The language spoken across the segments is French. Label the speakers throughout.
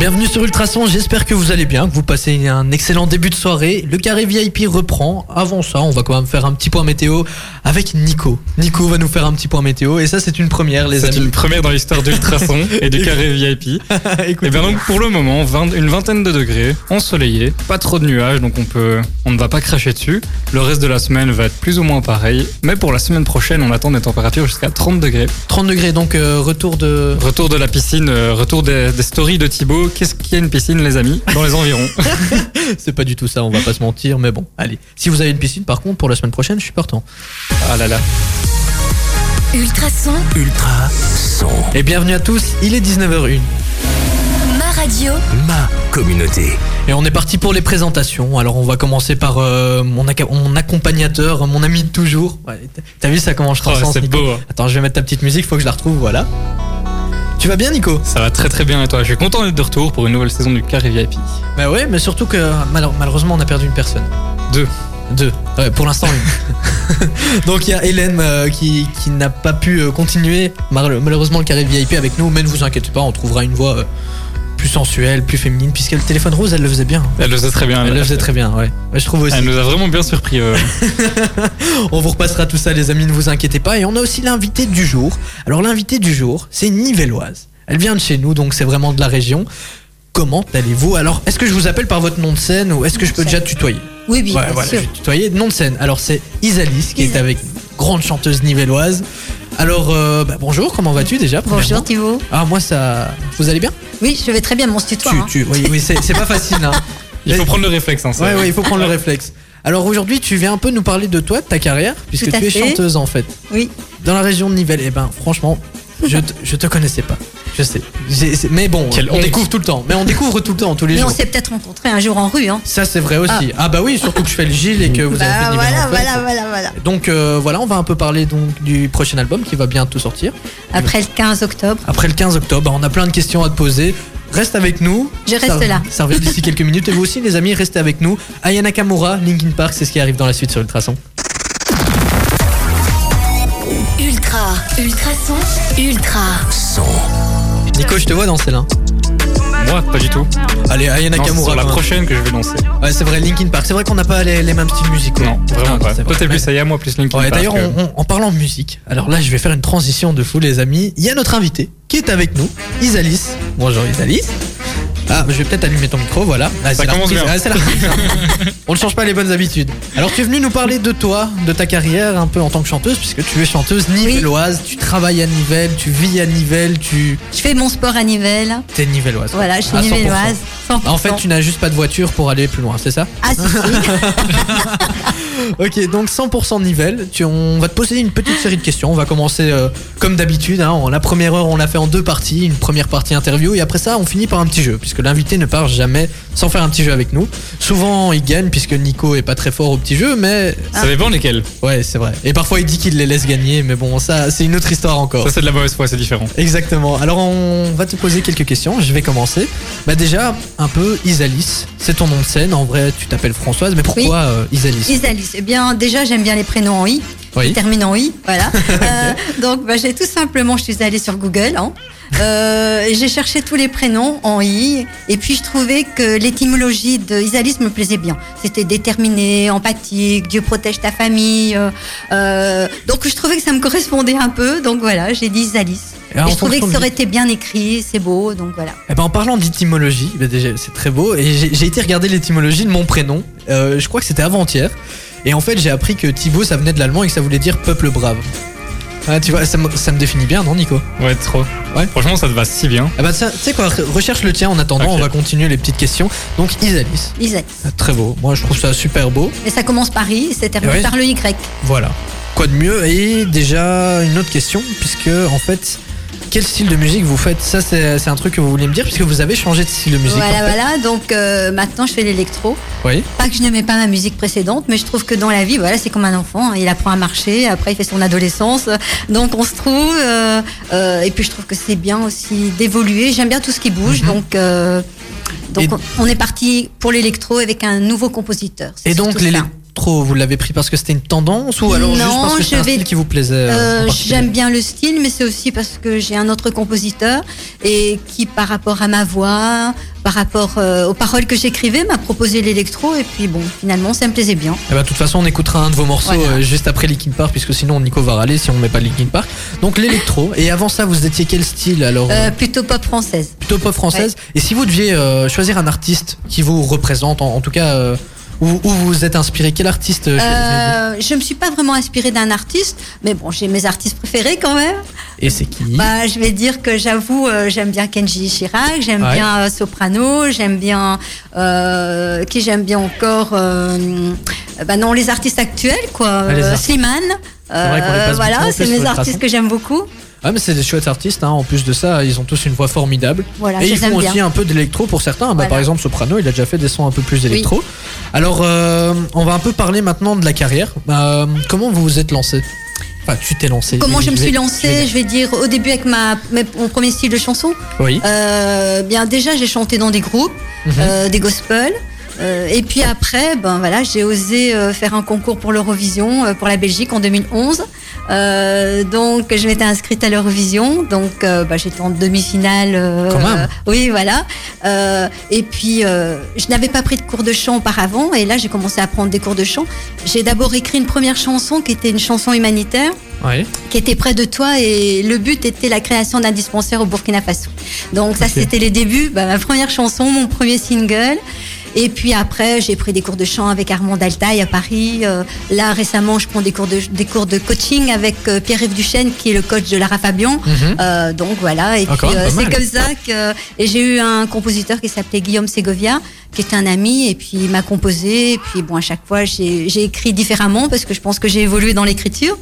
Speaker 1: Bienvenue sur Ultrason, j'espère que vous allez bien, que vous passez un excellent début de soirée. Le carré VIP reprend. Avant ça, on va quand même faire un petit point météo avec Nico. Nico va nous faire un petit point météo et ça c'est une première les
Speaker 2: C'est
Speaker 1: amis.
Speaker 2: une première dans l'histoire d'Ultrason et du carré VIP.
Speaker 1: Écoutez,
Speaker 2: Et bien ben donc pour le moment, 20 une vingtaine de degrés, ensoleillé, pas trop de nuages, donc on peut, on ne va pas cracher dessus. Le reste de la semaine va être plus ou moins pareil, mais pour la semaine prochaine, on attend des températures jusqu'à 30 degrés.
Speaker 1: 30 degrés donc euh, retour de
Speaker 2: Retour de la piscine, euh, retour des, des stories de Thibaut. Qu'est-ce qu'il y a une piscine, les amis, dans les environs
Speaker 1: c'est pas du tout ça, on va pas se mentir mais bon, allez. Si vous avez une piscine par contre pour la semaine prochaine, je suis partant.
Speaker 2: Ah là là.
Speaker 3: Ultrason,
Speaker 4: Ultra son,
Speaker 1: Et bienvenue à tous, il est 19h01
Speaker 3: ma radio,
Speaker 4: ma communauté.
Speaker 1: et on est parti pour les présentations. Alors on va commencer par euh, mon, acca- mon accompagnateur, mon ami de toujours. Ouais, T'as vu ça comment je
Speaker 2: Oh,
Speaker 1: transcende
Speaker 2: c'est
Speaker 1: Nico
Speaker 2: beau. hein.
Speaker 1: Attends, je vais mettre ta petite musique, faut que je la retrouve, voilà. Tu vas bien Nico
Speaker 2: Ça va très très bien et toi Je suis content d'être de retour pour une nouvelle saison du carré VIP.
Speaker 1: Bah ouais, mais surtout que mal- malheureusement on a perdu une personne.
Speaker 2: Deux.
Speaker 1: Deux. Ouais, pour l'instant une. Donc il y a Hélène euh, qui, qui n'a pas pu euh, continuer mal- malheureusement le carré VIP avec nous, mais ne vous inquiétez pas, on trouvera une voix euh, plus sensuelle, plus féminine, puisqu'elle téléphone rose, elle le faisait bien.
Speaker 2: Elle le faisait très bien.
Speaker 1: Elle le faisait très bien, ouais. Ouais, Je trouve aussi.
Speaker 2: Elle nous a vraiment bien surpris. euh.
Speaker 1: On vous repassera tout ça, les amis, ne vous inquiétez pas. Et on a aussi l'invité du jour. Alors, l'invité du jour, c'est une Nivelloise. Elle vient de chez nous, donc c'est vraiment de la région. Comment allez-vous Alors, est-ce que je vous appelle par votre nom de scène ou est-ce que je peux déjà tutoyer
Speaker 5: Oui, oui,
Speaker 1: Ouais,
Speaker 5: bien
Speaker 1: voilà, je
Speaker 5: sûr.
Speaker 1: vais tutoyer. Nom de scène. Alors, c'est Isalis qui est avec nous, grande chanteuse nivelloise. Alors, euh, bah, bonjour, comment vas-tu déjà
Speaker 5: Bonjour
Speaker 1: premièrement
Speaker 5: Thibaut.
Speaker 1: Ah, moi, ça. Vous allez bien
Speaker 5: Oui, je vais très bien, mon tutoir. hein.
Speaker 1: tu, Oui, oui, c'est c'est pas facile. Hein.
Speaker 2: Il faut prendre le réflexe. Hein, ça.
Speaker 1: Ouais, ouais, il faut prendre le réflexe. Alors, aujourd'hui, tu viens un peu nous parler de toi, de ta carrière, puisque
Speaker 5: Tout à
Speaker 1: tu es
Speaker 5: fait.
Speaker 1: chanteuse en fait.
Speaker 5: Oui,
Speaker 1: Dans la région de Nivelles, eh ben franchement, je te, je te connaissais pas. Je sais. J'ai- c'est- Mais bon,
Speaker 2: Quelle
Speaker 1: on
Speaker 2: honte.
Speaker 1: découvre tout le temps. Mais on découvre tout le temps, tous les
Speaker 5: mais on
Speaker 1: jours.
Speaker 5: s'est peut-être rencontrés un jour en rue. Hein.
Speaker 1: Ça c'est vrai aussi. Ah. bah oui, surtout que je fais le Gilles et que vous avez fait
Speaker 5: Bah,
Speaker 1: Nivelles
Speaker 5: voilà,
Speaker 1: en fête.
Speaker 5: voilà, voilà, voilà.
Speaker 1: Donc euh, voilà, on va un peu parler donc du prochain album qui va bientôt sortir.
Speaker 5: Après le 15 octobre,
Speaker 1: Après le 15 octobre, on a plein de questions à te poser. Reste avec nous.
Speaker 5: Je reste
Speaker 1: Ça-
Speaker 5: là.
Speaker 1: Ça revient d'ici quelques minutes. Et vous aussi, les amis, restez avec nous. Aya Nakamura, Linkin Park, c'est ce qui arrive dans la suite sur Ultrason.
Speaker 3: ultra, ultrason, ultra,
Speaker 4: Son,
Speaker 1: Nico, je te vois danser là.
Speaker 2: Moi, pas du tout.
Speaker 1: Allez, Aya
Speaker 2: Non, c'est
Speaker 1: Nakamura.
Speaker 2: sur la
Speaker 1: quand même.
Speaker 2: prochaine que je vais lancer.
Speaker 1: Ouais, c'est vrai, Linkin Park. C'est vrai qu'on n'a pas les, les mêmes styles musicaux.
Speaker 2: Non, vraiment
Speaker 1: Non,
Speaker 2: pas.
Speaker 1: c'est
Speaker 2: Toi,
Speaker 1: vrai.
Speaker 2: t'es plus Aya, moi plus Linkin
Speaker 1: Ouais,
Speaker 2: Park.
Speaker 1: d'ailleurs,
Speaker 2: euh.
Speaker 1: on- on- en parlant de musique, alors là, je vais faire une transition de fou, les amis. Il y a notre invité qui est avec nous, Isalis. Bonjour, Isalis. Ah, je vais peut-être allumer ton micro, voilà. Ah, c'est la
Speaker 2: commence
Speaker 1: reprise.
Speaker 2: bien.
Speaker 1: Ah, c'est la reprise. on ne change pas les bonnes habitudes. Alors, tu es venu nous parler de toi, de ta carrière un peu en tant que chanteuse, puisque tu es chanteuse nivelloise, tu travailles à Nivelles, tu vis à Nivelles, tu
Speaker 5: je fais mon sport à Nivelles.
Speaker 1: es nivelloise.
Speaker 5: Voilà, je suis
Speaker 1: À 100%.
Speaker 5: nivelloise. 100%.
Speaker 1: En fait, tu n'as juste pas de voiture pour aller plus loin, c'est ça
Speaker 5: Ah, si, si.
Speaker 1: Ok, donc 100% Nivelles. Tu, on va te poser une petite série de questions. On va commencer euh, comme d'habitude. hein. En la première heure, on l'a fait en deux parties. Une première partie interview et après ça, on finit par un petit jeu, puisque l'invité ne part jamais sans faire un petit jeu avec nous. Souvent, il gagne puisque Nico est pas très fort au petit jeu, mais
Speaker 2: Ça dépend lesquels.
Speaker 1: ouais, c'est vrai. Et parfois, il dit qu'il les laisse gagner, mais bon, ça, c'est une autre histoire encore.
Speaker 2: Ça, c'est de la mauvaise foi, c'est différent.
Speaker 1: Exactement. Alors, on va te poser quelques questions. Je vais commencer. Bah déjà, un peu Isalis. C'est ton nom de scène. En vrai, tu t'appelles Françoise, mais pourquoi euh, Isalis
Speaker 5: Isalis. Eh bien, déjà, j'aime bien les prénoms en i.
Speaker 1: Oui.
Speaker 5: Ils terminent en i. Voilà. Euh, donc, bah, j'ai tout simplement, je suis allée sur Google. hein. Euh, j'ai cherché tous les prénoms en i. Et puis, je trouvais que l'étymologie de Isalis me plaisait bien. C'était déterminé, empathique, Dieu protège ta famille. euh, euh, donc, je trouvais que ça me correspondait un peu. Donc, voilà, j'ai dit Isalis.
Speaker 1: Et en
Speaker 5: Et je trouvais
Speaker 1: fonction
Speaker 5: que
Speaker 1: de-
Speaker 5: ça aurait été bien écrit, c'est beau. Donc, voilà.
Speaker 1: Eh ben, en parlant d'étymologie, ben déjà, c'est très beau, et j'ai j'ai été regarder l'étymologie de mon prénom, Euh, je crois que c'était avant-hier, et en fait j'ai appris que Thibaut ça venait de l'allemand et que ça voulait dire peuple brave. Ah, tu vois, ça me, ça me définit bien, non Nico
Speaker 2: Ouais, trop.
Speaker 1: Ouais.
Speaker 2: Franchement, ça te va si bien.
Speaker 1: Ah bah ça, tu sais quoi, re- recherche le tien en attendant,
Speaker 2: Ok.
Speaker 1: on va continuer les petites questions. Donc Isalis,
Speaker 5: Isalis.
Speaker 1: Ah, très beau, moi je trouve ça super beau,
Speaker 5: Et ça commence par i, et c'est terminé
Speaker 1: Ouais.
Speaker 5: par le y.
Speaker 1: voilà. Quoi de mieux Et déjà une autre question, puisque en fait, quel style de musique vous faites Ça c'est c'est un truc que vous voulez me dire, puisque vous avez changé de style de musique.
Speaker 5: Voilà,
Speaker 1: en fait.
Speaker 5: voilà. Donc euh, maintenant, je fais l'électro.
Speaker 1: Oui.
Speaker 5: Pas que je n'aimais pas ma musique précédente, mais je trouve que dans la vie, voilà, c'est comme un enfant. hein. Il apprend à marcher, après il fait son adolescence. Donc on se trouve. euh, euh, et puis je trouve que c'est bien aussi d'évoluer. J'aime bien tout ce qui bouge. Donc, euh, donc
Speaker 1: Mhm. Et-
Speaker 5: on, on est parti pour l'électro avec un nouveau compositeur. C'est
Speaker 1: Et donc
Speaker 5: surtout ça.
Speaker 1: l'électro, vous l'avez pris parce que c'était une tendance ou alors juste
Speaker 5: Non,
Speaker 1: parce que
Speaker 5: je
Speaker 1: c'est un
Speaker 5: vais-
Speaker 1: style qui vous plaisait euh, en
Speaker 5: Euh,
Speaker 1: particulier
Speaker 5: J'aime bien le style, mais c'est aussi parce que j'ai un autre compositeur et qui, par rapport à ma voix, par rapport euh, aux paroles que j'écrivais, m'a proposé l'électro et puis bon, finalement, ça me plaisait bien.
Speaker 1: Eh ben, de toute façon, on écoutera un de vos morceaux
Speaker 5: Voilà.
Speaker 1: euh, juste après Linkin Park, puisque sinon Nico va râler si on met pas Linkin Park. Donc l'électro. Et avant ça, vous étiez quel style alors
Speaker 5: Euh,
Speaker 1: euh,
Speaker 5: plutôt pop française.
Speaker 1: Plutôt pop française. Et si vous deviez euh, choisir un artiste qui vous représente, en, en tout cas euh, où, où vous vous êtes inspiré, quel artiste euh, choisiriez-vous
Speaker 5: Euh, je me suis pas vraiment inspirée d'un artiste, mais bon, j'ai mes artistes préférés quand même.
Speaker 1: Et c'est qui
Speaker 5: Bah, je vais dire que j'avoue, euh, j'aime bien Kenji Chirac, j'aime
Speaker 1: Ouais.
Speaker 5: bien euh, Soprano, j'aime bien euh, qui j'aime bien encore. euh, bah non, les artistes actuels quoi.
Speaker 1: Ah, les
Speaker 5: Euh,
Speaker 1: artistes.
Speaker 5: Slimane. Euh,
Speaker 1: vrai qu'on les passe
Speaker 5: voilà,
Speaker 1: beaucoup en
Speaker 5: c'est
Speaker 1: plus,
Speaker 5: mes
Speaker 1: de
Speaker 5: artistes
Speaker 1: façon.
Speaker 5: que j'aime beaucoup.
Speaker 1: Ah mais c'est des chouettes artistes. hein. En plus de ça, ils ont tous une voix formidable.
Speaker 5: Voilà,
Speaker 1: et
Speaker 5: je
Speaker 1: ils
Speaker 5: les aime
Speaker 1: font aussi
Speaker 5: bien.
Speaker 1: un peu d'électro pour certains. Bah,
Speaker 5: Voilà.
Speaker 1: Par exemple, Soprano, il a déjà fait des sons un peu plus électro. Alors, euh, on va un peu parler maintenant de la carrière. Euh, comment vous vous êtes lancé Enfin, tu t'es lancé.
Speaker 5: Comment
Speaker 1: Oui,
Speaker 5: je me
Speaker 1: vais-
Speaker 5: suis
Speaker 1: je vais
Speaker 5: lancée,
Speaker 1: dire.
Speaker 5: je vais dire au début avec ma mes- mon premier style de chanson.
Speaker 1: Oui. Mhm.
Speaker 5: Euh, bien déjà, j'ai chanté dans des groupes, euh, des gospels. Euh, et puis après, ben voilà, j'ai osé euh, faire un concours pour l'Eurovision euh, pour la Belgique en 2011. Euh, donc je m'étais inscrite à l'Eurovision, donc euh, bah, j'étais en demi-finale. euh,
Speaker 1: Quand même.
Speaker 5: euh, oui, voilà. Euh, et puis euh, je n'avais pas pris de cours de chant auparavant, et là j'ai commencé à prendre des cours de chant. J'ai d'abord écrit une première chanson qui était une chanson humanitaire
Speaker 1: Ouais.
Speaker 5: qui était près de toi et le but était la création d'un dispensaire au Burkina Faso. Donc ça
Speaker 1: Ok.
Speaker 5: c'était les débuts, bah, ma première chanson, mon premier single. Et puis après, j'ai pris des cours de chant avec Armand Altaï à Paris. Euh, là, récemment, je prends des cours de, des cours de coaching avec euh, Pierre-Yves Duchesne, qui est le coach de Lara Fabian.
Speaker 1: Mhm.
Speaker 5: Euh, donc voilà, et
Speaker 1: Ah, quand
Speaker 5: puis
Speaker 1: même,
Speaker 5: euh,
Speaker 1: pas
Speaker 5: c'est
Speaker 1: mal.
Speaker 5: comme ça que et j'ai eu un compositeur qui s'appelait Guillaume Segovia, qui était un ami, et puis il m'a composé, et puis bon à chaque fois j'ai j'ai écrit différemment parce que je pense que j'ai évolué dans l'écriture.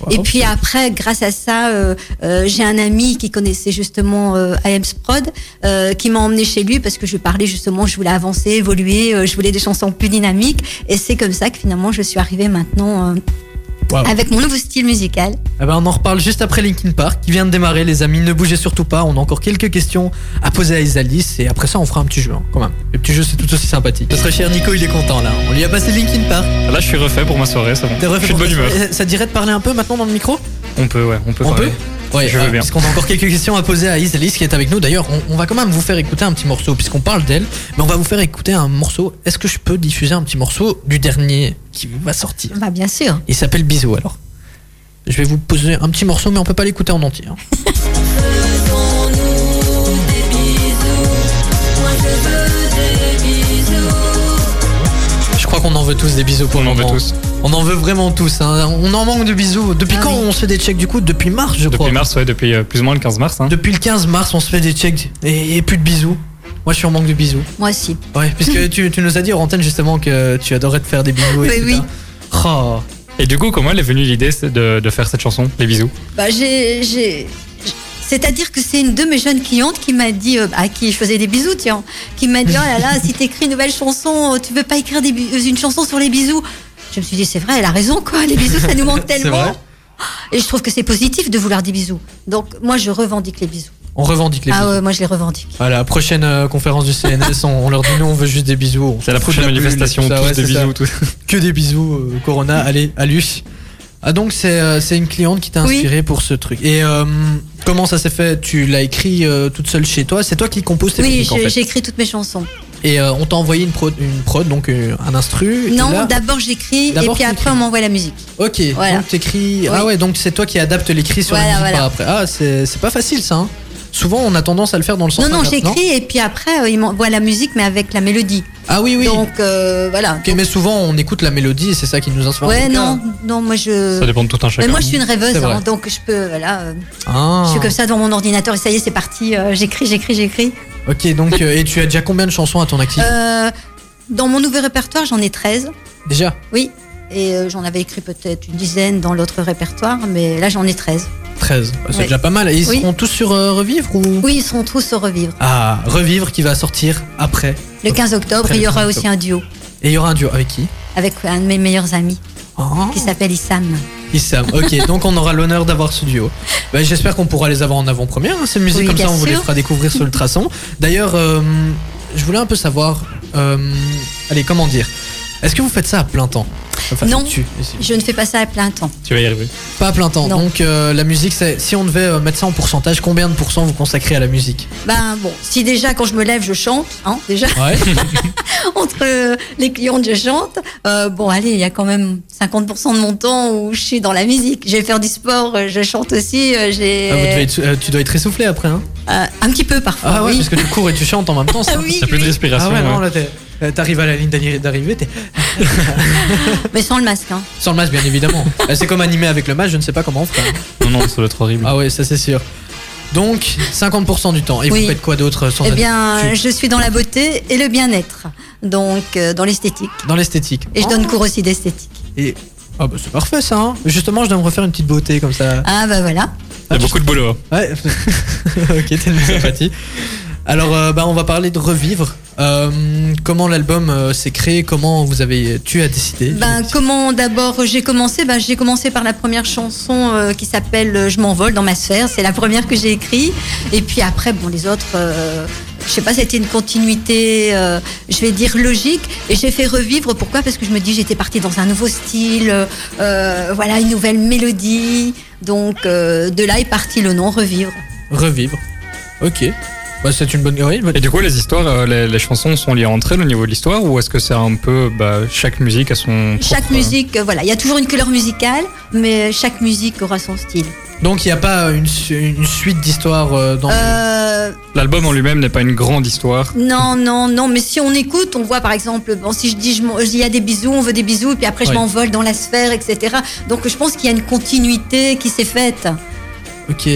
Speaker 1: Wow.
Speaker 5: Et puis après, grâce à ça, euh, euh, j'ai un ami qui connaissait justement euh, AM Sprod, euh, qui m'a emmené chez lui parce que je lui parlais justement, je voulais avancer, évoluer, euh, je voulais des chansons plus dynamiques, et c'est comme ça que finalement je suis arrivée maintenant euh,
Speaker 1: Wow.
Speaker 5: avec mon nouveau style musical.
Speaker 1: Eh ben, on en reparle juste après Linkin Park qui vient de démarrer, les amis. Ne bougez surtout pas. On a encore quelques questions à poser à Isalis et après ça, on fera un petit jeu hein, quand même. Le petit jeu, c'est tout aussi sympathique. Notre cher Nico, il est content là. On lui a passé Linkin Park.
Speaker 2: Là, je suis refait pour ma soirée, c'est bon.
Speaker 1: T'es
Speaker 2: je
Speaker 1: refait
Speaker 2: suis de
Speaker 1: pour-
Speaker 2: bonne humeur.
Speaker 1: Eh, Ça te dirait de parler un peu maintenant dans le micro
Speaker 2: On peut, ouais, on peut.
Speaker 1: On
Speaker 2: parler.
Speaker 1: peut Ouais, ah,
Speaker 2: Je veux bien.
Speaker 1: Parce qu'on a encore quelques questions à poser à Isalis qui est avec nous. D'ailleurs, on, on va quand même vous faire écouter un petit morceau puisqu'on parle d'elle, mais on va vous faire écouter un morceau. Est-ce que je peux diffuser un petit morceau du dernier qui va sortir
Speaker 5: Bah bien sûr.
Speaker 1: Il s'appelle Bisou alors. Je vais vous poser un petit morceau, mais on peut pas l'écouter en entier. hein.
Speaker 6: Faisons-nous des bisous, moi je veux des bisous.
Speaker 1: Je crois qu'on en veut tous des bisous pour
Speaker 2: On
Speaker 1: le
Speaker 2: en veut
Speaker 1: moment.
Speaker 2: tous.
Speaker 1: On en veut vraiment tous. hein. On en manque de bisous. Depuis
Speaker 5: Ah
Speaker 1: quand
Speaker 5: oui.
Speaker 1: on se fait des checks du coup Depuis mars, je crois.
Speaker 2: Depuis mars, ouais, depuis euh, plus ou moins le 15 mars. Hein.
Speaker 1: Depuis le 15 mars, on se fait des checks et, et plus de bisous. Moi, je suis en manque de bisous.
Speaker 5: Moi aussi.
Speaker 1: Ouais, puisque tu, tu nous as dit en antenne justement que tu adorais te faire des bisous.
Speaker 5: Mais
Speaker 1: etc.
Speaker 5: oui.
Speaker 1: Oh.
Speaker 2: Et du coup, comment elle est venue l'idée c'est de, de faire cette chanson, les bisous
Speaker 5: Bah, j'ai, j'ai- j'- C'est-à-dire que c'est une de mes jeunes clientes qui m'a dit, euh, à qui je faisais des bisous, tiens, qui m'a dit, oh là là, si t'écris une nouvelle chanson, euh, tu veux pas écrire des bi- euh, une chanson sur les bisous. Je me suis dit, c'est vrai, elle a raison, quoi, les bisous, ça nous manque tellement.
Speaker 1: vrai.
Speaker 5: Et je trouve que c'est positif de vouloir des bisous. Donc, moi, je revendique les bisous.
Speaker 1: On revendique les
Speaker 5: ah
Speaker 1: bisous.
Speaker 5: ouais, moi, je les revendique.
Speaker 1: À la prochaine euh, conférence du CNS, on, on leur dit nous, on veut juste des bisous. On
Speaker 2: C'est la
Speaker 1: s'en fout de
Speaker 2: prochaine
Speaker 1: pull et
Speaker 2: manifestation,
Speaker 1: tout ça.
Speaker 2: tous
Speaker 1: Ouais,
Speaker 2: des
Speaker 1: c'est ça.
Speaker 2: bisous, tout.
Speaker 1: Que des bisous, euh, Corona,
Speaker 5: Mm.
Speaker 1: allez, à lui. Ah donc c'est euh, c'est une cliente qui t'a
Speaker 5: Oui.
Speaker 1: inspiré pour ce truc. Et euh, comment ça s'est fait Tu l'as écrit euh, toute seule chez toi C'est toi qui compose tes
Speaker 5: Oui,
Speaker 1: musiques en
Speaker 5: j'ai-
Speaker 1: fait.
Speaker 5: j'écris toutes mes chansons.
Speaker 1: Et euh, on t'a envoyé une prod, une prod donc euh, un instru. et
Speaker 5: Non,
Speaker 1: là-
Speaker 5: d'abord, j'écris, et
Speaker 1: D'abord,
Speaker 5: puis après,
Speaker 1: t'écris.
Speaker 5: on m'envoie la musique.
Speaker 1: Ok.
Speaker 5: Voilà.
Speaker 1: Donc t'écris. Ah
Speaker 5: Oui.
Speaker 1: ouais, donc c'est toi qui adapte l'écrit sur la
Speaker 5: Voilà,
Speaker 1: musique
Speaker 5: voilà.
Speaker 1: par après. Ah c'est c'est pas facile ça. hein. Souvent on a tendance à le faire dans le sens.
Speaker 5: Non, non,
Speaker 1: inverse,
Speaker 5: j'écris, et puis après, euh, ils m'envoient la musique, mais avec la mélodie.
Speaker 1: Ah oui oui.
Speaker 5: Donc, euh, voilà.
Speaker 1: Ok, mais souvent on écoute la mélodie et c'est ça qui nous inspire. en
Speaker 5: Ouais,
Speaker 1: tout cas.
Speaker 5: non, non, moi je.
Speaker 2: Ça dépend de tout un
Speaker 5: Mais
Speaker 2: chacun.
Speaker 5: moi je suis une rêveuse,
Speaker 1: C'est vrai.
Speaker 5: hein, donc je peux, voilà, euh,
Speaker 1: Ah.
Speaker 5: je suis comme ça dans mon ordinateur et ça y est, c'est parti, euh, j'écris, j'écris, j'écris.
Speaker 1: Ok donc euh, et tu as déjà combien de chansons à ton actif
Speaker 5: Euh, dans mon nouveau répertoire, j'en ai 13,
Speaker 1: Déjà.
Speaker 5: oui, et euh, j'en avais écrit peut-être une dizaine dans l'autre répertoire, mais là j'en ai 13.
Speaker 1: 13, bah, c'est
Speaker 5: Ouais.
Speaker 1: déjà pas mal. Et ils
Speaker 5: Oui.
Speaker 1: seront tous sur euh, Revivre ou
Speaker 5: Oui, ils seront tous au Revivre.
Speaker 1: Ah, Revivre qui va sortir après.
Speaker 5: Le 15 octobre,
Speaker 1: Après
Speaker 5: il y
Speaker 1: le
Speaker 5: aura
Speaker 1: 15
Speaker 5: aussi un duo
Speaker 1: Et il y aura un duo avec qui
Speaker 5: avec un de mes meilleurs amis
Speaker 1: Ah,
Speaker 2: Oh.
Speaker 5: qui s'appelle Issam.
Speaker 1: Issam. Ok, donc on aura l'honneur d'avoir ce duo. Bah, J'espère qu'on pourra les avoir en avant-première, hein, ces musiques
Speaker 5: Oui,
Speaker 1: comme ça,
Speaker 5: bien
Speaker 1: on vous les
Speaker 5: sûr.
Speaker 1: fera découvrir sur Ultrason. D'ailleurs, euh, je voulais un peu savoir. euh, allez, comment dire Est-ce que vous faites ça à plein temps Enfin,
Speaker 5: Non.
Speaker 1: tu- si.
Speaker 5: Je ne fais pas ça à plein temps.
Speaker 2: Tu vas y arriver.
Speaker 1: Pas à plein temps.
Speaker 5: Non.
Speaker 1: Donc euh, la musique, c'est si on devait euh, mettre ça en pourcentage, combien de pourcents vous consacrez à la musique
Speaker 5: Ben bon, si déjà quand je me lève, je chante, hein, déjà
Speaker 1: Ouais.
Speaker 5: entre euh, les clientes, je chante. Euh, bon, allez, il y a quand même 50% de mon temps où je suis dans la musique. Je vais faire du sport, euh, je chante aussi. euh, J'ai
Speaker 1: Ah, vous devez être- euh, tu dois être essoufflé après. Hein
Speaker 5: euh, un petit peu parfois.
Speaker 1: ah ouais,
Speaker 5: oui.
Speaker 1: parce que tu cours et tu chantes en même temps.
Speaker 5: Ah
Speaker 1: ça.
Speaker 5: oui,
Speaker 2: T'as plus de
Speaker 5: oui.
Speaker 2: respiration.
Speaker 1: Ah ouais, non,
Speaker 2: ouais.
Speaker 1: là, t'es- euh, t'arrives à la ligne d'arri- d'arrivée, t'es
Speaker 5: mais sans le masque. Hein.
Speaker 1: sans le masque, bien évidemment. Euh, c'est comme animé avec le masque, je ne sais pas comment on fait.
Speaker 2: non, non, ça doit être horrible.
Speaker 1: Ah ouais, ça c'est sûr. Donc, 50% du temps. Et
Speaker 5: Oui.
Speaker 1: vous faites quoi d'autre sans
Speaker 5: Eh
Speaker 1: être-
Speaker 5: bien,
Speaker 1: tu-
Speaker 5: je suis dans la beauté et le bien-être, donc euh, dans l'esthétique.
Speaker 1: Dans l'esthétique.
Speaker 5: Et je donne cours aussi d'esthétique.
Speaker 1: Et... Ah bah c'est parfait ça. hein. Justement, je dois me refaire une petite beauté comme ça.
Speaker 5: Ah bah voilà.
Speaker 2: Il y a beaucoup de boulot. hein.
Speaker 5: Ah.
Speaker 1: Ouais. ok, tellement sympathie. Alors, euh, bah, on va parler de revivre. Euh, comment l'album euh, s'est créé Comment vous avez tu as décidé
Speaker 5: Ben comment d'abord j'ai commencé Ben j'ai commencé par la première chanson euh, qui s'appelle euh, Je m'envole dans ma sphère. C'est la première que j'ai écrite. Et puis après bon les autres. euh, je sais pas, c'était une continuité, euh, je vais dire logique, et j'ai fait revivre. Pourquoi Parce que je me dis j'étais partie dans un nouveau style, euh, voilà une nouvelle mélodie. Donc euh, de là est parti le nom revivre.
Speaker 1: Revivre. Ok. Bah, c'est une bonne. Oui, bonne-
Speaker 2: Et du coup, les histoires, euh, les, les chansons sont liées entre elles au niveau de l'histoire ou est-ce que c'est un peu bah, chaque musique a son.
Speaker 5: Chaque
Speaker 2: propre-
Speaker 5: musique, euh, voilà, il y a toujours une couleur musicale, mais chaque musique aura son style.
Speaker 1: Donc, il n'y a pas une, su- une suite d'histoires euh, dans.
Speaker 5: Euh,
Speaker 2: L'album en lui-même n'est pas une grande histoire.
Speaker 5: Non, non, non, mais si on écoute, on voit par exemple, bon, si je dis je m'en- il y a des bisous, on veut des bisous, et puis après je
Speaker 1: Oui.
Speaker 5: m'envole dans la sphère, etc. Donc je pense qu'il y a une continuité qui s'est faite.
Speaker 1: Ok.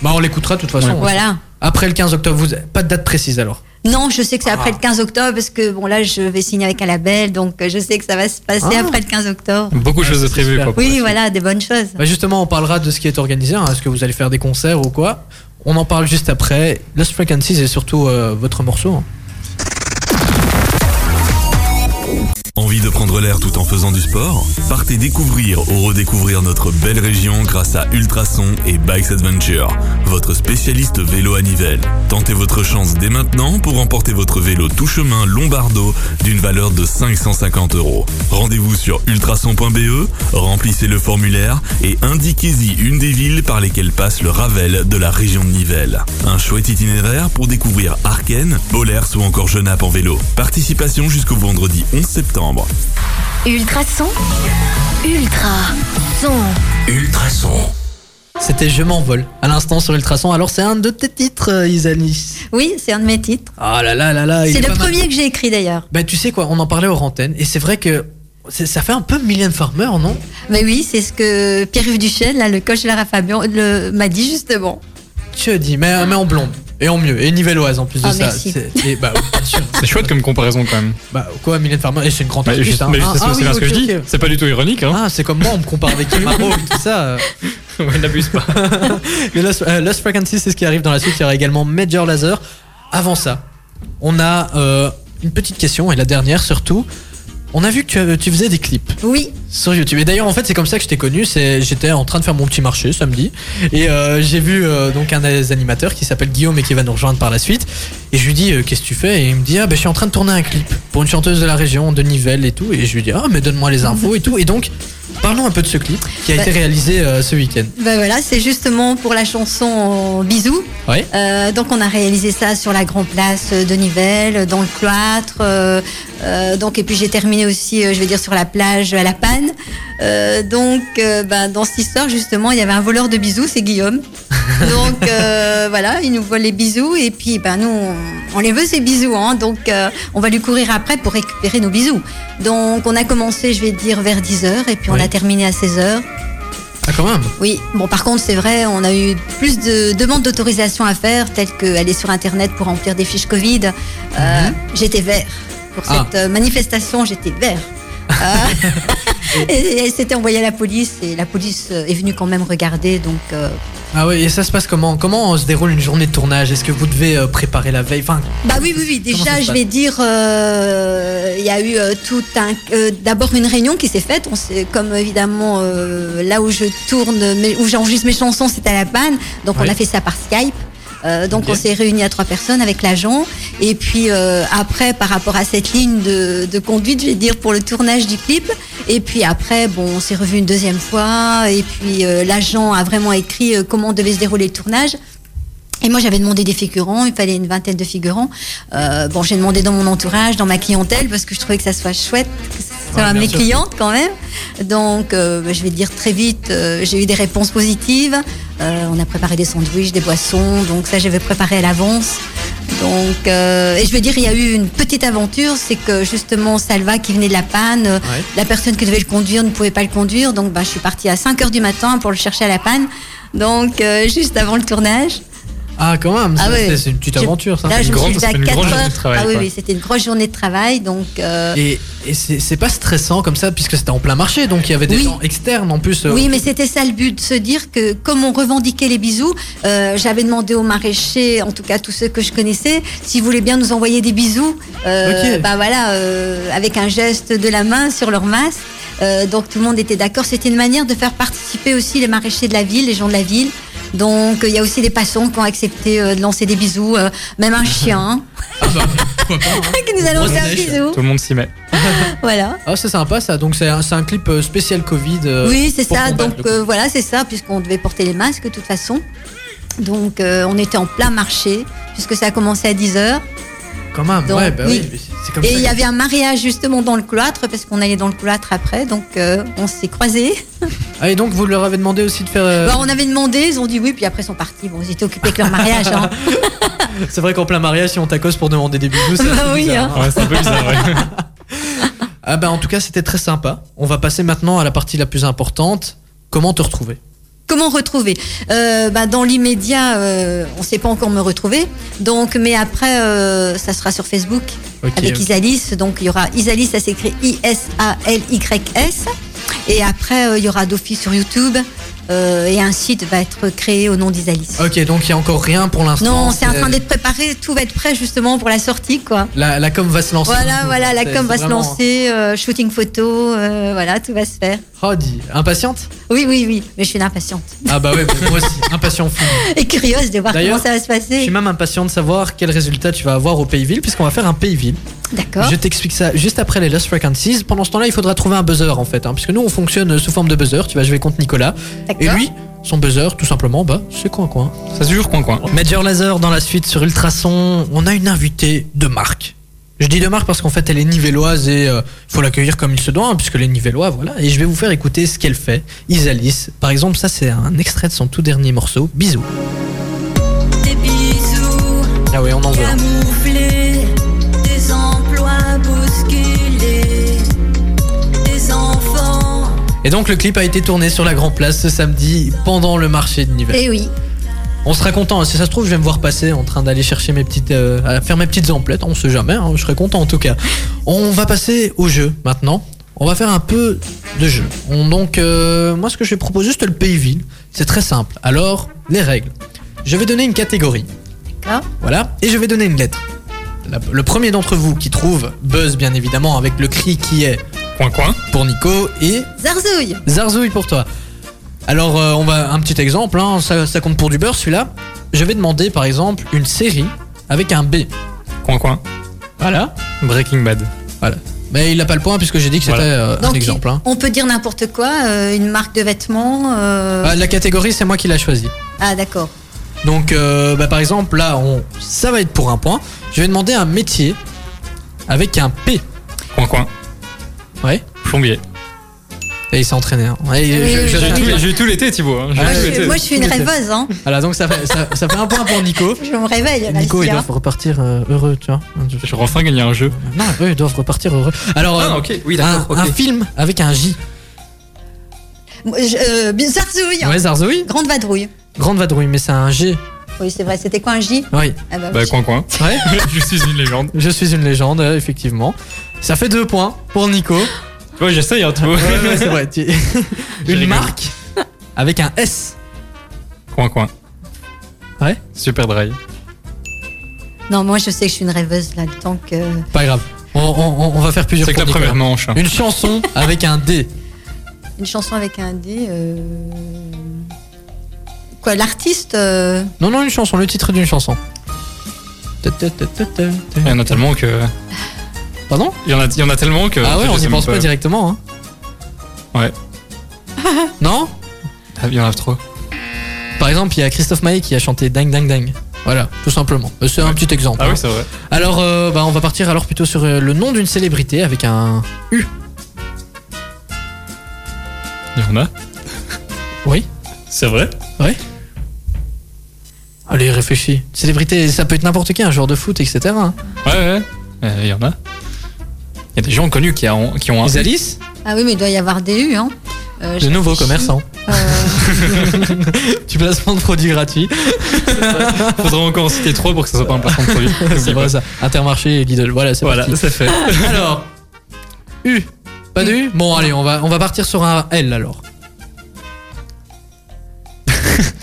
Speaker 1: Bah, on l'écoutera de toute façon.
Speaker 2: Ouais.
Speaker 5: Voilà.
Speaker 1: Après le 15 octobre, vous pas de date précise alors.
Speaker 5: Non, je sais que c'est après
Speaker 1: Ah.
Speaker 5: le 15 octobre, parce que bon, là je vais signer avec un label, donc euh, je sais que ça va se passer
Speaker 1: Ah.
Speaker 5: après le 15 octobre.
Speaker 2: Beaucoup de
Speaker 1: Ouais,
Speaker 2: choses de
Speaker 1: c'est
Speaker 2: prévues.
Speaker 1: super.
Speaker 2: Quoi, pour la
Speaker 5: Oui,
Speaker 2: suite.
Speaker 5: voilà, des bonnes choses.
Speaker 1: Bah, justement, on parlera de ce qui est organisé. hein. Est-ce que vous allez faire des concerts ou quoi On en parle juste après. Lost Frequencies et surtout euh, votre morceau. hein.
Speaker 4: Envie de prendre l'air tout en faisant du sport Partez découvrir ou redécouvrir notre belle région grâce à Ultrason et Bikes Adventure, votre spécialiste vélo à Nivelles. Tentez votre chance dès maintenant pour remporter votre vélo tout chemin Lombardo d'une valeur de 550 euros. Rendez-vous sur ultrason.be, E, remplissez le formulaire et indiquez-y une des villes par lesquelles passe le Ravel de la région de Nivelles. Un chouette itinéraire pour découvrir Arken, Bollers ou encore Genappe en vélo. Participation jusqu'au vendredi 11 septembre.
Speaker 3: Ultra son. Ultra son.
Speaker 4: Ultrason.
Speaker 1: C'était Je m'envole à l'instant sur Ultrason. Alors, c'est un de tes titres, euh, Isanis.
Speaker 5: Oui, c'est un de mes titres.
Speaker 1: Ah là là là là. il
Speaker 5: C'est
Speaker 1: est
Speaker 5: le
Speaker 1: pas mal.
Speaker 5: premier que j'ai écrit d'ailleurs.
Speaker 1: Bah tu sais quoi, on en parlait aux antennes et c'est vrai que c'est- ça fait un peu Million Farmer, non
Speaker 5: Mais oui, c'est ce que Pierre-Yves Duchesne, là, le coach Lara Fabian, le- m'a dit justement.
Speaker 1: Tu as dit, mais, mais en blonde et en mieux et nivelloise en plus
Speaker 5: Ah,
Speaker 1: de ça.
Speaker 5: merci.
Speaker 1: C'est- Et bah, oui, bien sûr.
Speaker 2: C'est chouette comme comparaison quand même.
Speaker 1: bah quoi, Million Farmer et c'est une grande
Speaker 2: Bah,
Speaker 1: artiste,
Speaker 2: juste-
Speaker 1: hein.
Speaker 2: mais
Speaker 1: Ah,
Speaker 2: c'est
Speaker 1: ah
Speaker 2: c'est
Speaker 1: oui,
Speaker 2: bien ce que
Speaker 1: ok,
Speaker 2: je dis.
Speaker 1: ok.
Speaker 2: C'est pas du tout ironique. Hein.
Speaker 1: Ah, c'est comme moi, on me compare avec Kim Marrow et tout ça.
Speaker 2: On n'abuse pas.
Speaker 1: Mais Lost, euh, Lost Frequency, c'est ce qui arrive dans la suite. Il y aura également Major Laser. Avant ça, on a euh, une petite question et la dernière surtout. On a vu que tu, avais- tu faisais des clips.
Speaker 5: Oui,
Speaker 1: Sur YouTube. Et d'ailleurs, en fait, c'est comme ça que je t'ai connu. C'est, j'étais en train de faire mon petit marché samedi, et euh, j'ai vu euh, donc un des animateurs qui s'appelle Guillaume et qui va nous rejoindre par la suite. Et je lui dis, euh, qu'est-ce que tu fais Et il me dit, ah ben, je suis en train de tourner un clip pour une chanteuse de la région, de Nivelles et tout. Et je lui dis, ah mais donne-moi les infos et tout. Et donc, parlons un peu de ce clip qui a
Speaker 5: Bah-
Speaker 1: été réalisé euh, ce week-end.
Speaker 5: Ben voilà, c'est justement pour la chanson Bisous.
Speaker 1: Ouais.
Speaker 5: Euh, donc on a réalisé ça sur la Grand Place de Nivelles, dans le cloître. euh, euh, donc et puis j'ai terminé aussi, euh, je vais dire sur la plage à la Panne. Euh, donc euh, ben, dans cette histoire justement, il y avait un voleur de bisous, c'est Guillaume. Donc euh, voilà, il nous vole les bisous et puis ben nous on, on les veut ces bisous, hein, donc euh, on va lui courir après pour récupérer nos bisous. Donc on a commencé, je vais dire vers 10 h et puis on
Speaker 1: Ouais.
Speaker 5: a terminé à 16 h
Speaker 1: Ah quand même.
Speaker 5: oui, bon par contre c'est vrai, on a eu plus de demandes d'autorisation à faire, telles que aller sur Internet pour remplir des fiches Covid. Euh, J'étais vert. Pour
Speaker 1: Ah.
Speaker 5: cette euh, manifestation, j'étais vert. Euh, et, et c'était envoyé à la police, et la police euh, est venue quand même regarder, donc... euh,
Speaker 1: Ah oui. Et ça se passe comment Comment se déroule une journée de tournage Est-ce que vous devez euh, préparer la veille Enfin,
Speaker 5: Bah oui, oui, oui.
Speaker 1: Comment ça
Speaker 5: Déjà,
Speaker 1: se
Speaker 5: je
Speaker 1: passe
Speaker 5: vais dire, euh, il y a eu euh, tout un. euh, D'abord une réunion qui s'est faite. On s'est- comme évidemment euh, là où je tourne, mais où j'enregistre mes chansons, c'est à la panne. Donc
Speaker 1: Ouais.
Speaker 5: on a fait ça par Skype. Euh, donc
Speaker 1: Ok.
Speaker 5: on s'est réunis à trois personnes avec l'agent. Et puis euh, après, par rapport à cette ligne de, de conduite, je vais dire, pour le tournage du clip. Et puis après, bon, on s'est revu une deuxième fois. Et puis euh, l'agent a vraiment écrit euh, comment devait se dérouler le tournage. Et moi, j'avais demandé des figurants, il fallait une vingtaine de figurants. Euh, bon, j'ai demandé dans mon entourage, dans ma clientèle, parce que je trouvais que ça soit chouette, que ce soit
Speaker 1: Ouais, bien
Speaker 5: mes
Speaker 1: sûr.
Speaker 5: clientes quand même. Donc, euh, bah, je vais dire très vite, euh, j'ai eu des réponses positives. Euh, on a préparé des sandwichs, des boissons, donc ça, j'avais préparé à l'avance. Donc, euh, et je veux dire, il y a eu une petite aventure, c'est que justement, Salva qui venait de la panne, euh,
Speaker 1: Ouais.
Speaker 5: la personne qui devait le conduire ne pouvait pas le conduire, donc bah, je suis partie à 5 heures du matin pour le chercher à la panne, donc euh, juste avant le tournage.
Speaker 1: Ah, quand même,
Speaker 5: Ah
Speaker 1: c'est-
Speaker 5: ouais.
Speaker 1: c'est c'est une petite
Speaker 5: J'ai-
Speaker 1: aventure ça.
Speaker 5: Là, je me
Speaker 2: grande-
Speaker 5: suis levée à
Speaker 2: c'était une
Speaker 5: 4
Speaker 2: grande journée de
Speaker 5: heures.
Speaker 2: travail,
Speaker 5: ah oui,
Speaker 2: quoi.
Speaker 5: oui, c'était une grosse journée de travail. Donc, euh,
Speaker 1: Et, et c'est c'est pas stressant comme ça, puisque c'était en plein marché, donc il y avait des
Speaker 5: Oui.
Speaker 1: gens externes en plus. euh,
Speaker 5: oui, mais c'était ça le but, de se dire que comme on revendiquait les bisous, euh, j'avais demandé aux maraîchers, en tout cas tous ceux que je connaissais, s'ils voulaient bien nous envoyer des bisous, euh,
Speaker 1: Ok.
Speaker 5: bah voilà, euh, avec un geste de la main sur leur masse. Euh, donc tout le monde était d'accord. C'était une manière de faire participer aussi les maraîchers de la ville, les gens de la ville. Donc euh, il y a aussi des passants qui ont accepté euh, de lancer des bisous, euh, même un chien
Speaker 1: Ah bah, pourquoi pas, hein.
Speaker 5: qui nous a lancé un
Speaker 1: Grosse neige.
Speaker 5: bisou.
Speaker 2: Tout le monde s'y met.
Speaker 5: Voilà.
Speaker 1: Ah, c'est sympa ça, donc c'est un, c'est un clip euh, spécial Covid. euh,
Speaker 5: Oui, c'est
Speaker 1: pour
Speaker 5: ça.
Speaker 1: combattre
Speaker 5: Donc
Speaker 1: le
Speaker 5: euh,
Speaker 1: Covid.
Speaker 5: voilà, c'est ça, puisqu'on devait porter les masques de toute façon. Donc euh, on était en plein marché, puisque ça a commencé à 10h.
Speaker 1: Quand même,
Speaker 5: donc,
Speaker 1: ouais, bah Ah oui,
Speaker 5: oui.
Speaker 1: mais c'est- c'est comme
Speaker 5: Et
Speaker 1: ça.
Speaker 5: il y
Speaker 1: que-
Speaker 5: avait un mariage justement dans le cloître, parce qu'on allait dans le cloître après, donc euh, on s'est croisés.
Speaker 1: Ah, et donc vous leur avez demandé aussi de faire. euh,
Speaker 5: Bah, on avait demandé, ils ont dit oui, puis après ils sont partis. Bon, ils étaient occupés avec leur mariage. hein.
Speaker 1: C'est vrai qu'en plein mariage, si on t'accose pour demander des bisous, c'est
Speaker 5: Bah
Speaker 1: assez
Speaker 5: oui,
Speaker 1: bizarre, hein.
Speaker 2: Ouais, c'est un peu bizarre, ouais.
Speaker 1: Ah, bah en tout cas, c'était très sympa. On va passer maintenant à la partie la plus importante comment te retrouver
Speaker 5: Comment retrouver Euh, bah, Dans l'immédiat, euh, on ne sait pas encore me retrouver. Donc, mais après, euh, ça sera sur Facebook
Speaker 1: Ok.
Speaker 5: avec Isalis. Donc il y aura Isalis, ça s'écrit I-S-A-L-Y-S. Et après, euh, il y aura Dofi sur YouTube. euh, et un site va être créé au nom d'Isalis.
Speaker 1: Ok, donc il y a encore rien pour l'instant.
Speaker 5: Non, c'est en train d'être préparé. Tout va être prêt justement pour la sortie, quoi.
Speaker 1: La, la com va se lancer.
Speaker 5: Voilà, voilà, la
Speaker 1: C'est-
Speaker 5: com va
Speaker 1: c'est
Speaker 5: se
Speaker 1: vraiment-
Speaker 5: lancer, euh, shooting photo, euh, voilà, tout va se faire.
Speaker 1: Oh, dis, impatiente
Speaker 5: Oui, oui, oui, mais je suis une impatiente
Speaker 1: Ah bah ouais, moi aussi, impatient fou.
Speaker 5: et curieuse de voir
Speaker 1: D'ailleurs,
Speaker 5: comment ça va se
Speaker 1: Je
Speaker 5: passer.
Speaker 1: suis même impatient de savoir quel résultat tu vas avoir au Pays-Ville, puisqu'on va faire un Pays-Ville.
Speaker 5: D'accord.
Speaker 1: Je t'explique ça juste après les Lost Frequencies. Pendant ce temps-là, il faudra trouver un buzzer en fait, hein, puisque nous on fonctionne sous forme de buzzer. Tu vas jouer contre Nicolas. Et
Speaker 5: D'accord.
Speaker 1: lui, son buzzer, tout simplement, bah, c'est coin coin.
Speaker 2: Ça se jure coin coin.
Speaker 1: Major Laser dans la suite sur Ultrason, on a une invitée de marque. Je dis de marque parce qu'en fait elle est nivelloise et euh, faut l'accueillir comme il se doit, hein, puisque les nivellois, voilà. Et je vais vous faire écouter ce qu'elle fait. Isalis, par exemple, ça c'est un extrait de son tout dernier morceau. Bisous.
Speaker 6: Des bisous
Speaker 1: Ah ouais, on en veut. hein.
Speaker 6: camouflés, des emplois bousculés, des enfants.
Speaker 1: Et donc le clip a été tourné sur la Grand Place ce samedi pendant le marché de Nivelles.
Speaker 5: Et Eh oui.
Speaker 1: On sera content, hein. si ça se trouve, je vais me voir passer en train d'aller chercher mes petites. euh, à faire mes petites emplettes, on sait jamais, hein, je serai content en tout cas. On va passer au jeu maintenant. On va faire un peu de jeu. On, donc, euh, moi ce que je vais proposer, c'est le pays-ville. C'est très simple. Alors, les règles. Je vais donner une catégorie.
Speaker 5: D'accord.
Speaker 1: Voilà, et je vais donner une lettre. La- le premier d'entre vous qui trouve Buzz, bien évidemment, avec le cri qui est
Speaker 2: Coin coin.
Speaker 1: pour Nico et
Speaker 5: Zarzouille.
Speaker 1: Zarzouille pour toi. Alors, euh, on va un petit exemple, hein, ça, ça compte pour du beurre celui-là. Je vais demander par exemple une série avec un B.
Speaker 2: Coin coin.
Speaker 1: Voilà.
Speaker 2: Breaking Bad.
Speaker 1: Mais il n'a pas le point puisque j'ai dit que c'était
Speaker 2: Voilà.
Speaker 1: euh, un
Speaker 5: Donc,
Speaker 1: exemple. hein.
Speaker 5: on peut dire n'importe quoi, euh, une marque de vêtements. euh,
Speaker 1: Ah, la catégorie, c'est moi qui l'a choisi.
Speaker 5: Ah, d'accord.
Speaker 1: Donc, euh, bah, par exemple, là, on... ça va être pour un point. Je vais demander un métier avec un P.
Speaker 2: Coin coin.
Speaker 1: Ouais.
Speaker 2: Plombier.
Speaker 1: Et il s'est entraîné. hein. Ouais, je-
Speaker 5: Oui, oui,
Speaker 1: je-
Speaker 5: oui,
Speaker 2: J'ai eu
Speaker 1: je-
Speaker 2: tout l'é- j'ai eu tout l'été, Thibaut. hein. J'ai eu
Speaker 1: Ah,
Speaker 5: Moi,
Speaker 2: tout
Speaker 5: je,
Speaker 2: l'été.
Speaker 5: suis- moi, je suis une
Speaker 1: Tout était.
Speaker 5: rêveuse, hein.
Speaker 1: Voilà, donc ça fait, ça, ça fait un point pour Nico.
Speaker 5: Je me réveille. là,
Speaker 1: Nico,
Speaker 5: ici,
Speaker 1: il doit
Speaker 5: hein.
Speaker 1: repartir euh, heureux, tu vois.
Speaker 2: Je vais enfin gagner un jeu.
Speaker 1: Non, eux, ils doivent repartir heureux. Alors, euh,
Speaker 2: Ah, ok. Oui,
Speaker 1: un,
Speaker 5: Ah,
Speaker 1: un film avec un J.
Speaker 5: Moi, je- euh, Zarzouille.
Speaker 1: Ouais, Zarzoï.
Speaker 5: Grande vadrouille.
Speaker 1: Grande vadrouille, mais c'est un G.
Speaker 5: Oui, c'est vrai. C'était quoi un J
Speaker 1: Oui.
Speaker 5: Ah bah,
Speaker 2: Bah,
Speaker 5: oui.
Speaker 2: coin coin.
Speaker 1: Ouais,
Speaker 2: je suis une légende.
Speaker 1: je suis une légende, euh, effectivement. Ça fait deux points pour Nico.
Speaker 2: Tu vois, j'essaye, hein, Thibaut.
Speaker 1: Ouais, ouais, c'est vrai. tu-
Speaker 2: Je
Speaker 1: Une
Speaker 2: rigole.
Speaker 1: marque avec un S.
Speaker 2: Coin coin.
Speaker 1: Ouais.
Speaker 2: Super dry.
Speaker 5: Non, moi, je sais que je suis une rêveuse là, tant que. euh,
Speaker 1: Pas grave. On, on- on va faire plusieurs
Speaker 2: C'est que la
Speaker 1: pour
Speaker 2: première
Speaker 1: Nicolas.
Speaker 2: manche. hein.
Speaker 1: Une chanson avec un D.
Speaker 5: Une chanson avec un D. euh, Quoi, l'artiste euh,
Speaker 1: Non, non, une chanson, le titre d'une chanson.
Speaker 2: Il y en a tellement que.
Speaker 1: Pardon
Speaker 2: Il y en a, il y en a tellement que.
Speaker 1: Ah ouais,
Speaker 2: Euh, je
Speaker 1: on
Speaker 2: sais
Speaker 1: n'y
Speaker 2: même
Speaker 1: pense pas directement. Hein.
Speaker 2: Ouais.
Speaker 1: non
Speaker 2: Ah, Il y en a trop.
Speaker 1: Par exemple, il y a Christophe Maé qui a chanté Ding Ding Ding. Voilà, tout simplement. Euh, C'est un petit exemple.
Speaker 2: Ah
Speaker 1: hein.
Speaker 2: oui, c'est vrai.
Speaker 1: Alors, euh, bah, on va partir alors plutôt sur euh, le nom d'une célébrité avec un U.
Speaker 2: Il y en a
Speaker 1: Oui
Speaker 2: C'est vrai
Speaker 1: Ouais Allez, réfléchis. Célébrité, ça peut être n'importe qui, un joueur de foot, etc. hein.
Speaker 2: Ouais, ouais. Euh, Il y en a. Il y a des gens connus qui, a- qui ont un.
Speaker 1: Les Alice
Speaker 5: Ah oui, mais il doit y avoir des U. Hein. Euh,
Speaker 1: De
Speaker 5: je
Speaker 1: nouveaux
Speaker 5: réfléchis.
Speaker 1: commerçants.
Speaker 5: Euh,
Speaker 1: Du placement de produits gratuits.
Speaker 2: Faudrait encore en citer trois pour que ça soit pas un placement de produit.
Speaker 1: C'est vrai ça. Intermarché et Lidl, voilà, c'est
Speaker 2: Voilà,
Speaker 1: parti.
Speaker 2: c'est fait.
Speaker 1: Alors, U. Pas de U Bon, allez, on va, on va partir sur un L alors.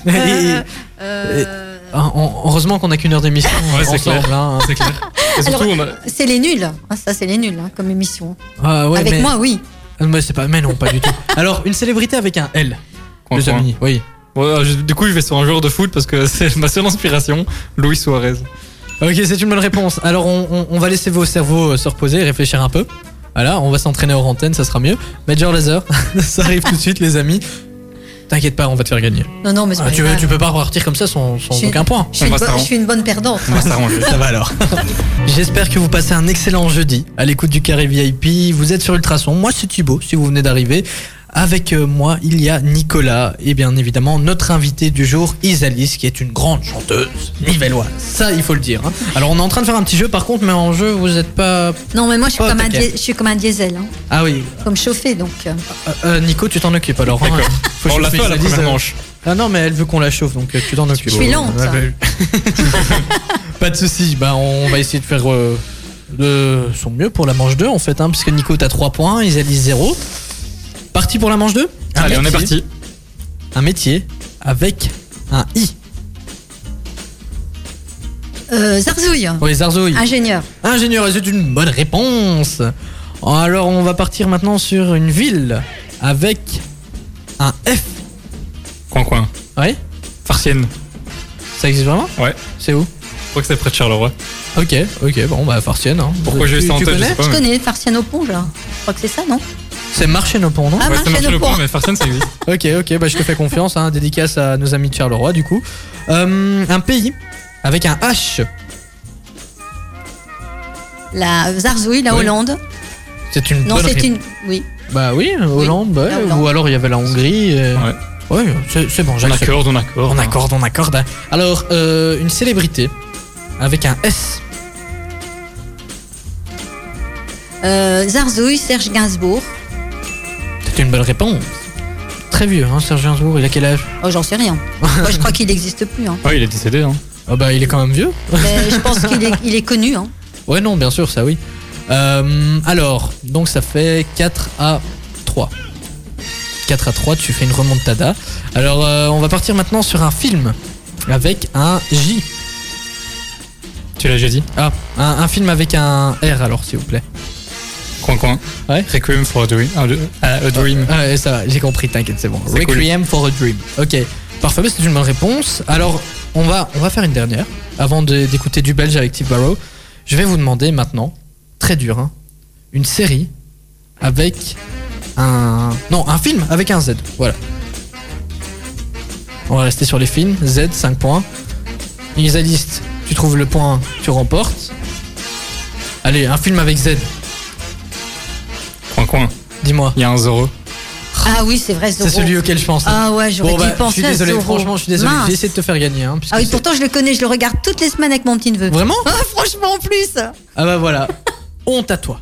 Speaker 5: euh,
Speaker 1: Et-
Speaker 5: euh,
Speaker 1: Heureusement qu'on a qu'une heure d'émission
Speaker 2: Ouais, c'est
Speaker 1: ensemble. hein.
Speaker 2: C'est clair. Et surtout, on a-
Speaker 5: C'est les nuls. Ah, ça, c'est les nuls hein, comme émission.
Speaker 1: Ah, ouais,
Speaker 5: Avec
Speaker 1: mais-
Speaker 5: moi, oui.
Speaker 1: Ah, Mais, c'est pas, mais non, pas du tout. Alors, une célébrité avec un L,
Speaker 2: Coin,
Speaker 1: les
Speaker 2: coin.
Speaker 1: amis. Oui.
Speaker 2: Ouais, je- du coup, je vais sur un joueur de foot parce que c'est ma seule inspiration, Luis Suarez.
Speaker 1: Ok, c'est une bonne réponse. Alors, on, on- on va laisser vos cerveaux euh, se reposer et réfléchir un peu. Voilà, on va s'entraîner hors antenne, ça sera mieux. Major Laser, ça arrive tout de suite, les amis. T'inquiète pas, on va te faire gagner.
Speaker 5: Non, non, mais c'est
Speaker 1: Ah,
Speaker 5: pas
Speaker 1: tu, veux-
Speaker 5: grave.
Speaker 1: tu peux pas repartir comme ça sans, sans
Speaker 5: Je-
Speaker 1: aucun point.
Speaker 5: Je suis,
Speaker 2: On
Speaker 5: une
Speaker 2: va
Speaker 5: bo-
Speaker 2: s'arranger.
Speaker 5: je suis une bonne perdante. hein.
Speaker 2: On va s'arranger.
Speaker 1: Ça va alors. J'espère que vous passez un excellent jeudi à l'écoute du Carré VIP. Vous êtes sur Ultrason. Moi, c'est Thibaut, si vous venez d'arriver. Avec euh, moi, il y a Nicolas et bien évidemment notre invité du jour, Isalis, qui est une grande chanteuse nivelloise. Ça, il faut le dire. hein. Alors, on est en train de faire un petit jeu, par contre, mais en jeu, vous n'êtes pas.
Speaker 5: Non, mais moi, je suis,
Speaker 1: Oh,
Speaker 5: comme, un
Speaker 1: t'inquiète.
Speaker 5: dié- je suis comme un diesel, hein,
Speaker 1: Ah oui,
Speaker 5: comme chauffé, donc. euh,
Speaker 1: euh, euh, Nico, tu t'en occupes alors. hein.
Speaker 2: D'accord.
Speaker 1: Faut
Speaker 2: on
Speaker 1: chauffer
Speaker 2: l'a fait à la
Speaker 1: Isalis,
Speaker 2: première
Speaker 1: euh,
Speaker 2: manche.
Speaker 1: Ah non, mais elle veut qu'on la chauffe, donc euh, tu t'en occupes.
Speaker 5: Je suis lente.
Speaker 1: Ouais, bah, Pas de soucis, bah, on va essayer de faire euh, de son mieux pour la manche 2, en fait, hein, puisque Nico, t'as 3 points, Isalis 0. Parti pour la manche 2 Un
Speaker 2: Allez, on est
Speaker 1: métier-
Speaker 2: parti.
Speaker 1: Un métier avec un I.
Speaker 5: euh, Zarzouille,
Speaker 1: Oui, Zarzouille.
Speaker 5: ingénieur.
Speaker 1: Ingénieur, et c'est une bonne réponse. Alors, on va partir maintenant sur une ville avec un F.
Speaker 2: Coin, coin.
Speaker 1: Ouais
Speaker 2: Farcienne.
Speaker 1: Ça existe vraiment
Speaker 2: Ouais.
Speaker 1: C'est où
Speaker 2: Je crois que c'est près de Charleroi.
Speaker 1: Ok, ok, bon, bah, Fartienne. Hein.
Speaker 2: Pourquoi
Speaker 1: Tu-
Speaker 2: j'ai eu ça en
Speaker 1: tu
Speaker 2: tête, je
Speaker 1: connais
Speaker 2: sais pas.
Speaker 5: Je
Speaker 2: mais-
Speaker 5: connais Farciano Pont, là. Je crois que c'est ça, non
Speaker 1: C'est marché nos ponts, non
Speaker 5: Ah,
Speaker 2: Ouais,
Speaker 5: mince,
Speaker 2: ça marche
Speaker 5: j'ai
Speaker 2: le
Speaker 5: le
Speaker 2: point,
Speaker 5: point.
Speaker 2: mais Farcienne, ça existe.
Speaker 1: Ok, ok, bah je te fais confiance, hein, dédicace à nos amis de Charleroi du coup. Euh, un pays avec un H,
Speaker 5: La Zarzouille, la
Speaker 1: Oui.
Speaker 5: Hollande.
Speaker 1: c'est une
Speaker 5: Non,
Speaker 1: bonne
Speaker 5: c'est
Speaker 1: ré-
Speaker 5: une. Oui.
Speaker 1: Bah oui, Hollande, bah,
Speaker 5: la Hollande.
Speaker 1: ou alors il y avait la Hongrie. euh, Ouais, c'est c'est bon,
Speaker 2: On
Speaker 1: j'accepte.
Speaker 2: accorde, on accorde.
Speaker 1: On accorde, on accorde. Alors, euh, une célébrité avec un S.
Speaker 5: Euh, Zarzouille, Serge Gainsbourg.
Speaker 1: C'est une bonne réponse. Très vieux, hein, Serge Gainsbourg, il a quel âge
Speaker 5: Oh, j'en sais rien. Moi, je crois qu'il n'existe plus. Hein.
Speaker 2: Ouais, il est décédé. Hein.
Speaker 1: Ah bah il est quand même vieux.
Speaker 5: Mais je pense qu'il est, il est connu. Hein.
Speaker 1: Ouais, non, bien sûr, ça oui. Euh, alors, donc ça fait 4 à 3. 4 à 3, tu fais une remontada. Alors, euh, on va partir maintenant sur un film avec un J.
Speaker 2: Tu l'as déjà dit
Speaker 1: Ah, un, un film avec un R, alors, s'il vous plaît.
Speaker 2: Coin, coin.
Speaker 1: Ouais.
Speaker 2: Requiem for a Dream. Ah, le- ah, a Dream.
Speaker 1: Ah, ouais, ça va, j'ai compris, t'inquiète, c'est bon.
Speaker 2: C'est cool.
Speaker 1: Requiem for a Dream. Ok, parfait, bah, c'est une bonne réponse. Alors, on va, on va faire une dernière. Avant de- d'écouter du belge avec Tip Barrow, je vais vous demander maintenant, très dur, hein, une série avec un. Non, un film avec un Z. Voilà. On va rester sur les films. Z, 5 points. Isaliste, tu trouves le point, tu remportes. Allez, un film avec Z,
Speaker 2: Coin, coin.
Speaker 1: dis-moi.
Speaker 2: Il y a un Zoro.
Speaker 5: Ah oui, c'est vrai, Zorro.
Speaker 1: C'est celui auquel je pense.
Speaker 5: Ah ouais, j'aurais
Speaker 1: Bon,
Speaker 5: dû
Speaker 1: bah,
Speaker 5: penser
Speaker 1: je suis
Speaker 5: à
Speaker 1: désolé,
Speaker 5: Zorro.
Speaker 1: franchement, je suis désolé.
Speaker 5: Mince.
Speaker 1: J'ai essayé de te faire gagner. Hein, puisque
Speaker 5: Ah oui,
Speaker 1: c'est-
Speaker 5: pourtant, je le connais, je le regarde toutes les semaines avec mon petit neveu.
Speaker 1: Vraiment
Speaker 5: Ah, franchement, en plus. Ah
Speaker 1: Ah bah voilà. Honte à toi.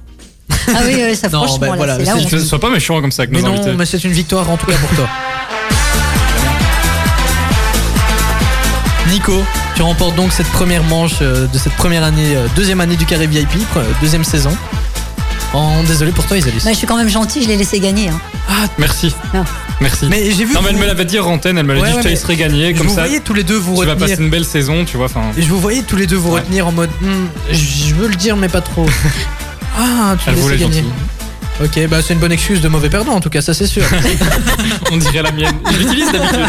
Speaker 5: oui, oui, ça,
Speaker 1: Non,
Speaker 5: franchement,
Speaker 1: ben
Speaker 5: là,
Speaker 1: voilà,
Speaker 5: c'est la
Speaker 1: c'est-
Speaker 5: honte.
Speaker 2: Ne sois pas méchant comme ça avec
Speaker 1: Mais
Speaker 2: nos
Speaker 1: non,
Speaker 2: invités.
Speaker 1: mais c'est une victoire en tout cas pour toi. Nico, tu remportes donc cette première manche euh, de cette première année, euh, deuxième année du Carré VIP, pre- deuxième saison. En désolé pour toi, Isalis.
Speaker 5: Bah, je suis quand même gentil, je l'ai laissé gagner. hein.
Speaker 2: Merci.
Speaker 5: Non.
Speaker 2: Merci.
Speaker 1: Mais j'ai vu.
Speaker 2: non,
Speaker 1: que
Speaker 2: mais elle
Speaker 1: vous-
Speaker 2: me l'avait dit en antenne, elle me l'a
Speaker 1: Ouais,
Speaker 2: dit,
Speaker 1: ouais,
Speaker 2: je te
Speaker 1: mais
Speaker 2: laisserai gagner,
Speaker 1: je
Speaker 2: comme
Speaker 1: vous
Speaker 2: ça.
Speaker 1: voyais tous les deux vous
Speaker 2: Tu vas passer
Speaker 1: retenir.
Speaker 2: une belle saison, tu vois. Enfin,
Speaker 1: Je vous voyais tous les deux vous
Speaker 2: Ouais.
Speaker 1: retenir en mode. Hmm, je veux le dire mais pas trop. ah, tu
Speaker 2: elle
Speaker 1: me laisses
Speaker 2: voulait
Speaker 1: gagner.
Speaker 2: gentil.
Speaker 1: Ok, bah c'est une bonne excuse de mauvais perdant en tout cas, ça c'est sûr.
Speaker 2: On dirait la mienne. Je l'utilise d'habitude.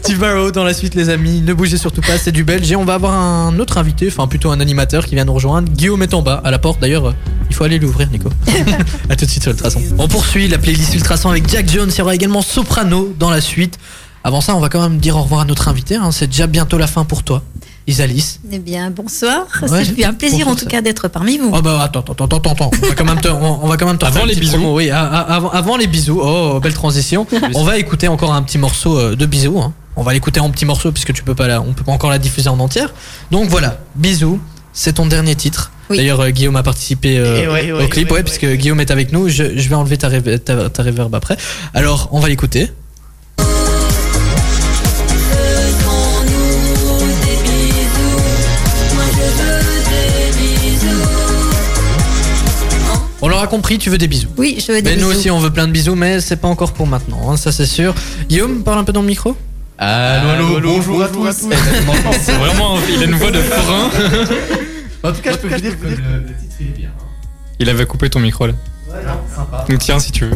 Speaker 1: Steve Barrow dans la suite les amis, ne bougez surtout pas, c'est du belge et on va avoir un autre invité, enfin plutôt un animateur qui vient nous rejoindre, Guillaume est en bas à la porte d'ailleurs, euh, il faut aller l'ouvrir Nico. à tout de suite sur Ultrason. On poursuit la playlist Ultrason avec Jack Jones, il y aura également Soprano dans la suite. Avant ça on va quand même dire au revoir à notre invité, hein, c'est déjà bientôt la fin pour toi, Isalis.
Speaker 5: Eh bien, bonsoir.
Speaker 1: Ouais,
Speaker 5: Ça fait un plaisir en
Speaker 1: bonsoir.
Speaker 5: tout cas d'être parmi vous.
Speaker 1: Oh bah attends, attends, attends, attends, attends. On va quand même te, on, on va quand même te
Speaker 2: Avant
Speaker 1: faire une
Speaker 2: les
Speaker 1: petite
Speaker 2: bisous.
Speaker 1: promo, oui, a- a- avant, avant les bisous. Oh, belle transition. on va écouter encore un petit morceau euh, de bisous. hein. On va l'écouter en petit morceau puisque tu peux pas la, on peut pas encore la diffuser en entière. Donc voilà, bisous. C'est ton dernier titre.
Speaker 5: Oui.
Speaker 1: D'ailleurs, euh, Guillaume a participé euh,
Speaker 7: Eh ouais,
Speaker 1: au
Speaker 7: ouais,
Speaker 1: clip,
Speaker 7: ouais,
Speaker 1: ouais,
Speaker 7: ouais.
Speaker 1: puisque Guillaume est avec nous. Je, je vais enlever ta, réver- ta, ta reverb après. Alors, on va l'écouter.
Speaker 6: Faisons-nous des bisous. Moi je veux des bisous.
Speaker 1: On l'aura compris, tu veux des bisous.
Speaker 5: Oui, je veux des
Speaker 1: Mais nous
Speaker 5: bisous.
Speaker 1: aussi, on veut plein de bisous, mais c'est pas encore pour maintenant, hein, ça c'est sûr. Guillaume, parle un peu dans le micro.
Speaker 7: Allô, allô, bonjour à tous.
Speaker 2: C'est vraiment. Il a une voix de forain.
Speaker 7: En tout cas, je peux vous dire, vous dire
Speaker 2: Il avait coupé ton micro là. Donc tiens si tu veux.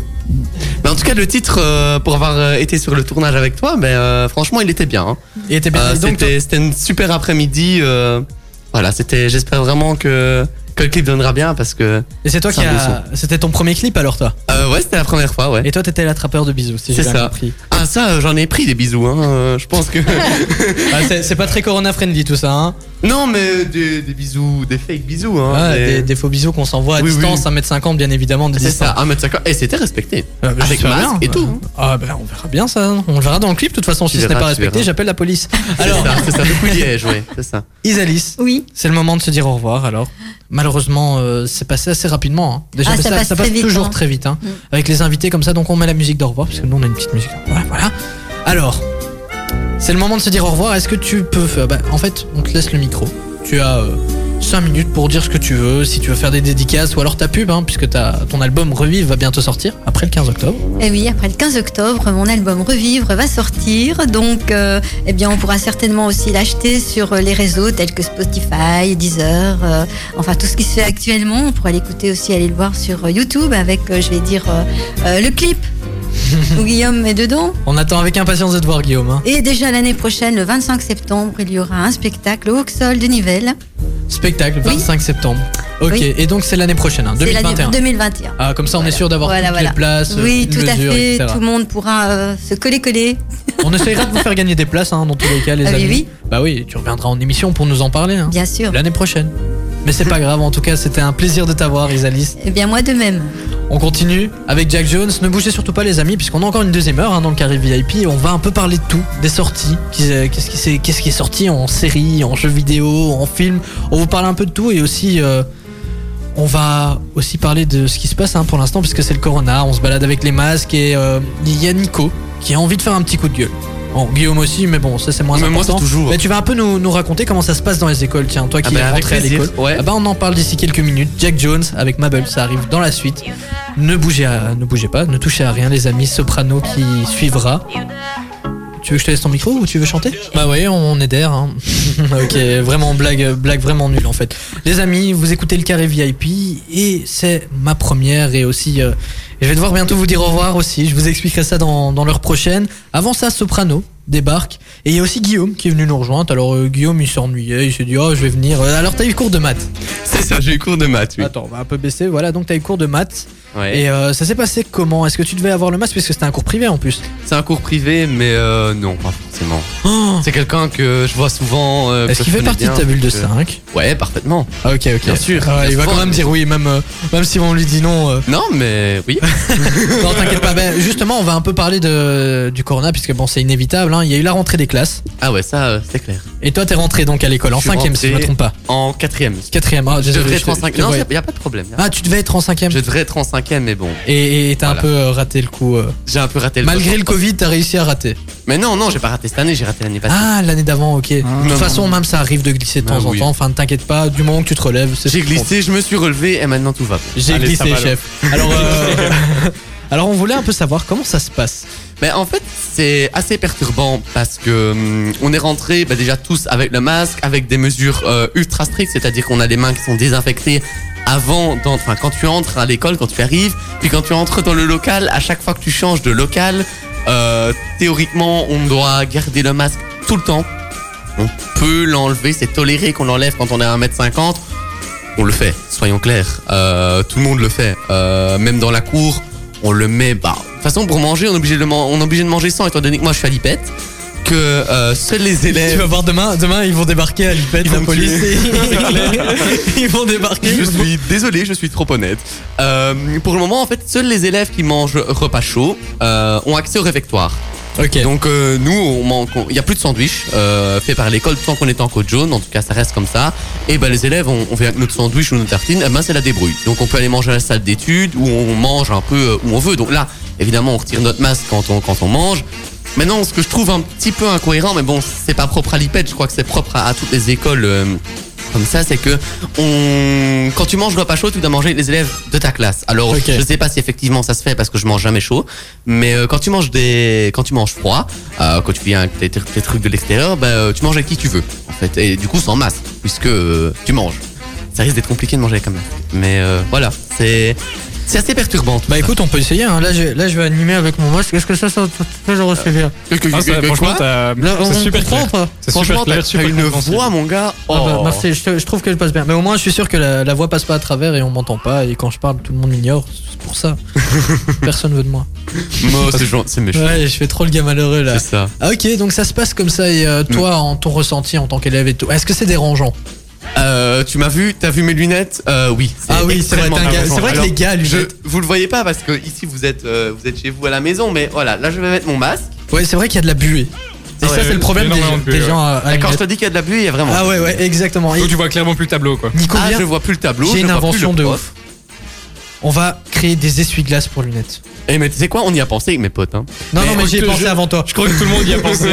Speaker 7: Mais en tout cas, le titre, euh, pour avoir euh, été sur le tournage avec toi, mais euh, franchement, il était bien. hein.
Speaker 1: Et était bien.
Speaker 7: Euh,
Speaker 1: Et Ben, donc,
Speaker 7: c'était c'était une super après-midi. euh, voilà, c'était. J'espère vraiment que, que le clip donnera bien parce que.
Speaker 1: Et c'est toi
Speaker 7: C'est
Speaker 1: qui
Speaker 7: un beau
Speaker 1: a. C'était ton premier clip alors toi.
Speaker 7: Euh, ouais, c'était la première fois, ouais.
Speaker 1: Et toi t'étais l'attrapeur de bisous si j'ai
Speaker 7: C'est
Speaker 1: bien
Speaker 7: ça.
Speaker 1: compris.
Speaker 7: Ah, ça, euh, j'en ai pris des bisous, hein. euh, je pense que.
Speaker 1: Ah, c'est c'est pas très corona friendly tout ça. Hein
Speaker 7: non, mais euh, des, des bisous, des fake bisous, hein.
Speaker 1: Ah,
Speaker 7: mais-
Speaker 1: des, des faux bisous qu'on s'envoie à
Speaker 7: Oui,
Speaker 1: distance,
Speaker 7: oui.
Speaker 1: 1m50 bien évidemment. de
Speaker 7: C'est ça,
Speaker 1: distance.
Speaker 7: 1m50. Et c'était respecté.
Speaker 1: Ah, bah,
Speaker 7: Avec
Speaker 1: j'espère
Speaker 7: masque
Speaker 1: bien.
Speaker 7: et tout.
Speaker 1: Ah ben on verra bien ça. On le verra dans le clip de toute façon. Si
Speaker 7: Tu
Speaker 1: ce n'est
Speaker 7: verras,
Speaker 1: pas
Speaker 7: tu
Speaker 1: respecté,
Speaker 7: verras.
Speaker 1: j'appelle la police. Alors
Speaker 7: Alors, c'est ça, le coup liège, ouais, c'est ça.
Speaker 1: Isalis,
Speaker 5: Oui.
Speaker 1: c'est le moment de se dire au revoir. Alors malheureusement euh, c'est passé assez rapidement. hein. Déjà
Speaker 5: Ah,
Speaker 1: mais
Speaker 5: ça passe très vite,
Speaker 1: toujours
Speaker 5: hein.
Speaker 1: très vite. hein. Avec les invités comme ça, donc on met la musique d'au revoir parce que nous on a une petite musique. Voilà. voilà. Alors c'est le moment de se dire au revoir. Est-ce que tu peux faire bah, En fait, on te laisse le micro. Tu as 5 minutes pour dire ce que tu veux, si tu veux faire des dédicaces ou alors ta pub, hein, puisque ta- ton album Revive va bientôt sortir après le 15 octobre.
Speaker 5: Et Eh oui, après le 15 octobre, mon album Revivre va sortir. Donc, euh, eh bien, on pourra certainement aussi l'acheter sur euh, les réseaux tels que Spotify, Deezer, euh, enfin tout ce qui se fait actuellement. On pourra l'écouter aussi, aller le voir sur euh, YouTube avec, euh, je vais dire, euh, euh, le clip où Guillaume est dedans.
Speaker 1: On attend avec impatience de te voir, Guillaume. hein.
Speaker 5: Et déjà l'année prochaine, le 25 septembre, il y aura un spectacle au Auxol de Nivelles.
Speaker 1: Spectacle,
Speaker 5: Oui.
Speaker 1: 25 septembre. Ok,
Speaker 5: Oui.
Speaker 1: et donc c'est l'année prochaine, hein,
Speaker 5: C'est l'année
Speaker 1: 2021.
Speaker 5: 2021.
Speaker 1: Ah, comme ça on est sûr d'avoir
Speaker 5: Voilà,
Speaker 1: toutes
Speaker 5: voilà.
Speaker 1: les places. euh,
Speaker 5: Oui,
Speaker 1: une
Speaker 5: tout à
Speaker 1: mesure,
Speaker 5: fait.
Speaker 1: etc.
Speaker 5: Tout le monde pourra euh, se coller-coller.
Speaker 1: On essaiera de vous faire gagner des places hein, dans tous les cas, les
Speaker 5: Ah oui,
Speaker 1: amis.
Speaker 5: oui.
Speaker 1: Bah oui, tu reviendras en émission pour nous en parler. hein.
Speaker 5: Bien sûr.
Speaker 1: L'année prochaine. Mais c'est pas grave, en tout cas, c'était un plaisir de t'avoir, Isalis.
Speaker 5: Eh bien, moi de même.
Speaker 1: On continue avec Jack Jones. Ne bougez surtout pas, les amis, puisqu'on a encore une deuxième heure hein, dans le carré VIP. On va un peu parler de tout, des sorties. qui- euh, Qu'est-ce qui, s'est- qu'est-ce qui est sorti en série, en jeux vidéo, en film. On vous parle un peu de tout et aussi. euh, on va aussi parler de ce qui se passe hein, pour l'instant, puisque c'est le Corona. On se balade avec les masques et euh, il y a Nico qui a envie de faire un petit coup de gueule. Bon, Guillaume aussi, mais bon, ça c'est moins
Speaker 7: Mais moi,
Speaker 1: important.
Speaker 7: c'est toujours.
Speaker 1: Mais Bah, tu vas un peu nous, nous raconter comment ça se passe dans les écoles, tiens, toi qui
Speaker 7: Ah bah,
Speaker 1: es
Speaker 7: avec
Speaker 1: rentré à
Speaker 7: plaisir,
Speaker 1: l'école.
Speaker 7: ouais.
Speaker 1: Ah bah, on en parle d'ici quelques minutes. Jack Jones avec Mabel, ça arrive dans la suite. Ne bougez, à- ne bougez pas, ne touchez à rien, les amis. Soprano qui suivra. Tu veux que je te laisse ton micro ou tu veux chanter Bah ouais, on est d'air. hein. ok, vraiment blague, blague vraiment nulle en fait. Les amis, vous écoutez le carré VIP et c'est ma première et aussi. euh, je vais devoir bientôt vous dire au revoir aussi. Je vous expliquerai ça dans, dans l'heure prochaine. Avant ça, Soprano débarque et il y a aussi Guillaume qui est venu nous rejoindre. Alors euh, Guillaume, il s'ennuyait, il s'est dit oh je vais venir. Euh, Alors t'as eu cours de maths.
Speaker 7: C'est ça, j'ai eu cours de maths, oui.
Speaker 1: Attends, on va un peu baisser. Voilà, donc t'as eu cours de maths.
Speaker 7: Ouais.
Speaker 1: Et euh, ça s'est passé comment Est-ce que tu devais avoir le masque puisque c'était un cours privé en plus
Speaker 7: C'est un cours privé, mais euh, non, pas forcément.
Speaker 1: Oh
Speaker 7: C'est quelqu'un que je vois souvent. euh,
Speaker 1: Est-ce
Speaker 7: que
Speaker 1: qu'il
Speaker 7: je
Speaker 1: fait
Speaker 7: connais
Speaker 1: partie
Speaker 7: bien, euh.
Speaker 1: de ta bulle de
Speaker 7: que-
Speaker 1: 5
Speaker 7: Ouais, parfaitement.
Speaker 1: Ah, ok, ok.
Speaker 7: Bien sûr.
Speaker 1: Ah, il va quand même dire oui, même, euh, même si on lui dit non. euh.
Speaker 7: Non, mais oui.
Speaker 1: Non, t'inquiète pas. Ben, justement, on va un peu parler de, du corona, puisque bon, c'est inévitable. hein. Il y a eu la rentrée des classes.
Speaker 7: Ah ouais, ça, euh, c'est clair.
Speaker 1: Et toi, t'es rentré donc à l'école en
Speaker 7: Je suis
Speaker 1: cinquième, si je me
Speaker 7: rentré.
Speaker 1: trompe pas.
Speaker 7: En quatrième.
Speaker 1: Quatrième, ah,
Speaker 7: Je
Speaker 1: désolé.
Speaker 7: devrais
Speaker 1: je
Speaker 7: être
Speaker 1: te-
Speaker 7: en
Speaker 1: je te
Speaker 7: cinquième. Non,
Speaker 1: voyais.
Speaker 7: y a pas de problème. y a-
Speaker 1: Ah, tu devais être en cinquième.
Speaker 7: Je devrais être en cinquième, mais bon,
Speaker 1: Et et t'as un
Speaker 7: Voilà.
Speaker 1: peu euh, raté le coup. euh.
Speaker 7: j'ai un peu raté le. Bah,
Speaker 1: Malgré
Speaker 7: coche.
Speaker 1: le Covid, t'as réussi à rater.
Speaker 7: Mais non, non, j'ai pas raté cette année, j'ai raté l'année passée.
Speaker 1: Ah, l'année d'avant, ok. de toute
Speaker 7: non,
Speaker 1: façon,
Speaker 7: non.
Speaker 1: même ça arrive de glisser de
Speaker 7: Ah,
Speaker 1: temps en
Speaker 7: oui.
Speaker 1: temps. Enfin, ne t'inquiète pas, du moment que tu te relèves, c'est
Speaker 7: j'ai
Speaker 1: ce qui compte.
Speaker 7: glissé, je me suis relevé et maintenant tout va. bien.
Speaker 1: J'ai
Speaker 7: Allez, ça
Speaker 1: glissé,
Speaker 7: va, alors.
Speaker 1: chef. Alors, euh, Alors on voulait un peu savoir comment ça se passe.
Speaker 7: Mais en fait, c'est assez perturbant parce que hum, on est rentré bah, déjà tous avec le masque, avec des mesures euh, ultra strictes, c'est-à-dire qu'on a les mains qui sont désinfectées avant, d'en- enfin quand tu entres à l'école, quand tu arrives, puis quand tu entres dans le local, à chaque fois que tu changes de local, euh, théoriquement, on doit garder le masque tout le temps. On peut l'enlever, c'est toléré qu'on l'enlève quand on est à 1m50. On le fait, soyons clairs. Euh, tout le monde le fait. Euh, même dans la cour, on le met. Bah, de toute façon, pour manger, on est obligé de, le man- on est obligé de manger sans, étant donné que moi je suis à l'IPET, que euh, seuls les
Speaker 1: Tu
Speaker 7: élèves.
Speaker 1: vas voir demain, demain ils vont débarquer à l'IPET,
Speaker 7: Ils
Speaker 1: la
Speaker 7: vont me
Speaker 1: police,
Speaker 7: tuer.
Speaker 1: et- ils vont débarquer.
Speaker 7: Je suis désolé, je suis trop honnête. Euh, pour le moment, en fait, seuls les élèves qui mangent repas chaud euh, ont accès au réfectoire.
Speaker 1: Ok.
Speaker 7: Donc euh, nous, on manque- on- il n'y a plus de sandwich euh, fait par l'école tant qu'on est en côte jaune. En tout cas, ça reste comme ça. Et ben les élèves, on, on fait notre sandwich ou notre tartine. Eh ben c'est la débrouille. Donc on peut aller manger à la salle d'études où on mange un peu euh, où on veut. Donc là, évidemment, on retire notre masque quand on quand on mange. Maintenant, ce que je trouve un petit peu incohérent, mais bon, c'est pas propre à l'IPED. Je crois que c'est propre à, à toutes les écoles. euh, comme ça, c'est que on... quand tu manges repas chaud, tu dois manger avec les élèves de ta classe. Alors,
Speaker 1: Ok.
Speaker 7: je sais pas si effectivement ça se fait parce que je mange jamais chaud, mais euh, quand tu manges des, quand tu manges froid, euh, quand tu viens avec tes, tes trucs de l'extérieur, bah, euh, tu manges avec qui tu veux, en fait, et du coup sans masque, puisque euh, tu manges. Ça risque d'être compliqué de manger avec un masque, mais euh, voilà, c'est c'est assez perturbant. tout
Speaker 1: Bah
Speaker 7: ça.
Speaker 1: écoute, on peut essayer. hein. Là, je, là, je vais animer avec mon masque. Est-ce que ça, ça, ça, ça, j'aurais fait bien
Speaker 2: Ah, ça, franchement, t'as-
Speaker 1: Là, on
Speaker 2: c'est super
Speaker 1: comprend
Speaker 2: clair.
Speaker 1: ou pas
Speaker 2: C'est
Speaker 7: franchement,
Speaker 2: super
Speaker 7: t'as
Speaker 2: clair,
Speaker 7: t'as
Speaker 2: super
Speaker 7: une
Speaker 2: compréhensible.
Speaker 7: voix, mon gars. Oh.
Speaker 1: Ah bah, merci, je, te- je trouve que je passe bien. Mais au moins, je suis sûr que la, la voix passe pas à travers et on m'entend pas. Et quand je parle, tout le monde m'ignore. C'est pour ça. Personne veut de moi.
Speaker 7: Mo, c'est gen- c'est méchant.
Speaker 1: Ouais, je fais trop le gars malheureux là.
Speaker 7: C'est ça.
Speaker 1: Ah, ok, donc ça se passe comme ça. Et euh, toi, en ton ressenti en tant qu'élève et tout, est-ce que c'est dérangeant
Speaker 7: Euh, tu m'as vu, t'as vu mes lunettes Euh, Oui. c'est
Speaker 1: Ah oui, c'est vrai,
Speaker 7: extrêmement
Speaker 1: t'as un gars-
Speaker 7: dérangeant.
Speaker 1: c'est vrai que
Speaker 7: Alors,
Speaker 1: les gars, lui.
Speaker 7: Je, vous le voyez pas parce que ici vous êtes, euh, vous êtes chez vous à la maison, mais voilà, là je vais mettre mon masque.
Speaker 1: Ouais, c'est vrai qu'il y a de la buée. Et
Speaker 7: Ah
Speaker 1: ça,
Speaker 7: ouais,
Speaker 1: c'est le problème des,
Speaker 2: énormément de buée,
Speaker 1: des
Speaker 2: ouais.
Speaker 1: gens à, à
Speaker 7: Quand je
Speaker 1: lunettes.
Speaker 7: te dis qu'il y a de la buée, il y a vraiment.
Speaker 1: Ah ouais, ouais, exactement. Et
Speaker 2: Donc, tu vois clairement plus le tableau, quoi.
Speaker 1: Nico
Speaker 7: Ah,
Speaker 1: vient,
Speaker 7: je vois plus le tableau.
Speaker 1: j'ai
Speaker 7: je
Speaker 1: une
Speaker 7: vois plus
Speaker 1: invention
Speaker 7: le
Speaker 1: de
Speaker 7: prof.
Speaker 1: ouf. On va créer des essuie-glaces pour lunettes.
Speaker 7: Eh mais tu sais quoi, on y a pensé avec mes potes. Hein.
Speaker 1: Non,
Speaker 2: Mais
Speaker 1: non, mais j'y ai
Speaker 2: je-
Speaker 1: pensé
Speaker 2: je-
Speaker 1: avant toi.
Speaker 2: Je crois que tout le monde y a pensé.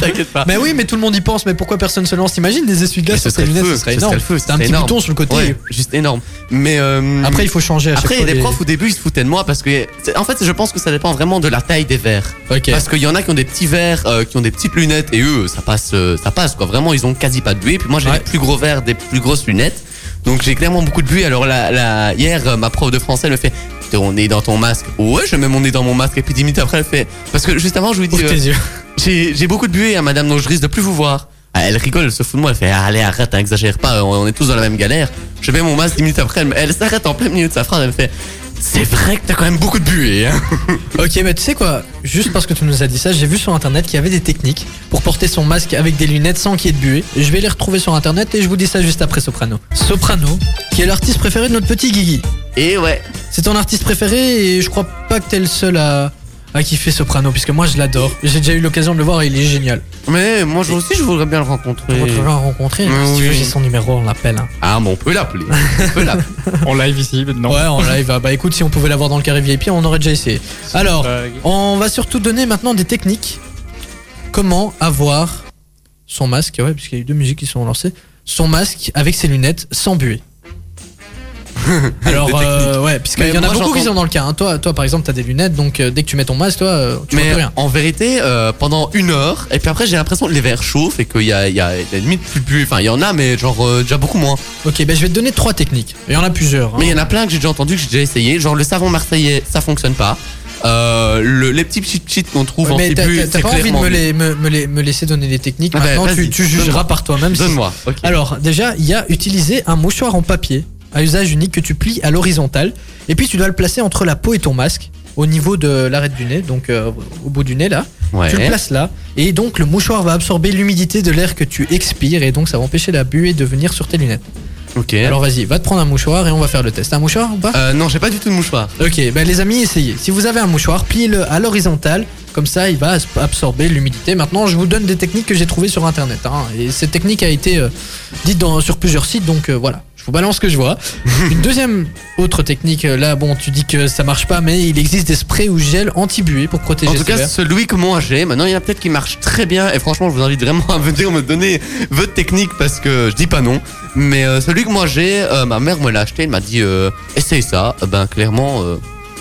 Speaker 7: T'inquiète pas.
Speaker 1: Mais oui, mais tout le monde y pense. Mais pourquoi personne se lance Imagine des
Speaker 7: Mais
Speaker 1: essuie-glaces sur tes
Speaker 7: le
Speaker 1: lunettes,
Speaker 7: feu,
Speaker 1: ce serait
Speaker 7: ce serait
Speaker 1: énorme.
Speaker 7: le feu, ce
Speaker 1: T'as un
Speaker 7: serait
Speaker 1: petit
Speaker 7: énorme.
Speaker 1: bouton sur le côté.
Speaker 7: Ouais, juste énorme. Mais euh,
Speaker 1: Après, il faut changer à chaque
Speaker 7: Après, il y a
Speaker 1: fois
Speaker 7: des
Speaker 1: les-
Speaker 7: profs au début ils se foutaient de moi parce que c'est- en fait je pense que ça dépend vraiment de la taille des verres.
Speaker 1: Ok.
Speaker 7: Parce qu'il y en a qui ont des petits verres, euh, qui ont des petites lunettes et eux ça passe, euh, ça passe quoi. Vraiment ils ont quasi pas de buée. Puis moi j'ai
Speaker 1: Ouais.
Speaker 7: des plus gros verres, des plus grosses lunettes. Donc j'ai clairement beaucoup de buée. Alors la, la- hier euh, ma prof de français elle me fait ton nez dans ton masque. Ouais je mets mon nez dans mon masque et puis 10 minutes après elle fait parce que juste avant je lui dis
Speaker 1: Ouvre
Speaker 7: euh,
Speaker 1: tes yeux.
Speaker 7: j'ai j'ai beaucoup de buée, hein, madame, donc je risque de plus vous voir. Ah, Elle rigole, elle se fout de moi, elle fait Allez, arrête, hein, exagère pas, on, on est tous dans la même galère. Je mets mon masque 10 minutes après, elle, me- elle s'arrête en plein milieu de sa phrase, elle me fait C'est vrai que t'as quand même beaucoup de buée. Hein.
Speaker 1: Ok, mais tu sais quoi Juste parce que tu nous as dit ça, j'ai vu sur internet qu'il y avait des techniques pour porter son masque avec des lunettes sans qu'il y ait de buée. Je vais les retrouver sur internet et je vous dis ça juste après Soprano. Soprano, qui est l'artiste préféré de notre petit Guigui.
Speaker 7: Et ouais,
Speaker 1: C'est ton artiste préféré et je crois pas que t'es le seul à, à kiffer Soprano, puisque moi je l'adore. J'ai déjà eu l'occasion de le voir et il est génial.
Speaker 7: mais moi je- aussi je voudrais bien le rencontrer.
Speaker 1: On va le rencontrer. hein,
Speaker 7: Mais
Speaker 1: si tu veux,
Speaker 7: oui.
Speaker 1: j'ai son numéro, on l'appelle. hein.
Speaker 7: Ah, mais on peut l'appeler. On peut l'appeler.
Speaker 2: En live ici, maintenant.
Speaker 1: Ouais, en live. ah, Bah écoute, si on pouvait l'avoir dans le carré VIP, on aurait déjà essayé. Alors,
Speaker 2: Blague.
Speaker 1: on va surtout donner maintenant des techniques. Comment avoir son masque, ouais, puisqu'il y a eu deux musiques qui sont lancées, son masque avec ses lunettes sans buée. Alors,
Speaker 7: Des
Speaker 1: euh, ouais, puisqu'il
Speaker 7: Mais
Speaker 1: y en a
Speaker 7: moi,
Speaker 1: beaucoup qui
Speaker 7: j'entends-
Speaker 1: sont dans le cas. hein. Toi, toi, par exemple, t'as des lunettes, donc euh, dès que tu mets ton masque, toi, euh, tu vois
Speaker 7: mais
Speaker 1: plus rien.
Speaker 7: en vérité, euh, pendant une heure, et puis après j'ai l'impression que les verres chauffent et qu'il y a, il y a il y a limite plus de buée. Enfin, il y en a, mais genre euh, déjà beaucoup moins.
Speaker 1: Ok, ben je vais te donner trois techniques. Il y en a plusieurs. hein.
Speaker 7: Mais il y en a plein que j'ai déjà entendu, que j'ai déjà essayé. Genre le savon marseillais, ça fonctionne pas. Euh, le- les petits cheat sheets qu'on trouve
Speaker 1: Ouais,
Speaker 7: en
Speaker 1: mais t'as-
Speaker 7: tribu,
Speaker 1: t'as t'as
Speaker 7: c'est
Speaker 1: pas envie de
Speaker 7: clairement
Speaker 1: me,
Speaker 7: nul.
Speaker 1: les- me- me les- me laisser donner des techniques.
Speaker 7: Ah bah,
Speaker 1: Maintenant, tu,
Speaker 7: vas-y,
Speaker 1: tu jugeras
Speaker 7: donne-moi.
Speaker 1: par toi-même. si-
Speaker 7: Donne-moi. ok.
Speaker 1: Alors déjà, il y a utiliser un mouchoir en papier à usage unique que tu plies à l'horizontale et puis tu dois le placer entre la peau et ton masque au niveau de l'arête du nez, donc euh, au bout du nez là.
Speaker 7: Ouais.
Speaker 1: Tu le places là et donc le mouchoir va absorber l'humidité de l'air que tu expires et donc ça va empêcher la buée de venir sur tes lunettes.
Speaker 7: Ok.
Speaker 1: Alors vas-y, va te prendre un mouchoir et on va faire le test. T'as Un mouchoir ou pas
Speaker 7: Euh, non, j'ai pas du tout de mouchoir.
Speaker 1: Ok, bah les amis, essayez. Si vous avez un mouchoir, pliez-le à l'horizontale, comme ça il va absorber l'humidité. Maintenant, je vous donne des techniques que j'ai trouvées sur internet. hein. et cette technique a été euh, dite dans, sur plusieurs sites, donc euh, voilà, je vous balance ce que je vois. Une deuxième autre technique, euh, là, bon, tu dis que ça marche pas, mais il existe des sprays ou gels anti-buée pour protéger
Speaker 7: En tout
Speaker 1: ses
Speaker 7: cas,
Speaker 1: verres.
Speaker 7: celui que moi j'ai, maintenant il y en a peut-être qui marche très bien. Et franchement, je vous invite vraiment à venir me donner votre technique parce que je dis pas non. Mais euh, celui que moi j'ai, euh, ma mère me l'a acheté. Elle m'a dit euh, essaye ça. Eh Ben clairement, euh,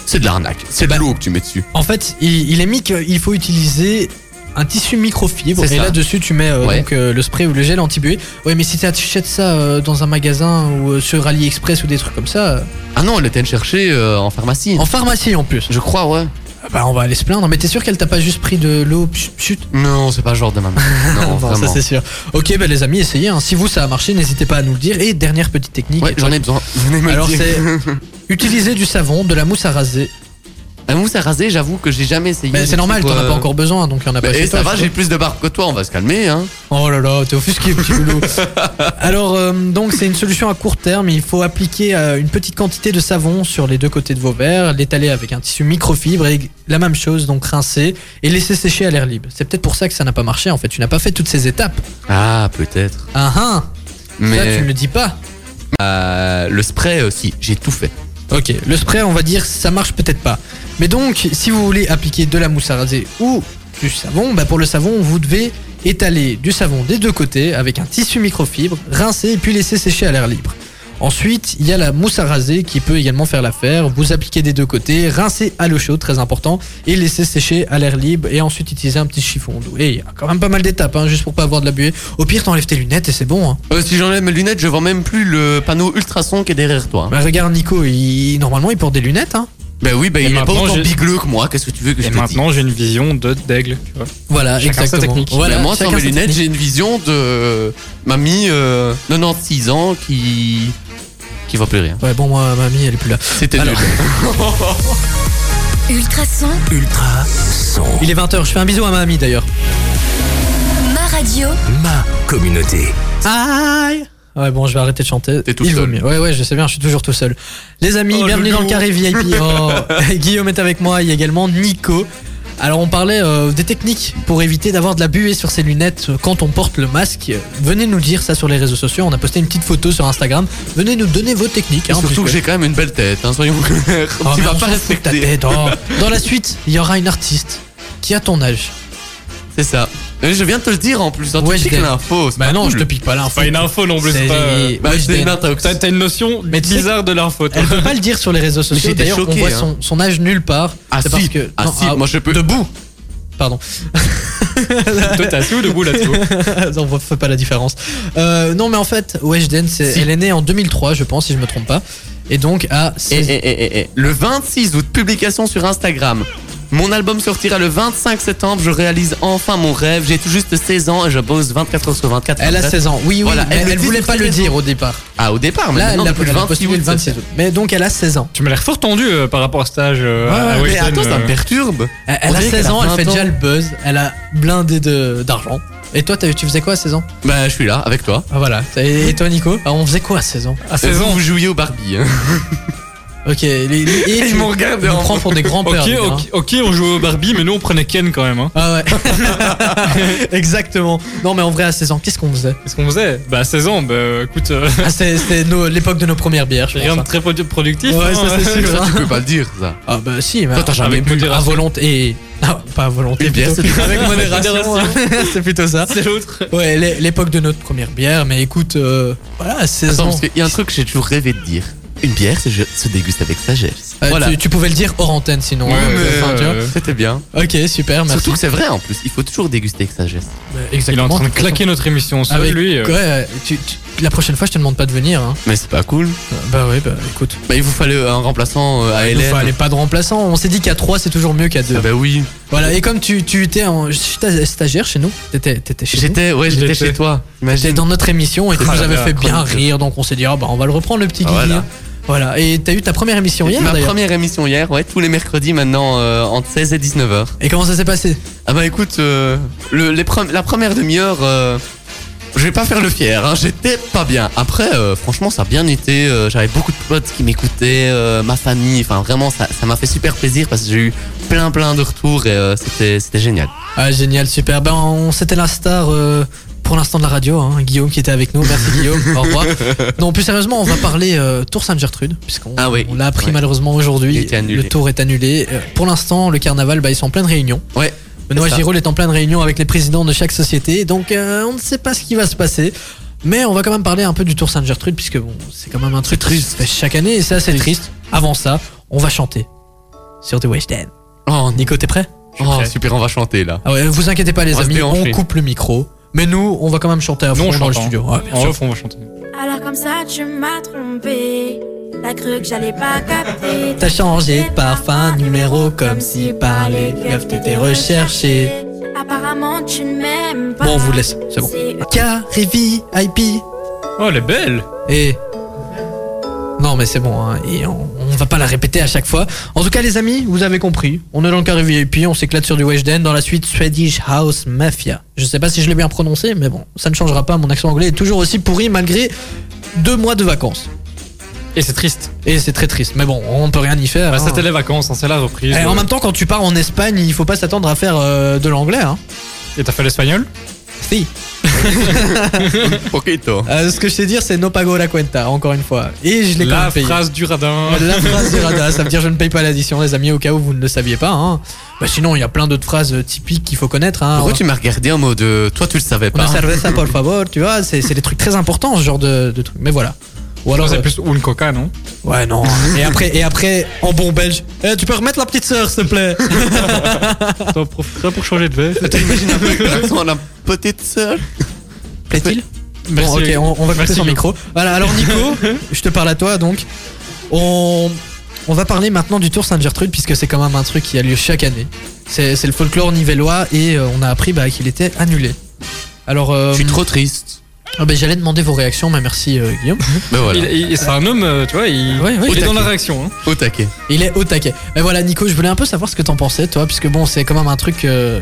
Speaker 7: C'est de l'arnaque. C'est de
Speaker 1: Bah,
Speaker 7: l'eau que tu mets dessus.
Speaker 1: En fait, il, il est mis qu'il faut utiliser un tissu microfibre et
Speaker 7: C'est ça.
Speaker 1: là-dessus tu mets euh,
Speaker 7: Ouais.
Speaker 1: donc, euh, le spray ou le gel anti-buée. Ouais, mais si tu achètes ça euh, dans un magasin ou euh, sur AliExpress ou des trucs comme ça, euh,
Speaker 7: Ah non, elle était allée chercher euh, en pharmacie.
Speaker 1: en pharmacie en plus,
Speaker 7: Je crois, ouais.
Speaker 1: bah on va aller se plaindre. Mais t'es sûr qu'elle t'a pas juste pris de l'eau pchut, pchut
Speaker 7: Non, c'est pas le genre de maman. Non,
Speaker 1: Bon, ça
Speaker 7: vraiment.
Speaker 1: c'est sûr. Ok, bah, les amis, essayez. hein. Si vous ça a marché, n'hésitez pas à nous le dire. Et dernière petite technique.
Speaker 7: Ouais, j'en ai besoin. Venez me le
Speaker 1: Alors
Speaker 7: dire.
Speaker 1: c'est utiliser du savon, de la mousse à raser.
Speaker 7: La mousse à raser, j'avoue que j'ai jamais essayé.
Speaker 1: Mais c'est normal, t'en as pas encore besoin, donc il y en a pas
Speaker 7: Bah,
Speaker 1: chez
Speaker 7: et
Speaker 1: toi,
Speaker 7: ça va,
Speaker 1: je
Speaker 7: j'ai plus de barbe que toi, on va se calmer. Hein.
Speaker 1: Oh là là, t'es offusqué, petit boulot. Alors, euh, donc, c'est une solution à court terme. Il faut appliquer euh, une petite quantité de savon sur les deux côtés de vos verres, l'étaler avec un tissu microfibre et la même chose, donc rincer et laisser sécher à l'air libre. C'est peut-être pour ça que ça n'a pas marché en fait. Tu n'as pas fait toutes ces étapes.
Speaker 7: Ah, peut-être.
Speaker 1: Ah ah Ça, tu
Speaker 7: Mais
Speaker 1: ne le dis pas.
Speaker 7: euh, le spray aussi, j'ai tout fait.
Speaker 1: Ok, le spray, on va dire, ça marche peut-être pas. Mais donc, si vous voulez appliquer de la mousse à raser ou du savon, bah pour le savon, vous devez étaler du savon des deux côtés avec un tissu microfibre, rincer et puis laisser sécher à l'air libre. Ensuite, il y a la mousse à raser qui peut également faire l'affaire. Vous appliquez des deux côtés, rincer à l'eau chaude, très important, et laisser sécher à l'air libre et ensuite utiliser un petit chiffon doux. Et il y a quand même pas mal d'étapes, hein, juste pour pas avoir de la buée. Au pire, t'enlèves tes lunettes et c'est bon. hein.
Speaker 7: Euh, si j'enlève mes lunettes, je vois même plus le panneau ultrason qui est derrière toi. hein.
Speaker 1: Bah, regarde Nico, il... normalement il porte des lunettes. Hein.
Speaker 7: Bah oui, bah
Speaker 2: Et
Speaker 7: il est pas
Speaker 2: maintenant,
Speaker 7: autant
Speaker 2: j'ai-
Speaker 7: bigleux que moi, qu'est-ce que tu veux que
Speaker 2: Et
Speaker 7: je te dise
Speaker 2: maintenant, j'ai une vision de d'aigle. tu vois.
Speaker 1: Voilà,
Speaker 2: Chacun sa
Speaker 1: exactement.
Speaker 2: technique.
Speaker 1: Voilà,
Speaker 7: Bah, moi, sans
Speaker 1: chacun
Speaker 7: mes
Speaker 1: sa
Speaker 7: lunettes,
Speaker 1: technique.
Speaker 7: j'ai une vision de euh, mamie euh, 96 ans qui. qui voit plus rien.
Speaker 1: Ouais, bon, moi, mamie, elle est plus là.
Speaker 7: C'était
Speaker 1: Alors-
Speaker 7: nul.
Speaker 3: Ultrason,
Speaker 4: Ultra son.
Speaker 1: Il est 20h, je fais un bisou à mamie d'ailleurs.
Speaker 3: ma radio.
Speaker 4: Ma communauté.
Speaker 1: Aïe Ouais, bon, je vais arrêter de chanter.
Speaker 7: T'es tout
Speaker 1: Il vaut
Speaker 7: seul.
Speaker 1: mieux. Ouais, ouais, je sais bien, je suis toujours tout seul. Les amis, bienvenue dans le carré VIP. Oh, Guillaume est avec moi, il y a également Nico. Alors, on parlait euh, des techniques pour éviter d'avoir de la buée sur ses lunettes euh, quand on porte le masque. Venez nous dire ça sur les réseaux sociaux. On a posté une petite photo sur Instagram. Venez nous donner vos techniques. hein,
Speaker 7: Surtout
Speaker 1: puisque-
Speaker 7: que j'ai quand même une belle tête, hein, soyons clairs.
Speaker 1: Oh,
Speaker 7: tu
Speaker 1: mais
Speaker 7: vas
Speaker 1: on
Speaker 7: pas
Speaker 1: s'en fout de ta
Speaker 7: respecter.
Speaker 1: tête, oh. Dans la suite, il y aura une artiste qui a ton âge.
Speaker 7: C'est ça. Et Je viens de te le dire en plus, hein,
Speaker 1: Ouais,
Speaker 7: tu
Speaker 1: je
Speaker 7: piques
Speaker 1: t'ai-
Speaker 7: l'info. c'est
Speaker 1: Bah
Speaker 7: Hmm. pas
Speaker 1: non,
Speaker 7: cool.
Speaker 1: je te pique pas l'info.
Speaker 2: Pas une info non plus.
Speaker 1: C'est-
Speaker 2: c'est pas, euh,
Speaker 7: Bah,
Speaker 1: Weshden.
Speaker 7: c'est une intox.
Speaker 2: T'as t'as une notion
Speaker 1: Mais tu sais-
Speaker 2: bizarre de l'info. toi.
Speaker 1: Elle peut pas le dire sur les réseaux
Speaker 7: Mais
Speaker 1: sociaux.
Speaker 7: j'étais
Speaker 1: D'ailleurs, on
Speaker 7: choqué,
Speaker 1: voit
Speaker 7: hein.
Speaker 1: son, son âge nulle part.
Speaker 7: Ah
Speaker 1: c'est
Speaker 7: si,
Speaker 1: parce que
Speaker 7: ah
Speaker 1: non,
Speaker 7: si,
Speaker 1: ah,
Speaker 7: moi je peux.
Speaker 1: debout. Pardon,
Speaker 2: Toi, t'as tout debout là-dessous.
Speaker 1: on voit- fait pas la différence. Euh, non, mais en fait, Weshden, c'est-
Speaker 7: Si.
Speaker 1: elle est née en 2003, je pense, si je me trompe pas, et donc à
Speaker 7: Eh,
Speaker 1: 16
Speaker 7: eh, eh, eh, eh. Le 26 août, publication sur Instagram. Mon album sortira le 25 septembre, je réalise enfin mon rêve. J'ai tout juste 16 ans et je bosse 24 heures sur 24.
Speaker 1: Elle a
Speaker 7: Bref.
Speaker 1: 16 ans. Oui, oui.
Speaker 7: Voilà,
Speaker 1: mais
Speaker 7: elle
Speaker 1: elle,
Speaker 7: le dit
Speaker 1: voulait
Speaker 7: sur
Speaker 1: pas
Speaker 7: les
Speaker 1: le
Speaker 7: réseaux.
Speaker 1: dire au départ.
Speaker 7: Ah, au départ, mais
Speaker 1: Là, elle
Speaker 7: maintenant
Speaker 1: a,
Speaker 7: depuis le
Speaker 1: elle a
Speaker 7: 26
Speaker 1: postulé
Speaker 7: août.
Speaker 1: le 26
Speaker 7: ça-
Speaker 1: août. Mais donc, elle a 16 ans.
Speaker 2: Tu m'as l'air fort tendu euh, par rapport à ce stage. euh, à- à
Speaker 7: Mais
Speaker 2: Weshden,
Speaker 7: Ah attends, ça me
Speaker 2: euh.
Speaker 7: perturbe.
Speaker 1: Elle,
Speaker 7: On
Speaker 1: elle a
Speaker 7: dirait
Speaker 1: 16
Speaker 7: qu'elle a
Speaker 1: ans, elle
Speaker 7: 20
Speaker 1: fait
Speaker 7: ans.
Speaker 1: déjà le buzz. Elle a blindé de- d'argent. Et toi, t'as- tu faisais quoi à 16 ans
Speaker 7: Bah, je suis là avec toi.
Speaker 1: Ah, Voilà. Et et toi, Nico Ah, On faisait quoi à 16 ans
Speaker 2: À 16
Speaker 7: Euh, Vous,
Speaker 2: ans.
Speaker 7: Vous jouiez au Barbie. hein.
Speaker 1: Ok. Les, les- et
Speaker 7: Ils
Speaker 1: tu
Speaker 7: m'ont
Speaker 1: tu
Speaker 7: regardé
Speaker 1: nous
Speaker 7: en-
Speaker 1: prends pour des grands-pères.
Speaker 2: Ok,
Speaker 1: les gars, hein.
Speaker 2: ok, ok, on jouait au Barbie, mais nous on prenait Ken quand même. Hein.
Speaker 1: Ah ouais. Exactement. Non, mais en vrai, à 16 ans, qu'est-ce qu'on faisait
Speaker 2: Qu'est-ce qu'on faisait Bah à 16 ans, bah euh, écoute, euh,
Speaker 1: ah, c'est- C'était nos- l'époque de nos premières bières, je
Speaker 2: rien de
Speaker 1: pense.
Speaker 2: très produ- productif.
Speaker 1: hein. Ouais,
Speaker 2: hein.
Speaker 1: ça c'est sûr.
Speaker 7: Ça,
Speaker 1: hein.
Speaker 7: tu peux pas le dire, ça.
Speaker 1: Ah bah si, mais
Speaker 7: Toi, t'as jamais
Speaker 1: avec
Speaker 2: bu
Speaker 1: à
Speaker 2: modération.
Speaker 1: volonté et... Ah, pas à volonté.
Speaker 7: Une bière,
Speaker 1: plutôt.
Speaker 7: c'est-
Speaker 1: Avec modération.
Speaker 2: modération.
Speaker 1: hein. c'est plutôt ça.
Speaker 2: C'est l'autre.
Speaker 1: Ouais, l'é- l'époque de notre première bière, mais écoute, euh, voilà, à 16
Speaker 7: Attends,
Speaker 1: ans.
Speaker 7: parce qu'il y a un truc que j'ai toujours rêvé de dire. Une bière se, se déguste avec sagesse.
Speaker 1: Euh,
Speaker 7: voilà.
Speaker 1: tu, tu pouvais le dire hors antenne sinon.
Speaker 2: Ouais,
Speaker 1: hein,
Speaker 2: mais,
Speaker 1: enfin, tu vois.
Speaker 2: euh,
Speaker 7: C'était bien.
Speaker 1: Ok, super, merci.
Speaker 7: Surtout que c'est vrai en plus. Il faut toujours déguster avec sagesse.
Speaker 1: Euh,
Speaker 2: Il est
Speaker 1: Exactement.
Speaker 2: en train de claquer notre émission. Seul
Speaker 1: Avec
Speaker 2: lui. euh,
Speaker 1: Ouais, tu- tu- la prochaine fois, je te demande pas de venir. hein.
Speaker 7: Mais c'est pas cool.
Speaker 1: Euh, Bah ouais, bah écoute.
Speaker 7: Bah, il vous fallait un remplaçant euh, à
Speaker 1: Il
Speaker 7: LN.
Speaker 1: fallait pas de remplaçant. On s'est dit qu'à 3, c'est toujours mieux qu'à 2.
Speaker 7: Ah bah oui.
Speaker 1: Voilà, et comme tu, tu étais en j'étais stagiaire chez nous, t'étais, t'étais chez nous.
Speaker 7: J'étais, ouais, j'étais
Speaker 2: J'étais.
Speaker 7: chez toi.
Speaker 1: J'étais
Speaker 7: Imagine.
Speaker 1: dans notre émission et tu
Speaker 2: Ah
Speaker 1: nous
Speaker 2: là
Speaker 1: avais
Speaker 2: là,
Speaker 1: fait bien
Speaker 2: chronique.
Speaker 1: rire, donc on s'est dit, ah bah on va le reprendre le petit Guigui.
Speaker 7: Ah, voilà.
Speaker 1: hein. Voilà, et t'as eu ta première émission hier
Speaker 7: Ma
Speaker 1: d'ailleurs.
Speaker 7: première émission hier, ouais, tous les mercredis maintenant euh, entre 16 et 19h.
Speaker 1: Et comment ça s'est passé
Speaker 7: Ah bah écoute, euh, le- les pre- la première demi-heure, euh, je vais pas faire le fier, hein, j'étais pas bien. Après, euh, franchement, ça a bien été, euh, j'avais beaucoup de potes qui m'écoutaient, euh, ma famille, enfin vraiment, ça ça m'a fait super plaisir parce que j'ai eu plein plein de retours et euh, c'était c'était génial.
Speaker 1: Ah génial, super. Ben on, c'était la star euh, pour l'instant de la radio, hein. Guillaume qui était avec nous. Merci Guillaume, au revoir. Non, plus sérieusement, on va parler euh, Tour Sainte-Gertrude, puisqu'on
Speaker 7: Ah oui.
Speaker 1: on l'a appris
Speaker 7: Ouais.
Speaker 1: malheureusement aujourd'hui.
Speaker 7: Il a été annulé.
Speaker 1: Le tour est annulé. Euh, pour l'instant, le carnaval, bah, ils sont en pleine réunion.
Speaker 7: Ouais.
Speaker 1: Benoît
Speaker 7: C'est ça.
Speaker 1: Giraud est en pleine réunion avec les présidents de chaque société, donc euh, on ne sait pas ce qui va se passer. Mais on va quand même parler un peu du Tour Sainte-Gertrude, puisque bon, c'est quand même un truc triste. Chaque année, et c'est assez triste. Avant ça, on va chanter. sur The West End.
Speaker 7: Oh,
Speaker 1: Nico, t'es prêt
Speaker 7: oh,
Speaker 2: prêt.
Speaker 7: super, on va chanter là.
Speaker 1: Ah ouais, vous inquiétez pas les
Speaker 7: On va se
Speaker 1: amis, on
Speaker 7: déhancher.
Speaker 1: coupe le micro. Mais nous, on va quand même chanter à
Speaker 2: Nous,
Speaker 1: fond
Speaker 2: on
Speaker 1: dans le
Speaker 2: chante, hein.
Speaker 1: studio. Ouais, bien
Speaker 2: En
Speaker 1: sûr.
Speaker 2: off, on va chanter.
Speaker 6: Alors comme ça tu m'as trompé. T'as cru que j'allais pas capter.
Speaker 1: T'as changé de parfum, numéro, comme si par les gaffes t'étais recherché.
Speaker 6: Apparemment tu ne m'aimes pas.
Speaker 1: Bon, on vous laisse, c'est bon.
Speaker 6: C'est
Speaker 1: Carré VIP.
Speaker 2: Oh, elle est belle
Speaker 1: Et. Non, mais c'est bon, hein, et on, on va pas la répéter à chaque fois. En tout cas, les amis, vous avez compris. On est dans le carré VIP, on s'éclate sur du Weshden dans la suite Swedish House Mafia. Je sais pas si je l'ai bien prononcé, mais bon, ça ne changera pas. Mon accent anglais est toujours aussi pourri malgré deux mois de vacances.
Speaker 2: Et c'est triste.
Speaker 1: Et c'est très triste, mais bon, on peut rien y faire.
Speaker 2: Bah,
Speaker 1: hein.
Speaker 2: C'était les vacances, hein, c'est la reprise.
Speaker 1: Eh, en
Speaker 2: Euh,
Speaker 1: même temps, quand tu pars en Espagne, il faut pas s'attendre à faire euh, de l'anglais. Hein.
Speaker 2: Et t'as fait l'espagnol
Speaker 1: Si.
Speaker 7: Poquito.
Speaker 1: Euh, ce que je sais dire, c'est no pago la cuenta, encore une fois. Et je l'ai quand
Speaker 2: La
Speaker 1: même payé.
Speaker 2: phrase du radin.
Speaker 1: La phrase du radar, ça veut dire je ne paye pas l'addition, les amis, au cas où vous ne le saviez pas. Hein. Bah, sinon, il y a plein d'autres phrases euh, typiques qu'il faut connaître. Hein.
Speaker 7: Pourquoi tu m'as regardé en mode. euh, Toi, tu le savais
Speaker 1: Una
Speaker 7: pas.
Speaker 1: cerveza, por favor, tu vois, c'est c'est des trucs très importants, ce genre de, de trucs. Mais voilà. Ou
Speaker 2: Alors,
Speaker 1: alors.
Speaker 2: c'est
Speaker 1: euh,
Speaker 2: plus ou une coca, non
Speaker 1: Ouais, non. et, après, et après, en bon belge, Eh, tu peux remettre la petite sœur, s'il te plaît.
Speaker 2: T'en profiteras pour changer de verre.
Speaker 7: T'imagines un peu que l'accent d'un petite sœur
Speaker 1: Plaît-il
Speaker 2: Merci.
Speaker 1: Bon, ok, on, on va couper
Speaker 2: Merci,
Speaker 1: son
Speaker 2: Lou.
Speaker 1: micro. Voilà, alors Nico, je te parle à toi donc. On, on va parler maintenant du Tour Sainte-Gertrude, puisque c'est quand même un truc qui a lieu chaque année. C'est c'est le folklore nivellois et euh, on a appris bah, qu'il était annulé. Alors, euh,
Speaker 7: Je suis trop triste.
Speaker 1: ah, bah, j'allais demander vos réactions, mais merci euh, Guillaume.
Speaker 7: Ben voilà,
Speaker 2: Il- il- C'est un homme, euh, tu vois, il,
Speaker 1: Ouais, ouais,
Speaker 2: il est
Speaker 7: au
Speaker 2: dans la
Speaker 7: taquet.
Speaker 2: réaction. hein.
Speaker 7: au taquet.
Speaker 1: Il est au taquet. Mais voilà, Nico, je voulais un peu savoir ce que t'en pensais, toi, puisque bon, c'est quand même un truc euh,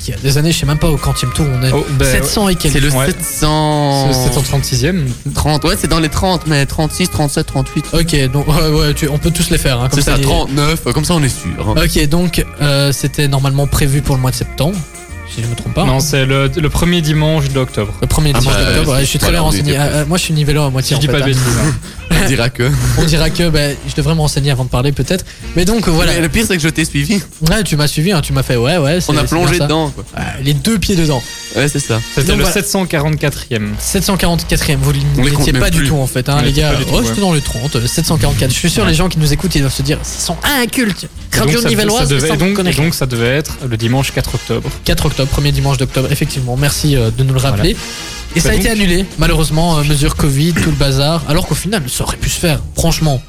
Speaker 1: qui a des années, je sais même pas au quantième tour, on est
Speaker 2: Oh, bah,
Speaker 1: 700 et
Speaker 7: ben, C'est
Speaker 1: quelques.
Speaker 7: le
Speaker 2: Ouais.
Speaker 7: 700.
Speaker 2: C'est en 36ème.
Speaker 7: 30. Ouais, c'est dans les 30, mais 36, 37, 38.
Speaker 1: Ok, donc ouais, ouais, tu- on peut tous les faire. Hein, comme
Speaker 7: C'est ça,
Speaker 1: il-
Speaker 7: 39, euh, comme ça on est sûr. hein.
Speaker 1: Ok, donc euh, c'était normalement prévu pour le mois de septembre, si je me trompe pas.
Speaker 2: Non, c'est le, le premier dimanche d'octobre.
Speaker 1: Le premier
Speaker 7: Ah
Speaker 1: dimanche
Speaker 7: bah,
Speaker 1: d'octobre,
Speaker 7: euh,
Speaker 1: ouais, je suis très bien
Speaker 7: voilà, on
Speaker 1: renseigné.
Speaker 7: était
Speaker 1: Ah, euh, moi je suis nivello à
Speaker 2: Si
Speaker 1: moitié.
Speaker 2: je
Speaker 1: en
Speaker 2: dis
Speaker 1: fait,
Speaker 2: pas de
Speaker 1: hein.
Speaker 2: bêtises. hein.
Speaker 7: On dira que.
Speaker 1: On dira que bah, je devrais me renseigner avant de parler peut-être. Mais donc euh, voilà,
Speaker 7: Mais le pire, c'est que je t'ai suivi.
Speaker 1: Ouais, tu m'as suivi, hein, tu m'as fait ouais, ouais. c'est-
Speaker 7: On a
Speaker 1: c'est
Speaker 7: plongé
Speaker 1: bien ça.
Speaker 7: dedans. quoi.
Speaker 1: Ah, les deux pieds dedans.
Speaker 7: Ouais, c'est ça.
Speaker 2: C'était
Speaker 1: Donc,
Speaker 2: le
Speaker 1: voilà.
Speaker 2: 744ème.
Speaker 1: 744 e vous
Speaker 7: On les compte
Speaker 1: n'étiez
Speaker 7: même
Speaker 1: pas du
Speaker 7: plus.
Speaker 1: tout en fait, hein,
Speaker 2: On
Speaker 1: les
Speaker 2: les compte
Speaker 1: gars.
Speaker 2: pas du tout,
Speaker 1: oh,
Speaker 2: ouais.
Speaker 1: j'étais dans le 30, euh, 744. Je suis sûr, les gens qui nous écoutent, ils doivent se dire, ils sont incultes.
Speaker 2: Et
Speaker 1: Radio
Speaker 2: donc, ça-
Speaker 1: nivelloise,
Speaker 2: ça devait-
Speaker 1: sans
Speaker 2: et donc,
Speaker 1: connaître.
Speaker 2: et donc, ça devait être le dimanche 4 octobre.
Speaker 1: 4 octobre, premier dimanche d'octobre, effectivement. Merci euh, de nous le rappeler. Et ça a
Speaker 2: Bah
Speaker 1: été
Speaker 2: donc-
Speaker 1: annulé, malheureusement, euh, mesure Covid, tout le bazar. Alors qu'au final, ça aurait pu se faire, franchement.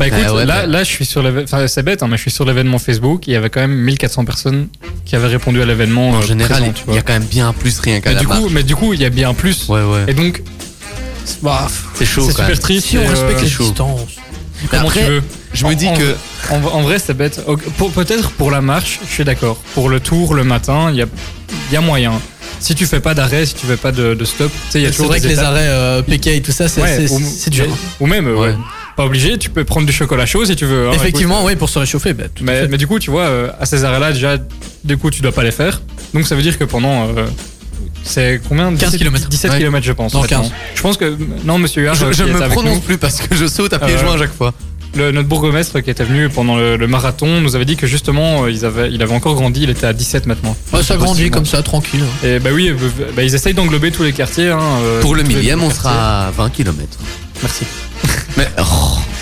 Speaker 2: Bah écoute,
Speaker 7: Ah ouais,
Speaker 2: là,
Speaker 7: bah.
Speaker 2: là, je suis sur l'événement. Enfin, c'est bête, hein, mais je suis sur l'événement Facebook. Il y avait quand même 1400 personnes qui avaient répondu à l'événement. euh,
Speaker 7: En général,
Speaker 2: présent, tu
Speaker 7: il y
Speaker 2: vois.
Speaker 7: a quand même bien plus rien qu'à
Speaker 2: Mais
Speaker 7: la
Speaker 2: du,
Speaker 7: marque.
Speaker 2: coup, mais du coup, il y a bien plus.
Speaker 7: Ouais, ouais.
Speaker 2: Et donc, bah,
Speaker 7: C'est chaud
Speaker 2: c'est
Speaker 7: quand même.
Speaker 2: super triste.
Speaker 1: Si on
Speaker 2: mais, euh,
Speaker 1: respecte les
Speaker 7: chaud.
Speaker 1: distances.
Speaker 2: comment
Speaker 7: Après,
Speaker 2: tu veux
Speaker 7: Je me
Speaker 2: En-
Speaker 7: dis
Speaker 2: en-
Speaker 7: que.
Speaker 2: En, en vrai, c'est bête. Ok, pour- Peut-être pour la marche, je suis d'accord. Pour le tour, le matin, il y a, il y a moyen. Si tu fais pas d'arrêt, si tu fais pas de, de stop, tu sais, il y a
Speaker 1: C'est
Speaker 2: toujours
Speaker 1: vrai
Speaker 2: des
Speaker 1: que les
Speaker 2: étapes.
Speaker 1: arrêts euh, PK et tout ça, c'est
Speaker 2: Ouais,
Speaker 1: c'est-
Speaker 2: ou-
Speaker 1: c'est dur. hein.
Speaker 2: Ou même, euh,
Speaker 7: Ouais.
Speaker 2: ouais, pas obligé, tu peux prendre du chocolat chaud si tu veux. hein,
Speaker 1: Effectivement, oui, pour se réchauffer. bah, tout à
Speaker 2: Mais,
Speaker 1: fait.
Speaker 2: mais du coup, tu vois, euh, à ces arrêts-là, déjà, du coup, tu dois pas les faire. Donc ça veut dire que pendant. euh, c'est combien
Speaker 1: 15 kilomètres.
Speaker 2: 17
Speaker 7: Ouais.
Speaker 2: km, je pense.
Speaker 1: Non,
Speaker 2: maintenant.
Speaker 1: 15.
Speaker 2: Je pense que. Non, monsieur Huard, euh,
Speaker 7: Je,
Speaker 2: qui
Speaker 7: je
Speaker 2: était
Speaker 7: me
Speaker 2: avec
Speaker 7: prononce
Speaker 2: nous,
Speaker 7: plus parce que je saute à pieds
Speaker 2: Euh,
Speaker 7: joints à chaque fois.
Speaker 2: le- notre bourgmestre qui était venu pendant le, le marathon nous avait dit que justement, euh, ils avaient, il avait encore grandi, il était à 17 maintenant.
Speaker 1: Ouais, Oh, ça grandit
Speaker 2: possible.
Speaker 1: comme ça, tranquille.
Speaker 2: Et bah oui, euh, bah, ils essayent d'englober tous les quartiers. hein, euh,
Speaker 7: Pour le
Speaker 2: tous les
Speaker 7: millième, on
Speaker 2: quartiers.
Speaker 7: sera à 20 km.
Speaker 2: Merci.
Speaker 7: Mais. oh,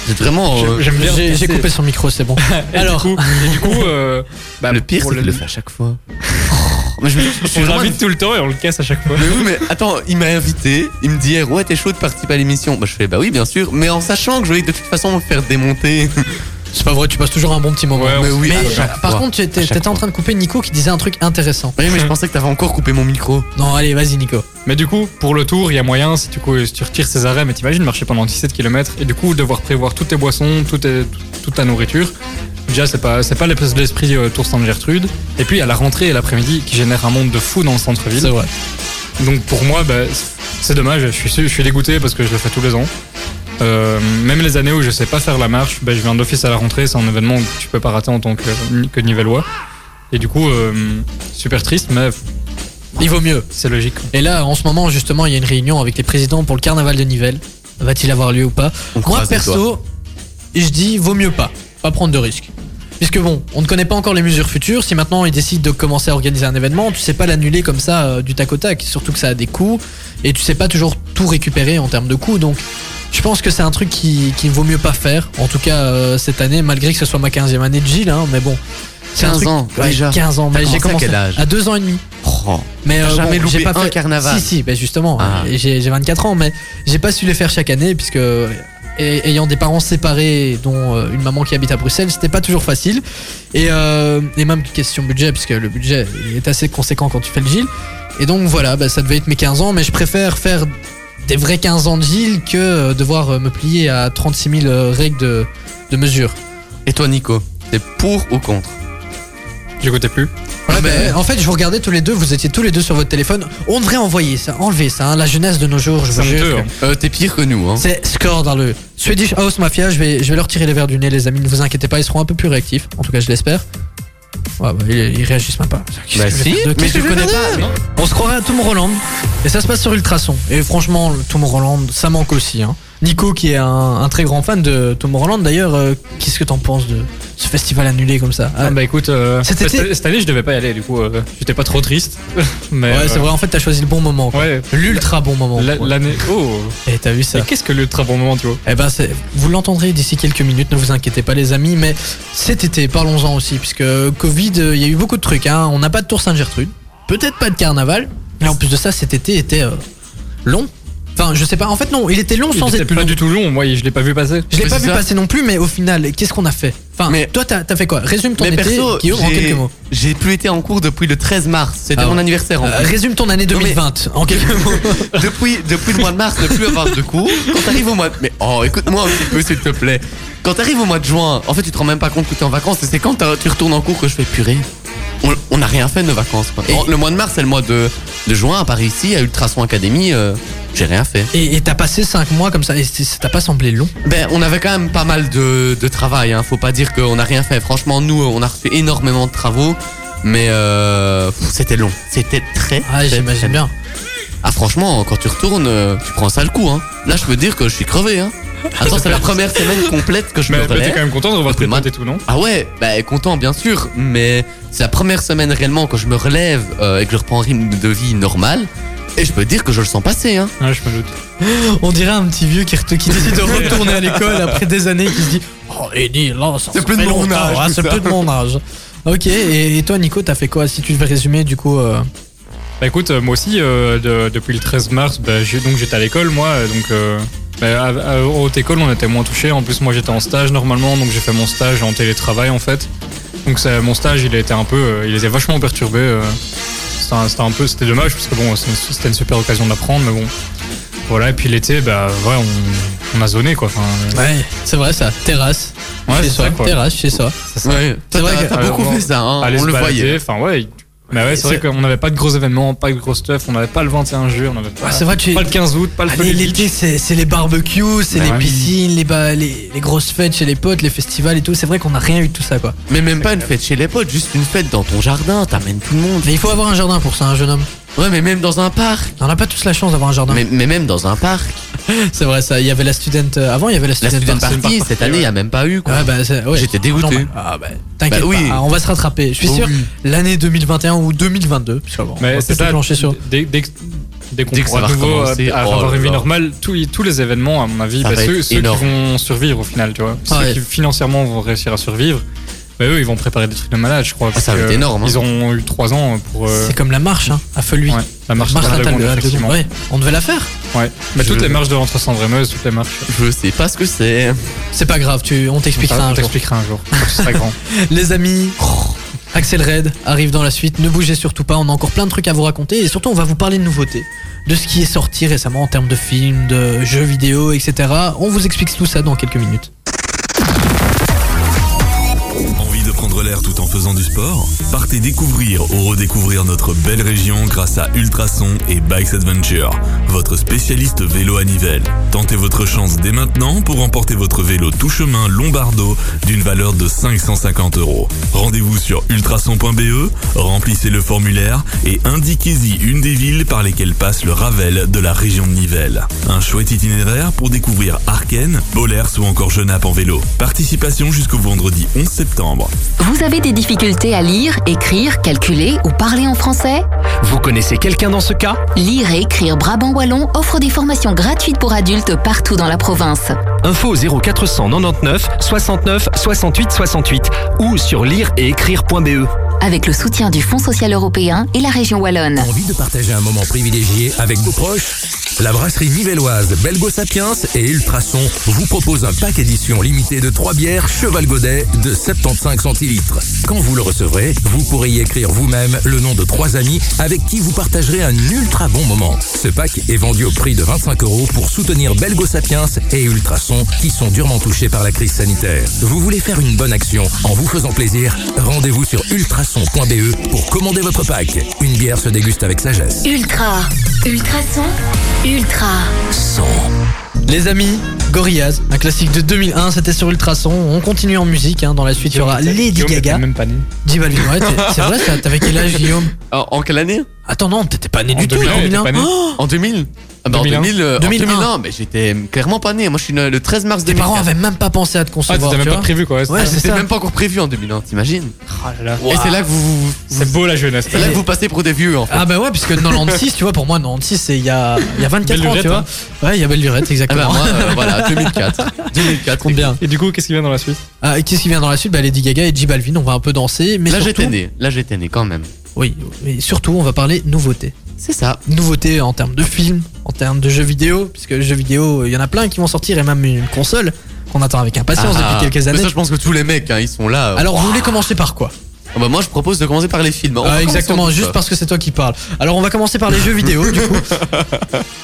Speaker 7: C'est vraiment.
Speaker 2: J'aime-
Speaker 7: euh,
Speaker 2: J'aime bien.
Speaker 1: J'ai j'ai
Speaker 2: c'est-
Speaker 1: coupé son micro, c'est bon.
Speaker 2: Et
Speaker 1: Alors.
Speaker 2: Du coup, et du coup, euh, bah,
Speaker 7: le pire,
Speaker 2: pour
Speaker 7: c'est qu'il le fait à chaque fois. Oh, Mais je, me- je
Speaker 2: On
Speaker 7: suis vraiment
Speaker 2: l'invite tout le temps et on le casse à chaque fois.
Speaker 7: Mais oui, mais attends, il m'a invité, il me dit eh, ouais t'es chaud de participer à l'émission. Bah je fais bah oui bien sûr, mais en sachant que je vais de toute façon me faire démonter.
Speaker 1: C'est pas vrai, tu passes toujours un bon petit moment.
Speaker 2: Ouais, on-
Speaker 7: mais oui.
Speaker 1: Mais,
Speaker 7: à
Speaker 1: euh,
Speaker 7: chaque
Speaker 1: par
Speaker 7: fois.
Speaker 1: contre, tu étais
Speaker 7: À chaque
Speaker 1: t'étais en
Speaker 7: fois.
Speaker 1: train de couper Nico qui disait un truc intéressant.
Speaker 7: Oui mais je pensais que t'avais encore coupé mon micro.
Speaker 1: Non, allez, vas-y Nico.
Speaker 2: Mais du coup, pour le tour, il y a moyen, si tu, cou- si tu retires ces arrêts, mais t'imagines marcher pendant 17 km et du coup devoir prévoir toutes tes boissons, tout tes- tout- toute ta nourriture. Déjà, c'est pas, c'est pas l'esprit- l'esprit euh, Tour Sainte-Gertrude. Et puis, à la rentrée et l'après-midi, qui génère un monde de fou dans le
Speaker 1: C'est
Speaker 2: centre-ville.
Speaker 1: vrai.
Speaker 2: Donc, pour moi, bah, c'est dommage. Je suis, je suis dégoûté parce que je le fais tous les ans. Euh, même les années où je sais pas faire la marche, bah, je viens d'office à la rentrée. C'est un événement que tu peux pas rater en tant que, que Nivellois. Et du coup, euh, super triste, mais
Speaker 1: Il vaut mieux.
Speaker 2: c'est logique.
Speaker 1: Et là, en ce moment, justement, il y a une réunion avec les présidents pour le carnaval de Nivelles. Va-t-il avoir lieu ou pas
Speaker 7: On
Speaker 1: Moi,
Speaker 7: croise les doigts.
Speaker 1: perso, je dis vaut mieux pas. Pas prendre de risques. Puisque bon, on ne connaît pas encore les mesures futures. Si maintenant ils décident de commencer à organiser un événement, tu sais pas l'annuler comme ça euh, du tac au tac. Surtout que ça a des coûts. Et tu sais pas toujours tout récupérer en termes de coûts. Donc, Je pense que c'est un truc qui, qui vaut mieux pas faire. En tout cas, euh, cette année, malgré que ce soit ma 15e année de Gilles, hein, mais bon. c'est un
Speaker 7: 15
Speaker 1: truc-
Speaker 7: ans,
Speaker 1: ouais,
Speaker 7: déjà.
Speaker 1: 15 ans,
Speaker 7: T'as
Speaker 1: mais j'ai
Speaker 7: commencé à
Speaker 1: commencé
Speaker 7: quel âge
Speaker 1: à 2 ans et demi.
Speaker 7: Oh.
Speaker 1: Mais
Speaker 7: T'as
Speaker 1: euh,
Speaker 7: jamais
Speaker 1: bon,
Speaker 7: loupé
Speaker 1: j'ai pas
Speaker 7: un
Speaker 1: fait-
Speaker 7: carnaval.
Speaker 1: Si, si, ben justement,
Speaker 7: Ah.
Speaker 1: euh, j'ai j'ai 24 ans, mais j'ai pas su les faire chaque année puisque euh, ay- ayant des parents séparés, dont euh, une maman qui habite à Bruxelles, c'était pas toujours facile. Et, euh, et même question budget, puisque le budget il est assez conséquent quand tu fais le Gilles. Et donc voilà, ben, ça devait être mes 15 ans, mais je préfère faire des vrais 15 ans de Gilles que euh, devoir euh, me plier à 36 000 euh, règles de, de mesure.
Speaker 7: Et toi, Nico, t'es pour ou contre
Speaker 2: J'écoutais plus.
Speaker 1: Ouais, ben, en fait, je vous regardais tous les deux, vous étiez tous les deux sur votre téléphone. On devrait envoyer ça, enlever ça, hein, la jeunesse de nos jours, je vous
Speaker 2: Ça me
Speaker 1: jure.
Speaker 2: tue,
Speaker 1: que-
Speaker 2: hein.
Speaker 7: euh, T'es pire que nous, hein.
Speaker 1: C'est score dans le Swedish House Mafia. Je vais, je vais leur tirer les verres du nez, les amis. Ne vous inquiétez pas, ils seront un peu plus réactifs. En tout cas, je l'espère. Ouais, bah, ils, ils réagissent même pas. Qu'est-ce
Speaker 7: Bah
Speaker 1: que je vais
Speaker 7: si,
Speaker 1: faire de-
Speaker 7: mais
Speaker 1: qu'est-ce que
Speaker 7: tu
Speaker 1: je vais
Speaker 7: connais
Speaker 1: faire de-
Speaker 7: pas,
Speaker 1: On se croirait à Tom Roland. Et ça se passe sur Ultrason. Et franchement, le Tom Roland, ça manque aussi. hein. Nico, qui est un, un très grand fan de Tom Roland, d'ailleurs, euh, qu'est-ce que t'en penses de ce festival annulé comme ça Ah,
Speaker 2: Ah, bah écoute, euh,
Speaker 1: Cet
Speaker 2: bah,
Speaker 1: été-
Speaker 2: cette cette année je devais pas y aller, du coup euh, j'étais pas trop triste. Mais,
Speaker 1: Ouais,
Speaker 2: euh,
Speaker 1: c'est vrai, en fait, t'as choisi le bon moment. quoi.
Speaker 2: Ouais.
Speaker 1: L'ultra bon moment.
Speaker 2: La-
Speaker 1: quoi.
Speaker 2: L'année. Oh
Speaker 1: Et t'as vu ça
Speaker 2: Mais qu'est-ce que l'ultra bon moment, tu vois
Speaker 1: Eh ben, c'est- vous l'entendrez d'ici quelques minutes, ne vous inquiétez pas les amis, mais cet été, parlons-en aussi, puisque Covid, euh, il y a eu beaucoup de trucs, hein. on n'a pas de Tour Sainte-Gertrude, peut-être pas de carnaval, mais en plus de ça, cet été était euh, long. Enfin, je sais pas, en fait non, il était long sans
Speaker 2: C'était
Speaker 1: être
Speaker 2: pas
Speaker 1: long.
Speaker 2: du tout long, moi je l'ai pas vu passer.
Speaker 1: Je l'ai
Speaker 7: Mais
Speaker 1: pas
Speaker 7: c'est
Speaker 1: vu
Speaker 7: ça.
Speaker 1: passer non plus, mais au final, qu'est-ce qu'on a fait Enfin,
Speaker 7: Mais-
Speaker 1: toi, t'as t'as fait quoi Résume ton
Speaker 7: Mais
Speaker 1: été,
Speaker 7: perso,
Speaker 1: Guillaume, en
Speaker 7: j'ai-
Speaker 1: quelques mots.
Speaker 7: j'ai plus été en cours depuis le 13 mars. C'était
Speaker 1: Ah
Speaker 7: mon
Speaker 1: ouais.
Speaker 7: anniversaire en
Speaker 1: Euh,
Speaker 7: plus.
Speaker 1: résume ton année
Speaker 7: Non, mais-
Speaker 1: 2020, en quelques mots.
Speaker 7: depuis, depuis le mois de mars, ne plus avoir de cours. Quand t'arrives au mois de... Mais oh, écoute-moi un petit peu, s'il te plaît. Quand t'arrives au mois de juin, en fait, tu te rends même pas compte que t'es en vacances. Et c'est quand t'as- tu retournes en cours que je fais purée. On- On n'a rien fait de nos vacances. quoi.
Speaker 1: Et-
Speaker 7: En- Le mois de mars, c'est le mois de, de juin à Paris, ici, à Ultrason Academy. euh, J'ai rien fait.
Speaker 1: Et et t'as passé 5 mois comme ça, et c'est- ça t'a pas semblé long
Speaker 7: Ben, on avait quand même pas mal de, de travail. Hein. Faut pas dire qu'on n'a rien fait. Franchement, nous, on a refait énormément de travaux. Mais euh, pff, c'était long. C'était très.
Speaker 1: Ah,
Speaker 7: très, très
Speaker 1: j'imagine bien.
Speaker 7: Ah franchement, quand tu retournes, euh, tu prends ça le coup. Hein. Là, je peux dire que je suis crevé. Hein. Attends, c'est la première semaine complète que je
Speaker 1: Bah,
Speaker 7: me
Speaker 2: Mais mais t'es
Speaker 7: relève.
Speaker 2: quand même content de revoir tes
Speaker 7: Après,
Speaker 2: potes et tout, non
Speaker 7: Ah ouais, bah content bien sûr, mais c'est la première semaine réellement que je me relève euh, et que je reprends un rythme de vie normal. Et je peux dire que je le sens passer. Hein.
Speaker 2: Ouais, je me doute.
Speaker 1: On dirait un petit vieux qui, ret- qui décide de retourner à l'école après des années qui se dit Oh, Eddie, là, ça
Speaker 7: C'est
Speaker 1: ça
Speaker 7: plus de
Speaker 1: fait
Speaker 7: mon
Speaker 1: longtemps,
Speaker 7: âge,
Speaker 1: hein,
Speaker 7: tout
Speaker 1: c'est
Speaker 7: ça.
Speaker 1: plus de mon âge. Ok, et, et toi, Nico, t'as fait quoi Si tu devais résumer, du coup. euh,
Speaker 2: Bah écoute, euh, moi aussi, euh, de- depuis le 13 mars, bah, j'ai- donc j'étais à l'école, moi, euh, donc euh, bah, à- à- haute école, on était moins touchés. En plus, moi, j'étais en stage normalement, donc j'ai fait mon stage en télétravail en fait. Donc ça, mon stage, il a été un peu, euh, il était vachement perturbé. euh, c'était un- c'était un peu, c'était dommage parce que bon, c'est- c'était une super occasion d'apprendre, mais bon. Voilà, et puis l'été, bah ouais, on, on a zoné quoi. Enfin,
Speaker 1: Ouais, c'est vrai ça, terrasse.
Speaker 2: Ouais,
Speaker 1: chez
Speaker 2: c'est
Speaker 1: soi,
Speaker 2: ça, quoi.
Speaker 1: terrasse chez soi.
Speaker 2: c'est ça.
Speaker 7: Ouais,
Speaker 1: C'est
Speaker 7: toi,
Speaker 1: vrai
Speaker 7: t'as
Speaker 1: que-
Speaker 7: t'as beaucoup
Speaker 2: Alors,
Speaker 7: fait ça. Hein.
Speaker 2: Aller
Speaker 7: On
Speaker 2: se
Speaker 7: le
Speaker 2: balader,
Speaker 7: voyait.
Speaker 2: Enfin ouais. Bah ouais, c'est vrai qu'on n'avait pas de gros événements, pas de gros stuff, on n'avait pas le 21 juin, on n'avait pas,
Speaker 1: Ah, c'est vrai que tu-
Speaker 2: pas le 15 août, pas le
Speaker 1: Allez,
Speaker 2: Fun Day.
Speaker 1: l'été, c'est c'est les barbecues, c'est
Speaker 2: Bah
Speaker 1: les
Speaker 2: oui.
Speaker 1: piscines, les, ba- les, les grosses fêtes chez les potes, les festivals et tout. C'est vrai qu'on n'a rien eu de tout ça, quoi.
Speaker 7: Mais même pas une fête chez les potes, juste une fête dans ton jardin. T'amènes tout le monde.
Speaker 1: Mais il faut avoir un jardin pour ça, un jeune homme.
Speaker 7: Ouais, mais même dans un parc.
Speaker 1: On n'a pas tous la chance d'avoir un jardin.
Speaker 7: Mais, mais même dans un parc.
Speaker 1: C'est vrai ça, il y avait la student. euh, Avant, il y avait la
Speaker 7: La
Speaker 1: student.
Speaker 7: student
Speaker 1: party.
Speaker 7: party cette année, il y a même pas eu quoi.
Speaker 1: Ouais, bah, c'est- ouais.
Speaker 7: J'étais dégoûté.
Speaker 1: Normal. Ah, bah, t'inquiète
Speaker 7: Bah oui. Bah
Speaker 1: pas, on va se rattraper. Je suis sûr,
Speaker 7: Oui.
Speaker 1: l'année 2021 ou 2022, parce que bon, on
Speaker 2: Mais
Speaker 1: va
Speaker 2: c'est
Speaker 1: peut-être
Speaker 2: ça.
Speaker 1: plancher sur.
Speaker 2: Dès, dès que, dès qu'on
Speaker 7: Dès que ça
Speaker 2: pourra
Speaker 7: va
Speaker 2: de nouveau à,
Speaker 7: recommencer,
Speaker 2: à
Speaker 7: oh
Speaker 2: avoir
Speaker 7: là
Speaker 2: une vie
Speaker 7: là.
Speaker 2: normale, tous, tous les événements, à mon avis,
Speaker 7: Ça
Speaker 2: bah,
Speaker 7: va
Speaker 2: ceux,
Speaker 7: être
Speaker 2: ceux qui
Speaker 7: énorme.
Speaker 2: vont survivre au final, tu vois.
Speaker 1: Ah
Speaker 2: ceux
Speaker 1: ouais.
Speaker 2: qui financièrement vont réussir à survivre, bah, eux, ils vont préparer des trucs de malade, je crois.
Speaker 7: Ah, ça
Speaker 2: parce
Speaker 7: va être
Speaker 2: que
Speaker 7: énorme, hein.
Speaker 2: Ils auront eu 3 ans pour. euh,
Speaker 1: C'est comme la marche, hein, à Feluy.
Speaker 2: ouais, la marche de la
Speaker 1: natale
Speaker 2: Dragonde,
Speaker 1: de la
Speaker 2: effectivement.
Speaker 1: Dragonde, euh, ouais. on devait la faire.
Speaker 2: Ouais. Bah,
Speaker 7: Je-
Speaker 2: Toutes les marches de l'entre sans vraiment, toutes les marches.
Speaker 7: Je sais pas ce que c'est.
Speaker 1: C'est pas grave, tu, on t'expliquera
Speaker 2: on
Speaker 1: un jour.
Speaker 2: t'expliquera un jour. quand tu seras grand.
Speaker 1: Les amis, Axel Red arrive dans la suite. Ne bougez surtout pas, on a encore plein de trucs à vous raconter et surtout on va vous parler de nouveautés, de ce qui est sorti récemment en termes de films, de jeux vidéo, etc. On vous explique tout ça dans quelques minutes.
Speaker 4: Envie de prendre l'air tout en faisant du sport Partez découvrir ou redécouvrir notre belle région grâce à Ultrason et Bikes Adventure, votre spécialiste vélo à Nivelles. Tentez votre chance dès maintenant pour emporter votre vélo tout chemin Lombardo d'une valeur de 550 euros. Rendez-vous sur ultrason.be, E, remplissez le formulaire et indiquez-y une des villes par lesquelles passe le Ravel de la région de Nivelles. Un chouette itinéraire pour découvrir Arken, Bollers ou encore Genappe en vélo. Participation jusqu'au vendredi 11 septembre.
Speaker 3: Vous avez des difficultés à lire, écrire, calculer ou parler en français
Speaker 8: Vous connaissez quelqu'un dans ce cas
Speaker 3: Lire et écrire Brabant Wallon offre des formations gratuites pour adultes partout dans la province.
Speaker 8: Info 0499 69 68 68 ou sur lire et écrire.be.
Speaker 3: Avec le soutien du Fonds social européen et la région Wallonne.
Speaker 9: Envie de partager un moment privilégié avec vos proches La brasserie nivelloise Belgo Sapiens et Ultrason vous propose un pack édition limité de 3 bières Cheval Godet de 75 centilitres. Quand vous le recevrez, vous pourrez y écrire vous-même le nom de trois amis avec qui vous partagerez un ultra bon moment. Ce pack est vendu au prix de 25 euros pour soutenir Belgo Sapiens et Ultrason qui sont durement touchés par la crise sanitaire. Vous voulez faire une bonne action en vous faisant plaisir Rendez-vous sur ultrason.be E pour commander votre pack. Une bière se déguste avec sagesse.
Speaker 3: Ultra, ultrason, ultra.
Speaker 9: Sans.
Speaker 1: Les amis, Gorillaz, un classique de 2001, c'était sur Ultrason. On continue en musique, hein, dans la suite il y aura Lady
Speaker 2: Guillaume était
Speaker 1: Gaga. Ah,
Speaker 2: même pas né.
Speaker 1: J Balvin, ouais, t'es- c'est vrai ça T'avais quel âge, Guillaume
Speaker 7: En- Ah, en quelle année
Speaker 1: Attends, non, t'étais pas né
Speaker 2: En
Speaker 1: du tout,
Speaker 2: 2001,
Speaker 1: Guillaume,
Speaker 2: t'étais pas né.
Speaker 1: Oh,
Speaker 7: En 2000 ah bah
Speaker 2: 2001.
Speaker 7: En 2000, euh, en
Speaker 1: 2001.
Speaker 7: 2001, mais j'étais clairement pas né. Moi, je suis né le 13 mars
Speaker 1: Tes
Speaker 7: 2000.
Speaker 1: parents avaient même pas pensé à te
Speaker 2: Ah,
Speaker 1: concevoir,
Speaker 2: t'étais même
Speaker 1: tu
Speaker 2: pas
Speaker 1: vois.
Speaker 2: prévu quoi. c'était-
Speaker 1: Ouais, c'est
Speaker 7: C'était
Speaker 1: ça.
Speaker 7: même pas encore prévu en 2001, t'imagines
Speaker 2: Ah là là.
Speaker 7: Et c'est là que vous, vous-
Speaker 2: C'est beau la jeunesse.
Speaker 7: c'est là que vous passez pour des vieux, en fait.
Speaker 1: Ah bah ouais, puisque 96, tu vois, pour moi, 96, c'est il y a, il y a 24
Speaker 2: Belle
Speaker 1: ans,
Speaker 2: lurette,
Speaker 1: tu vois.
Speaker 2: hein.
Speaker 1: Ouais, il y a Belle Lurette,
Speaker 7: Ah bah,
Speaker 1: exactement.
Speaker 7: moi, euh, voilà, 2004. 2004,
Speaker 1: Compte bien.
Speaker 2: Et du coup, qu'est-ce qui vient dans la suite
Speaker 1: Ah, Qu'est-ce qui vient dans la suite Bah Lady Gaga et J Balvin, on va un peu danser, mais
Speaker 7: Là,
Speaker 1: surtout,
Speaker 7: j'étais né. Là, j'étais né quand même.
Speaker 1: oui, mais surtout, on va parler nouveautés.
Speaker 7: C'est ça.
Speaker 1: Nouveautés en termes de films, en termes de jeux vidéo, puisque jeux vidéo, euh, il y en a plein qui vont sortir et même une console qu'on attend avec impatience
Speaker 7: Ah,
Speaker 1: depuis quelques
Speaker 7: mais
Speaker 1: années.
Speaker 7: ça, je pense que tous les mecs, hein, ils sont là.
Speaker 1: Alors, vous voulez commencer par quoi
Speaker 7: Ah bah, moi, je propose de commencer par les films. hein. On
Speaker 1: Ah,
Speaker 7: va
Speaker 1: Exactement,
Speaker 7: commencer en
Speaker 1: juste
Speaker 7: douce.
Speaker 1: parce que c'est toi qui parles. Alors, on va commencer par les jeux vidéo, du coup.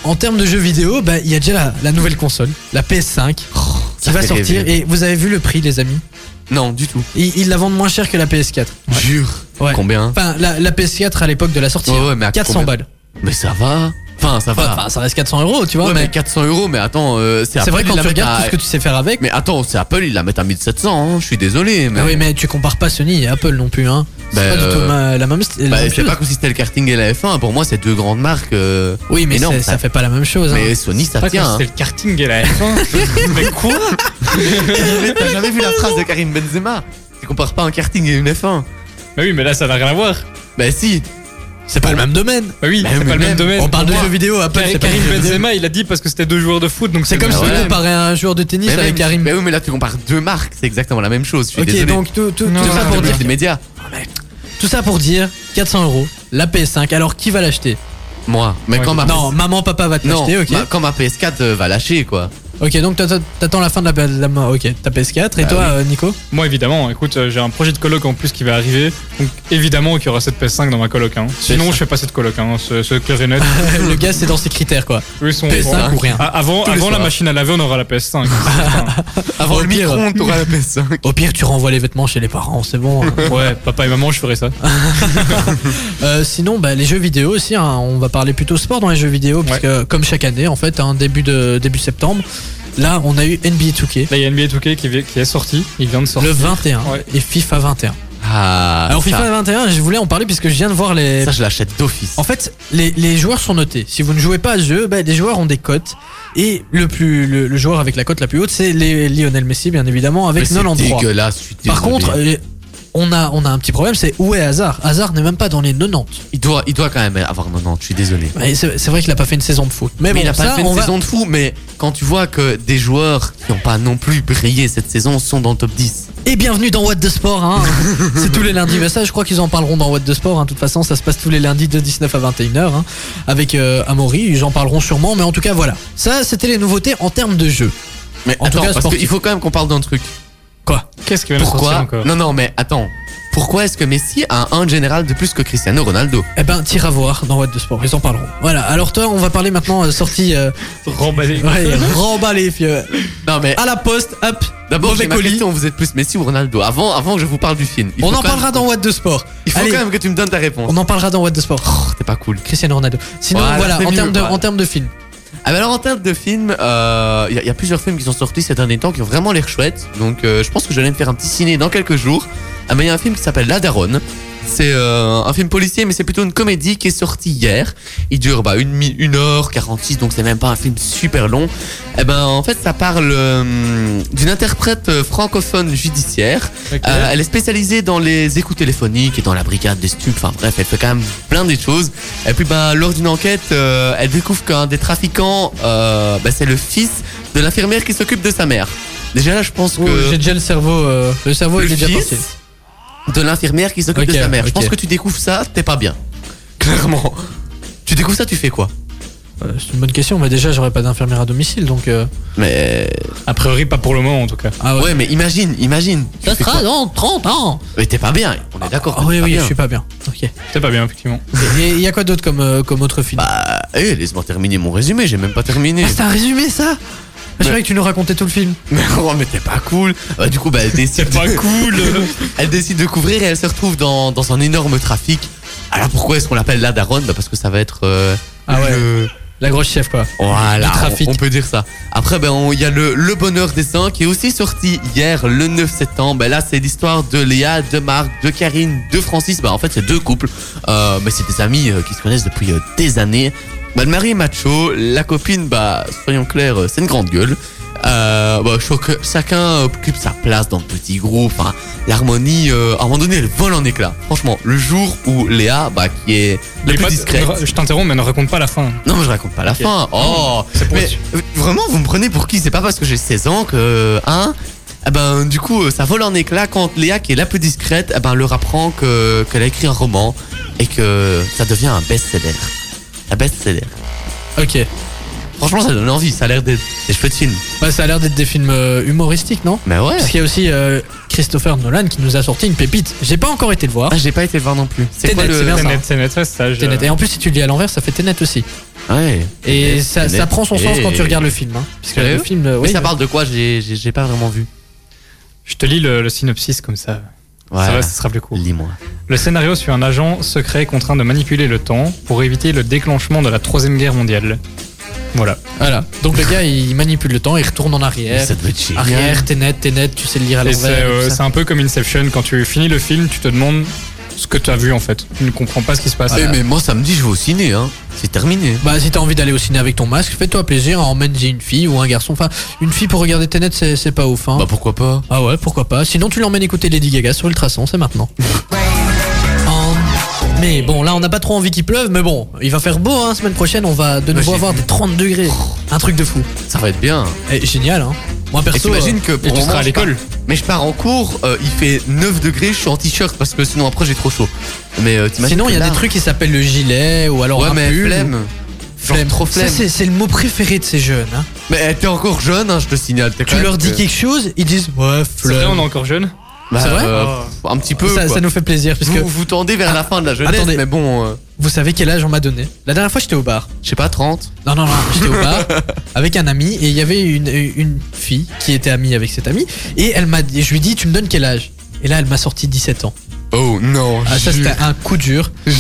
Speaker 1: En termes de jeux vidéo, bah, il y a déjà la, la nouvelle console, la PS5, qui
Speaker 7: Oh, ça
Speaker 1: va
Speaker 7: fait
Speaker 1: sortir.
Speaker 7: rêver.
Speaker 1: Et vous avez vu le prix, les amis
Speaker 7: Non, du tout.
Speaker 1: ils, ils la vendent moins cher que la PS4.
Speaker 7: Jure.
Speaker 1: Ouais.
Speaker 7: Combien
Speaker 1: Enfin, la, la PS4 à l'époque de la sortie,
Speaker 7: Ouais, ouais, mais à
Speaker 1: 400
Speaker 7: combien
Speaker 1: balles.
Speaker 7: Mais ça va. Enfin, ça va.
Speaker 1: Enfin, ça reste 400 euros, tu vois.
Speaker 7: ouais,
Speaker 1: mais
Speaker 7: mais 400 euros, mais attends, euh, c'est
Speaker 1: c'est vrai
Speaker 7: Apple,
Speaker 1: quand
Speaker 7: ils la
Speaker 1: tu
Speaker 7: mettent
Speaker 1: regardes
Speaker 7: à-
Speaker 1: tout ce que tu sais faire avec.
Speaker 7: Mais attends, c'est Apple, ils la mettent à 1700, hein, je suis désolé. Mais...
Speaker 1: Ah oui, mais tu compares pas Sony et Apple non plus, hein. C'est
Speaker 7: Bah,
Speaker 1: pas du tout
Speaker 7: euh,
Speaker 1: ma- la même. la
Speaker 7: Bah,
Speaker 1: même
Speaker 7: c'est
Speaker 1: chose.
Speaker 7: pas comme si c'était le karting et la F1. Pour moi, c'est deux grandes marques. euh,
Speaker 1: Oui, mais
Speaker 7: énormes.
Speaker 1: c'est- ça fait pas la même chose. hein.
Speaker 7: Mais Sony, ça
Speaker 2: Pas
Speaker 7: tient.
Speaker 2: quand
Speaker 7: hein.
Speaker 2: c'était le karting et la F1. Mais quoi
Speaker 7: T'as jamais vu la phrase de Karim Benzema Tu compares pas un karting et une F1
Speaker 2: Bah oui, mais là, ça n'a rien à voir.
Speaker 7: Bah si.
Speaker 1: C'est pas le même domaine.
Speaker 2: Bah oui,
Speaker 7: Bah,
Speaker 2: c'est
Speaker 7: mais
Speaker 2: pas le
Speaker 7: même,
Speaker 2: même domaine.
Speaker 1: On parle de
Speaker 2: Pour
Speaker 1: jeux
Speaker 2: moi,
Speaker 1: vidéo, Apple, c'est pas
Speaker 2: Karim
Speaker 1: du jeu vidéo.
Speaker 2: Benzema, il a dit parce que c'était deux joueurs de foot, donc
Speaker 1: C'est comme
Speaker 7: Bah
Speaker 1: si
Speaker 7: ouais.
Speaker 1: on comparait un joueur de tennis
Speaker 7: Mais,
Speaker 1: avec
Speaker 7: même-
Speaker 1: Karim.
Speaker 7: mais oui, mais là tu compares deux marques, c'est exactement la même chose. Je suis
Speaker 1: Ok,
Speaker 7: désolé.
Speaker 1: donc tout, tout-
Speaker 2: Non,
Speaker 1: tout ça
Speaker 2: non,
Speaker 1: pour
Speaker 2: non,
Speaker 1: dire,
Speaker 7: des médias.
Speaker 1: tout ça pour dire 400 euros la PS5. Alors qui va l'acheter
Speaker 7: Moi, mais
Speaker 2: Ouais,
Speaker 7: quand Oh, ma
Speaker 1: Non, maman, papa va te
Speaker 7: non,
Speaker 1: l'acheter. Ok.
Speaker 7: ma- quand ma PS4 euh, va lâcher quoi.
Speaker 1: Ok, donc t'attends- t'attends la fin de la, la- la- ok, ta PS4 et
Speaker 7: Bah
Speaker 1: toi,
Speaker 7: oui.
Speaker 1: euh, Nico
Speaker 2: Moi, évidemment, écoute, euh, j'ai un projet de coloc en plus qui va arriver. Donc, évidemment qu'il y aura cette PS5 dans ma coloc. Hein. Sinon,
Speaker 7: ça.
Speaker 2: je fais pas cette coloc. Hein. Ce, ce clair et net,
Speaker 1: Le gars, c'est dans ses critères quoi.
Speaker 2: eux, ils sont.
Speaker 1: PS5 ou rien.
Speaker 2: Ah, avant
Speaker 7: Tous les
Speaker 2: avant la
Speaker 7: soirs.
Speaker 2: machine à laver, on aura la PS5. Enfin,
Speaker 7: Avant
Speaker 1: Au
Speaker 7: le
Speaker 1: pire.
Speaker 7: micro-ondes, t'auras la PS5.
Speaker 1: Au pire, tu renvoies les vêtements chez les parents, c'est bon. hein.
Speaker 2: ouais, papa et maman, je ferai ça.
Speaker 1: Euh, sinon, bah, les jeux vidéo aussi, hein, on va parler plutôt sport dans les jeux vidéo, puisque comme chaque année, en fait, hein, début, de, début septembre, là, on a eu NBA 2K,
Speaker 2: Là, il y a NBA 2K qui, vi- qui est sorti. Il vient de sortir.
Speaker 1: le 21,
Speaker 2: Ouais.
Speaker 1: et FIFA 21.
Speaker 7: Ah,
Speaker 1: Alors,
Speaker 7: ça,
Speaker 1: FIFA 21, je voulais en parler puisque je viens de voir les.
Speaker 7: ça, je l'achète d'office.
Speaker 1: En fait, les, les joueurs sont notés. Si vous ne jouez pas à ce jeu, bah, les joueurs ont des cotes. Et le, plus, le, le joueur avec la cote la plus haute, c'est les- Lionel Messi, bien évidemment,
Speaker 7: Mais
Speaker 1: avec
Speaker 7: c'est
Speaker 1: 93.
Speaker 7: dégueulasse, je suis
Speaker 1: Par
Speaker 7: désolé.
Speaker 1: contre, euh, on a, on a un petit problème, c'est où est Hazard Hazard n'est même pas dans les 90.
Speaker 7: il doit, il doit quand même avoir 90, je suis désolé.
Speaker 1: Ouais, C'est c'est vrai qu'il a pas fait une saison de foot. Mais,
Speaker 7: Mais
Speaker 1: bon,
Speaker 7: il a pas
Speaker 1: ça,
Speaker 7: fait
Speaker 1: on
Speaker 7: une
Speaker 1: va-
Speaker 7: saison de fou, mais quand tu vois que des joueurs qui n'ont pas non plus brillé cette saison sont dans le top 10.
Speaker 1: Et bienvenue dans What the Sport. hein. c'est tous les lundis, mais ça, je crois qu'ils en parleront dans What the Sport. hein. De toute façon, ça se passe tous les lundis de 19 à 21h hein, avec euh, Amaury. Ils en parleront sûrement, mais en tout cas, voilà. Ça, c'était les nouveautés en termes de jeu.
Speaker 7: Mais
Speaker 1: En tout
Speaker 7: attends,
Speaker 1: cas,
Speaker 7: parce
Speaker 1: sportif.
Speaker 7: qu'il faut quand même qu'on parle d'un truc.
Speaker 1: Quoi
Speaker 2: Qu'est-ce qui vient de sortir
Speaker 7: Pourquoi
Speaker 2: encore
Speaker 7: Non, non, mais attends. Pourquoi est-ce que Messi a un général de plus que Cristiano Ronaldo
Speaker 1: Eh ben, tire à voir dans What the Sport. Ils en parleront. Voilà. Alors toi, on va parler maintenant euh, sortie. Euh,
Speaker 2: Remballé.
Speaker 1: ouais, remballé, fieu.
Speaker 7: Non, mais
Speaker 1: À la poste, hop.
Speaker 7: d'abord,
Speaker 1: Ah, mauvais
Speaker 7: j'ai ma
Speaker 1: colis.
Speaker 7: question, vous êtes plus Messi ou Ronaldo Avant, avant que je vous parle du film. il
Speaker 1: On
Speaker 7: faut
Speaker 1: en
Speaker 7: quand
Speaker 1: parlera
Speaker 7: même-
Speaker 1: dans What the Sport.
Speaker 7: Il faut
Speaker 1: Allez,
Speaker 7: quand même que tu me donnes ta réponse.
Speaker 1: on en parlera dans What the Sport. Oh,
Speaker 7: C'est pas cool.
Speaker 1: Cristiano Ronaldo. Sinon,
Speaker 7: Voilà,
Speaker 1: voilà,
Speaker 7: c'est
Speaker 1: en
Speaker 7: mieux,
Speaker 1: termes de,
Speaker 7: voilà.
Speaker 1: en termes de film.
Speaker 7: Ah bah alors en termes de films, euh, il y, a- il y a plusieurs films qui sont sortis ces derniers temps qui ont vraiment l'air chouettes. Donc euh, je pense que j'allais me faire un petit ciné dans quelques jours. Ah mais il y a un film qui s'appelle La Daronne. C'est euh, un film policier, mais c'est plutôt une comédie qui est sortie hier. Il dure bah, une, mi- une heure 46, donc c'est même pas un film super long. Et ben, en fait, ça parle euh, d'une interprète euh, francophone judiciaire. Euh, elle est spécialisée dans les écoutes téléphoniques et dans la brigade des stupes. Enfin bref, elle fait quand même plein des choses. Et puis, bah, lors d'une enquête, euh, elle découvre qu'un des trafiquants, euh, bah, c'est le fils de l'infirmière qui s'occupe de sa mère. Déjà là, je pense que
Speaker 1: Ouh, Oh, J'ai déjà le cerveau. euh, le cerveau
Speaker 7: le
Speaker 1: il est déjà
Speaker 7: fils
Speaker 1: parti.
Speaker 7: de l'infirmière qui s'occupe
Speaker 1: Ok,
Speaker 7: de sa mère. Je pense
Speaker 1: ok.
Speaker 7: que tu découvres ça, t'es pas bien. Clairement. Tu découvres ça, tu fais quoi
Speaker 1: Euh, C'est une bonne question, mais déjà j'aurais pas d'infirmière à domicile donc. euh,
Speaker 7: Mais
Speaker 2: A priori, pas pour le moment en tout cas.
Speaker 1: Ah
Speaker 7: ouais. mais imagine, imagine. Tu fais quoi
Speaker 1: dans 30 ans
Speaker 7: Mais t'es pas bien. On est d'accord.
Speaker 1: Ah
Speaker 7: t'es
Speaker 1: oui,
Speaker 7: pas
Speaker 1: oui,
Speaker 7: bien.
Speaker 1: je suis pas bien. Ok.
Speaker 2: C'est pas bien, effectivement.
Speaker 1: Et il y a quoi d'autre comme, euh, comme autre film
Speaker 7: Bah, eh, laisse-moi terminer mon résumé. J'ai même pas terminé.
Speaker 1: Ah, c'est un résumé ça Je savais que tu nous racontais tout le film.
Speaker 7: mais oh, mais t'es pas cool. Euh, du coup, bah, elle décide.
Speaker 2: C'est pas cool
Speaker 7: Elle décide de couvrir et elle se retrouve dans, dans un énorme trafic. Alors pourquoi est-ce qu'on l'appelle la daronne bah, Parce que ça va être euh,
Speaker 1: Ah ouais.
Speaker 7: le-
Speaker 1: La grosse chef quoi.
Speaker 7: Voilà,
Speaker 1: Le trafic.
Speaker 7: On, on peut dire ça. Après, ben, on- il y a le, le Bonheur des Saints qui est aussi sorti hier, le 9 septembre. Ben, là, c'est l'histoire de Léa, de Marc, de Karine, de Francis. Ben, en fait, c'est deux couples. Euh, mais c'est des amis euh, qui se connaissent depuis euh, des années. Ben, le mari est macho. La copine, bah, soyons clairs, euh, c'est une grande gueule. Euh, ben, je trouve que chacun occupe sa place dans le petit groupe. hein. L'harmonie, euh, à un moment donné, elle vole en éclats. Franchement, le jour où Léa, bah, qui est
Speaker 2: Mais
Speaker 7: la plus
Speaker 2: pas-
Speaker 7: discrète.
Speaker 2: ne- Je t'interromps, mais ne raconte pas la fin.
Speaker 7: Non, mais je raconte pas la
Speaker 1: Ah
Speaker 7: fin. Oh,
Speaker 2: c'est pour
Speaker 7: mais
Speaker 2: tu-
Speaker 7: euh, vraiment, vous me prenez pour qui C'est pas parce que j'ai 16 ans que hein Eh ben, du coup, euh, ça vole en éclat quand Léa, qui est la plus discrète, eh ben, leur apprend que qu'elle a écrit un roman et que ça devient un best-seller. Un best-seller.
Speaker 1: Ok.
Speaker 7: Franchement, ça donne envie. Ça a l'air d'être des chouettes films.
Speaker 1: Bah, ça a l'air d'être des films euh, humoristiques, non
Speaker 7: Mais ouais.
Speaker 1: Parce qu'il y a aussi euh, Christopher Nolan qui nous a sorti une pépite. J'ai pas encore été le voir.
Speaker 7: Ah, j'ai pas été le voir non plus.
Speaker 1: Tenet, c'est bien
Speaker 2: C'est
Speaker 1: ça.
Speaker 2: net, c'est net, ça, ça, je-
Speaker 1: Tenet. Et en plus, si tu le lis à l'envers, ça fait Tenet aussi.
Speaker 7: Ouais.
Speaker 1: Et
Speaker 7: Tenet,
Speaker 1: ça,
Speaker 7: Tenet.
Speaker 1: ça prend son sens
Speaker 7: Et-
Speaker 1: quand tu regardes le film. hein. Parce que
Speaker 7: Sérieux
Speaker 1: le film, euh, oui,
Speaker 7: Mais ça
Speaker 1: mais-
Speaker 7: parle de quoi J'ai j'ai- j'ai pas vraiment vu.
Speaker 2: Je te lis le, le synopsis comme ça. Ça
Speaker 7: Ouais.
Speaker 2: va, ce sera plus court.
Speaker 7: Lis-moi.
Speaker 2: Le scénario suit un agent secret contraint de manipuler le temps pour éviter le déclenchement de la Troisième Guerre mondiale. Voilà.
Speaker 1: Voilà. Donc le gars, il manipule le temps, il retourne en
Speaker 7: Mais
Speaker 1: arrière.
Speaker 7: Ça doit être génial.
Speaker 1: Arrière, Tenet, Tenet, tu sais le
Speaker 7: Ah,
Speaker 1: lire à
Speaker 2: Et c'est
Speaker 1: l'envers. et
Speaker 2: euh,
Speaker 1: tout ça.
Speaker 2: c'est un peu comme Inception, quand tu finis le film, tu te demandes ce que tu as vu en fait. Tu ne comprends pas ce qui se passe.
Speaker 7: Eh, mais moi, ça me dit, je vais au ciné. Hein. C'est terminé.
Speaker 1: Bah, si t'as envie d'aller au ciné avec ton masque, fais-toi plaisir, emmène une fille ou un garçon. Enfin, une fille pour regarder Tenet, c'est c'est pas ouf. Hein.
Speaker 7: Bah pourquoi pas
Speaker 1: Ah ouais, pourquoi pas. Sinon, tu l'emmènes écouter Lady Gaga sur Ultrason, c'est maintenant. En- Mais bon, là, on n'a pas trop envie qu'il pleuve, mais bon, il va faire beau, hein, semaine prochaine, on va de nouveau
Speaker 7: j'ai
Speaker 1: avoir
Speaker 7: vu.
Speaker 1: des 30 degrés. Un truc de fou.
Speaker 7: Ça va être bien.
Speaker 1: Et génial, hein. Moi,
Speaker 7: Et
Speaker 1: perso.
Speaker 7: t'imagines
Speaker 1: euh,
Speaker 7: que
Speaker 2: Et
Speaker 7: pour le
Speaker 2: tu
Speaker 7: moment,
Speaker 2: seras à
Speaker 7: je pars-
Speaker 2: l'école.
Speaker 7: Mais je pars en cours, euh, il fait 9 degrés, je suis en t-shirt parce que sinon après j'ai trop chaud. Mais euh, t'imagines
Speaker 1: Sinon,
Speaker 7: que
Speaker 1: il y a
Speaker 7: là-
Speaker 1: des trucs qui s'appellent le gilet ou alors
Speaker 7: Ouais,
Speaker 1: un
Speaker 7: mais
Speaker 1: pull.
Speaker 7: flemme. Genre
Speaker 1: Flemme.
Speaker 7: trop
Speaker 1: Ça,
Speaker 7: flemme.
Speaker 1: c'est c'est le mot préféré de ces jeunes. hein.
Speaker 7: mais euh, t'es encore jeune, hein, je te signale. t'es quand
Speaker 1: Tu
Speaker 7: même
Speaker 1: leur dis
Speaker 7: que-
Speaker 1: quelque chose, ils disent ouais,
Speaker 2: C'est vrai, on est
Speaker 1: flemme.
Speaker 2: encore jeune.
Speaker 7: Bah,
Speaker 1: C'est vrai
Speaker 7: euh, Un petit peu.
Speaker 1: Ah. Ça,
Speaker 7: quoi.
Speaker 1: ça nous fait plaisir, parce que Ah,
Speaker 7: Vous vous tendez vers la fin de la jeunesse,
Speaker 1: attendez.
Speaker 7: mais bon, euh,
Speaker 1: vous savez quel âge on m'a donné. La dernière fois, j'étais au bar.
Speaker 7: je sais pas, 30.
Speaker 1: Non, non, non, j'étais au bar avec un ami et il y avait une, une fille qui était amie avec cet ami et elle m'a dit, je lui dis, tu me donnes quel âge Et là, elle m'a sorti 17 ans.
Speaker 7: Oh non,
Speaker 1: Ah, ça, c'était
Speaker 7: jure.
Speaker 1: un coup dur. J'ai-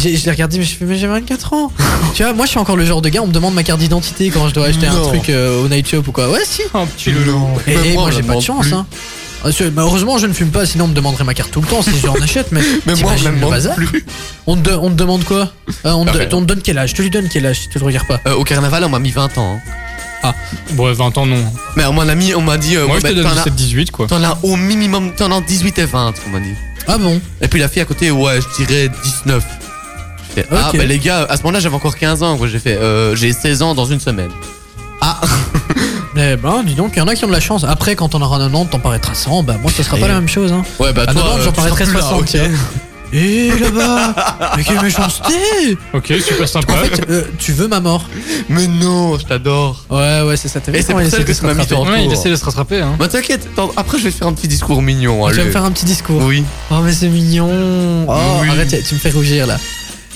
Speaker 1: j'ai- Je l'ai regardé, mais je fais, mais j'ai 24 ans. tu vois, moi, je suis encore le genre de gars, on me demande ma carte d'identité quand je dois acheter un
Speaker 7: Non.
Speaker 1: truc euh, au night shop ou quoi. Ouais, si.
Speaker 7: Oh,
Speaker 2: Un petit loulou.
Speaker 1: Et,
Speaker 7: Même
Speaker 1: et
Speaker 7: moi, on
Speaker 1: moi,
Speaker 7: me
Speaker 1: j'ai pas de
Speaker 7: demande
Speaker 1: chance,
Speaker 7: plus.
Speaker 1: hein. Ah, c'est- bah, heureusement, je ne fume pas, sinon on me demanderait ma carte tout le temps si j'en achète. Mais,
Speaker 7: Mais moi,
Speaker 1: t'imagines
Speaker 7: je
Speaker 1: le bazar
Speaker 7: plus.
Speaker 1: on, te, on te demande quoi Euh, on,
Speaker 7: Bah,
Speaker 1: te,
Speaker 7: rien.
Speaker 1: on te donne quel âge Je te lui donne quel âge si tu le regardes pas
Speaker 7: Euh, au carnaval, on m'a mis 20 ans. hein.
Speaker 2: Ouais, 20 ans, non.
Speaker 7: Mais on m'a mis, on m'a dit, euh,
Speaker 2: Moi,
Speaker 7: ouais,
Speaker 2: je te
Speaker 7: Euh, bah,
Speaker 2: donne
Speaker 7: t'en as-
Speaker 2: 17-18, quoi.
Speaker 7: t'en as au minimum, t'en as 18 et 20, on m'a dit.
Speaker 1: Ah bon
Speaker 7: Et puis la fille à côté, ouais, je dirais 19. Je fais, Ah
Speaker 1: Ok.
Speaker 7: bah les gars, à ce moment-là j'avais encore 15 ans, quoi. j'ai fait euh, j'ai 16 ans dans une semaine.
Speaker 1: Eh ben, dis donc, il y en a qui ont de la chance. Après, quand on aura 90, t'en paraîtras 100. Bah, moi, ça sera
Speaker 7: Et-
Speaker 1: pas la même chose. Hein.
Speaker 7: Ouais bah
Speaker 1: À 90,
Speaker 7: euh,
Speaker 1: j'en
Speaker 7: tu seras
Speaker 1: paraîtrai
Speaker 7: plus là,
Speaker 1: 60.
Speaker 7: ok.
Speaker 1: tiens. Eh là-bas Mais quelle méchanceté
Speaker 2: Ok, super
Speaker 1: En
Speaker 2: sympa.
Speaker 1: fait, euh, tu veux ma mort
Speaker 7: Mais non, je t'adore.
Speaker 1: Ouais, ouais, c'est ça. T'as
Speaker 7: Et
Speaker 1: vu
Speaker 7: c'est
Speaker 1: comment
Speaker 7: pour
Speaker 1: il
Speaker 7: ça
Speaker 1: essaie
Speaker 7: que
Speaker 1: de
Speaker 7: tu
Speaker 1: se
Speaker 7: m'as mis
Speaker 1: rattraper
Speaker 7: en-
Speaker 2: Ouais, il essaie de se rattraper. Hein.
Speaker 7: Bah t'inquiète, attends, après je vais te faire un petit discours mignon. hein,
Speaker 1: Tu vas
Speaker 7: le-
Speaker 1: me faire un petit discours.
Speaker 7: Oui.
Speaker 1: Oh, mais c'est mignon Oh,
Speaker 7: Oui.
Speaker 1: arrête, tu me fais rougir, là.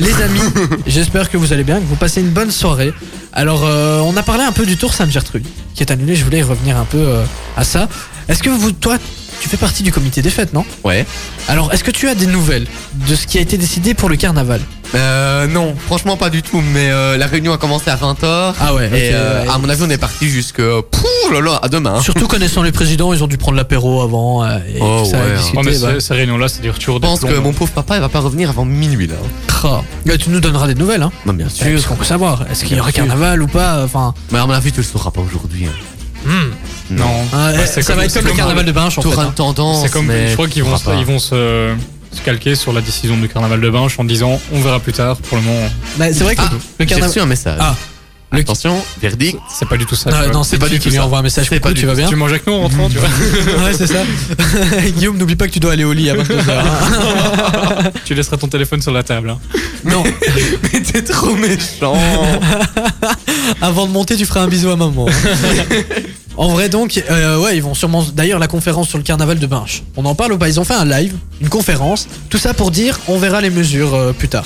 Speaker 1: Les amis, j'espère que vous allez bien, que vous passez une bonne soirée. Alors, euh, on a parlé un peu du Tour Sainte-Gertrude, qui est annulé. Je voulais y revenir un peu euh, à ça. Est-ce que vous, toi, tu fais partie du comité des fêtes, non
Speaker 7: Ouais.
Speaker 1: Alors, est-ce que tu as des nouvelles de ce qui a été décidé pour le carnaval
Speaker 7: Euh, non, franchement pas du tout, mais euh, la réunion a commencé à 20h.
Speaker 1: Ah ouais,
Speaker 7: Et
Speaker 1: ok,
Speaker 7: euh,
Speaker 1: ouais.
Speaker 7: à mon avis, on est parti jusque. euh, Pouh, lolo, à demain. hein.
Speaker 1: Surtout connaissant les présidents, ils ont dû prendre l'apéro avant euh, et
Speaker 7: Oh,
Speaker 1: ça
Speaker 7: ouais.
Speaker 1: a
Speaker 2: Oh, mais
Speaker 1: discuté. bah.
Speaker 2: ces- ces réunions-là, c'est des retours hein.
Speaker 7: Je pense que mon pauvre papa, il va pas revenir avant minuit là. hein.
Speaker 1: Cra. Bah, tu nous donneras des nouvelles, hein.
Speaker 7: Non, bien
Speaker 1: Eh,
Speaker 7: sûr.
Speaker 1: Parce qu'on peut savoir, est-ce qu'il y
Speaker 7: Bien
Speaker 1: aura
Speaker 7: sûr.
Speaker 1: carnaval ou pas Enfin,
Speaker 7: Mais à mon avis, tu le sauras pas aujourd'hui. hein.
Speaker 2: Non.
Speaker 7: Ah,
Speaker 1: hein,
Speaker 2: Ouais,
Speaker 1: eh,
Speaker 2: c'est
Speaker 1: ça va être
Speaker 2: c'est
Speaker 1: comme le carnaval de Binche en fait.
Speaker 7: T'auras une
Speaker 1: hein.
Speaker 7: tendance.
Speaker 2: C'est comme,
Speaker 7: mais
Speaker 2: je crois
Speaker 7: tu
Speaker 2: qu'ils vont,
Speaker 7: sauras
Speaker 2: se-
Speaker 7: pas.
Speaker 2: ils vont se, se calquer sur la décision du carnaval de Binche en disant on verra plus tard. Pour le moment,
Speaker 1: Bah, c'est vrai que
Speaker 7: Ah,
Speaker 1: le
Speaker 7: J'ai
Speaker 1: carnaval.
Speaker 7: reçu un message.
Speaker 1: Ah. Le-
Speaker 7: Attention, verdict.
Speaker 2: c'est pas du tout ça. tu
Speaker 1: Non,
Speaker 2: vois.
Speaker 1: non, c'est
Speaker 7: pas
Speaker 1: pas
Speaker 7: du
Speaker 1: du
Speaker 7: tout
Speaker 1: qui lui
Speaker 7: ça.
Speaker 1: envoie un message.
Speaker 7: C'est
Speaker 1: Coucou,
Speaker 7: pas du
Speaker 1: tu vas bien
Speaker 2: tu manges avec nous en rentrant, tu vois.
Speaker 1: Ouais, c'est ça. Guillaume, n'oublie pas que hein. tu dois aller au lit à 22h.
Speaker 2: tu laisseras ton téléphone sur la table. hein.
Speaker 1: Non,
Speaker 7: Mais t'es trop méchant.
Speaker 1: avant de monter, tu feras un bisou à maman. hein. En vrai, donc, euh, ouais, ils vont sûrement. D'ailleurs, la conférence sur le carnaval de Binche. On en parle ou pas Ils ont fait un live, une conférence. Tout ça pour dire, on verra les mesures euh, plus tard.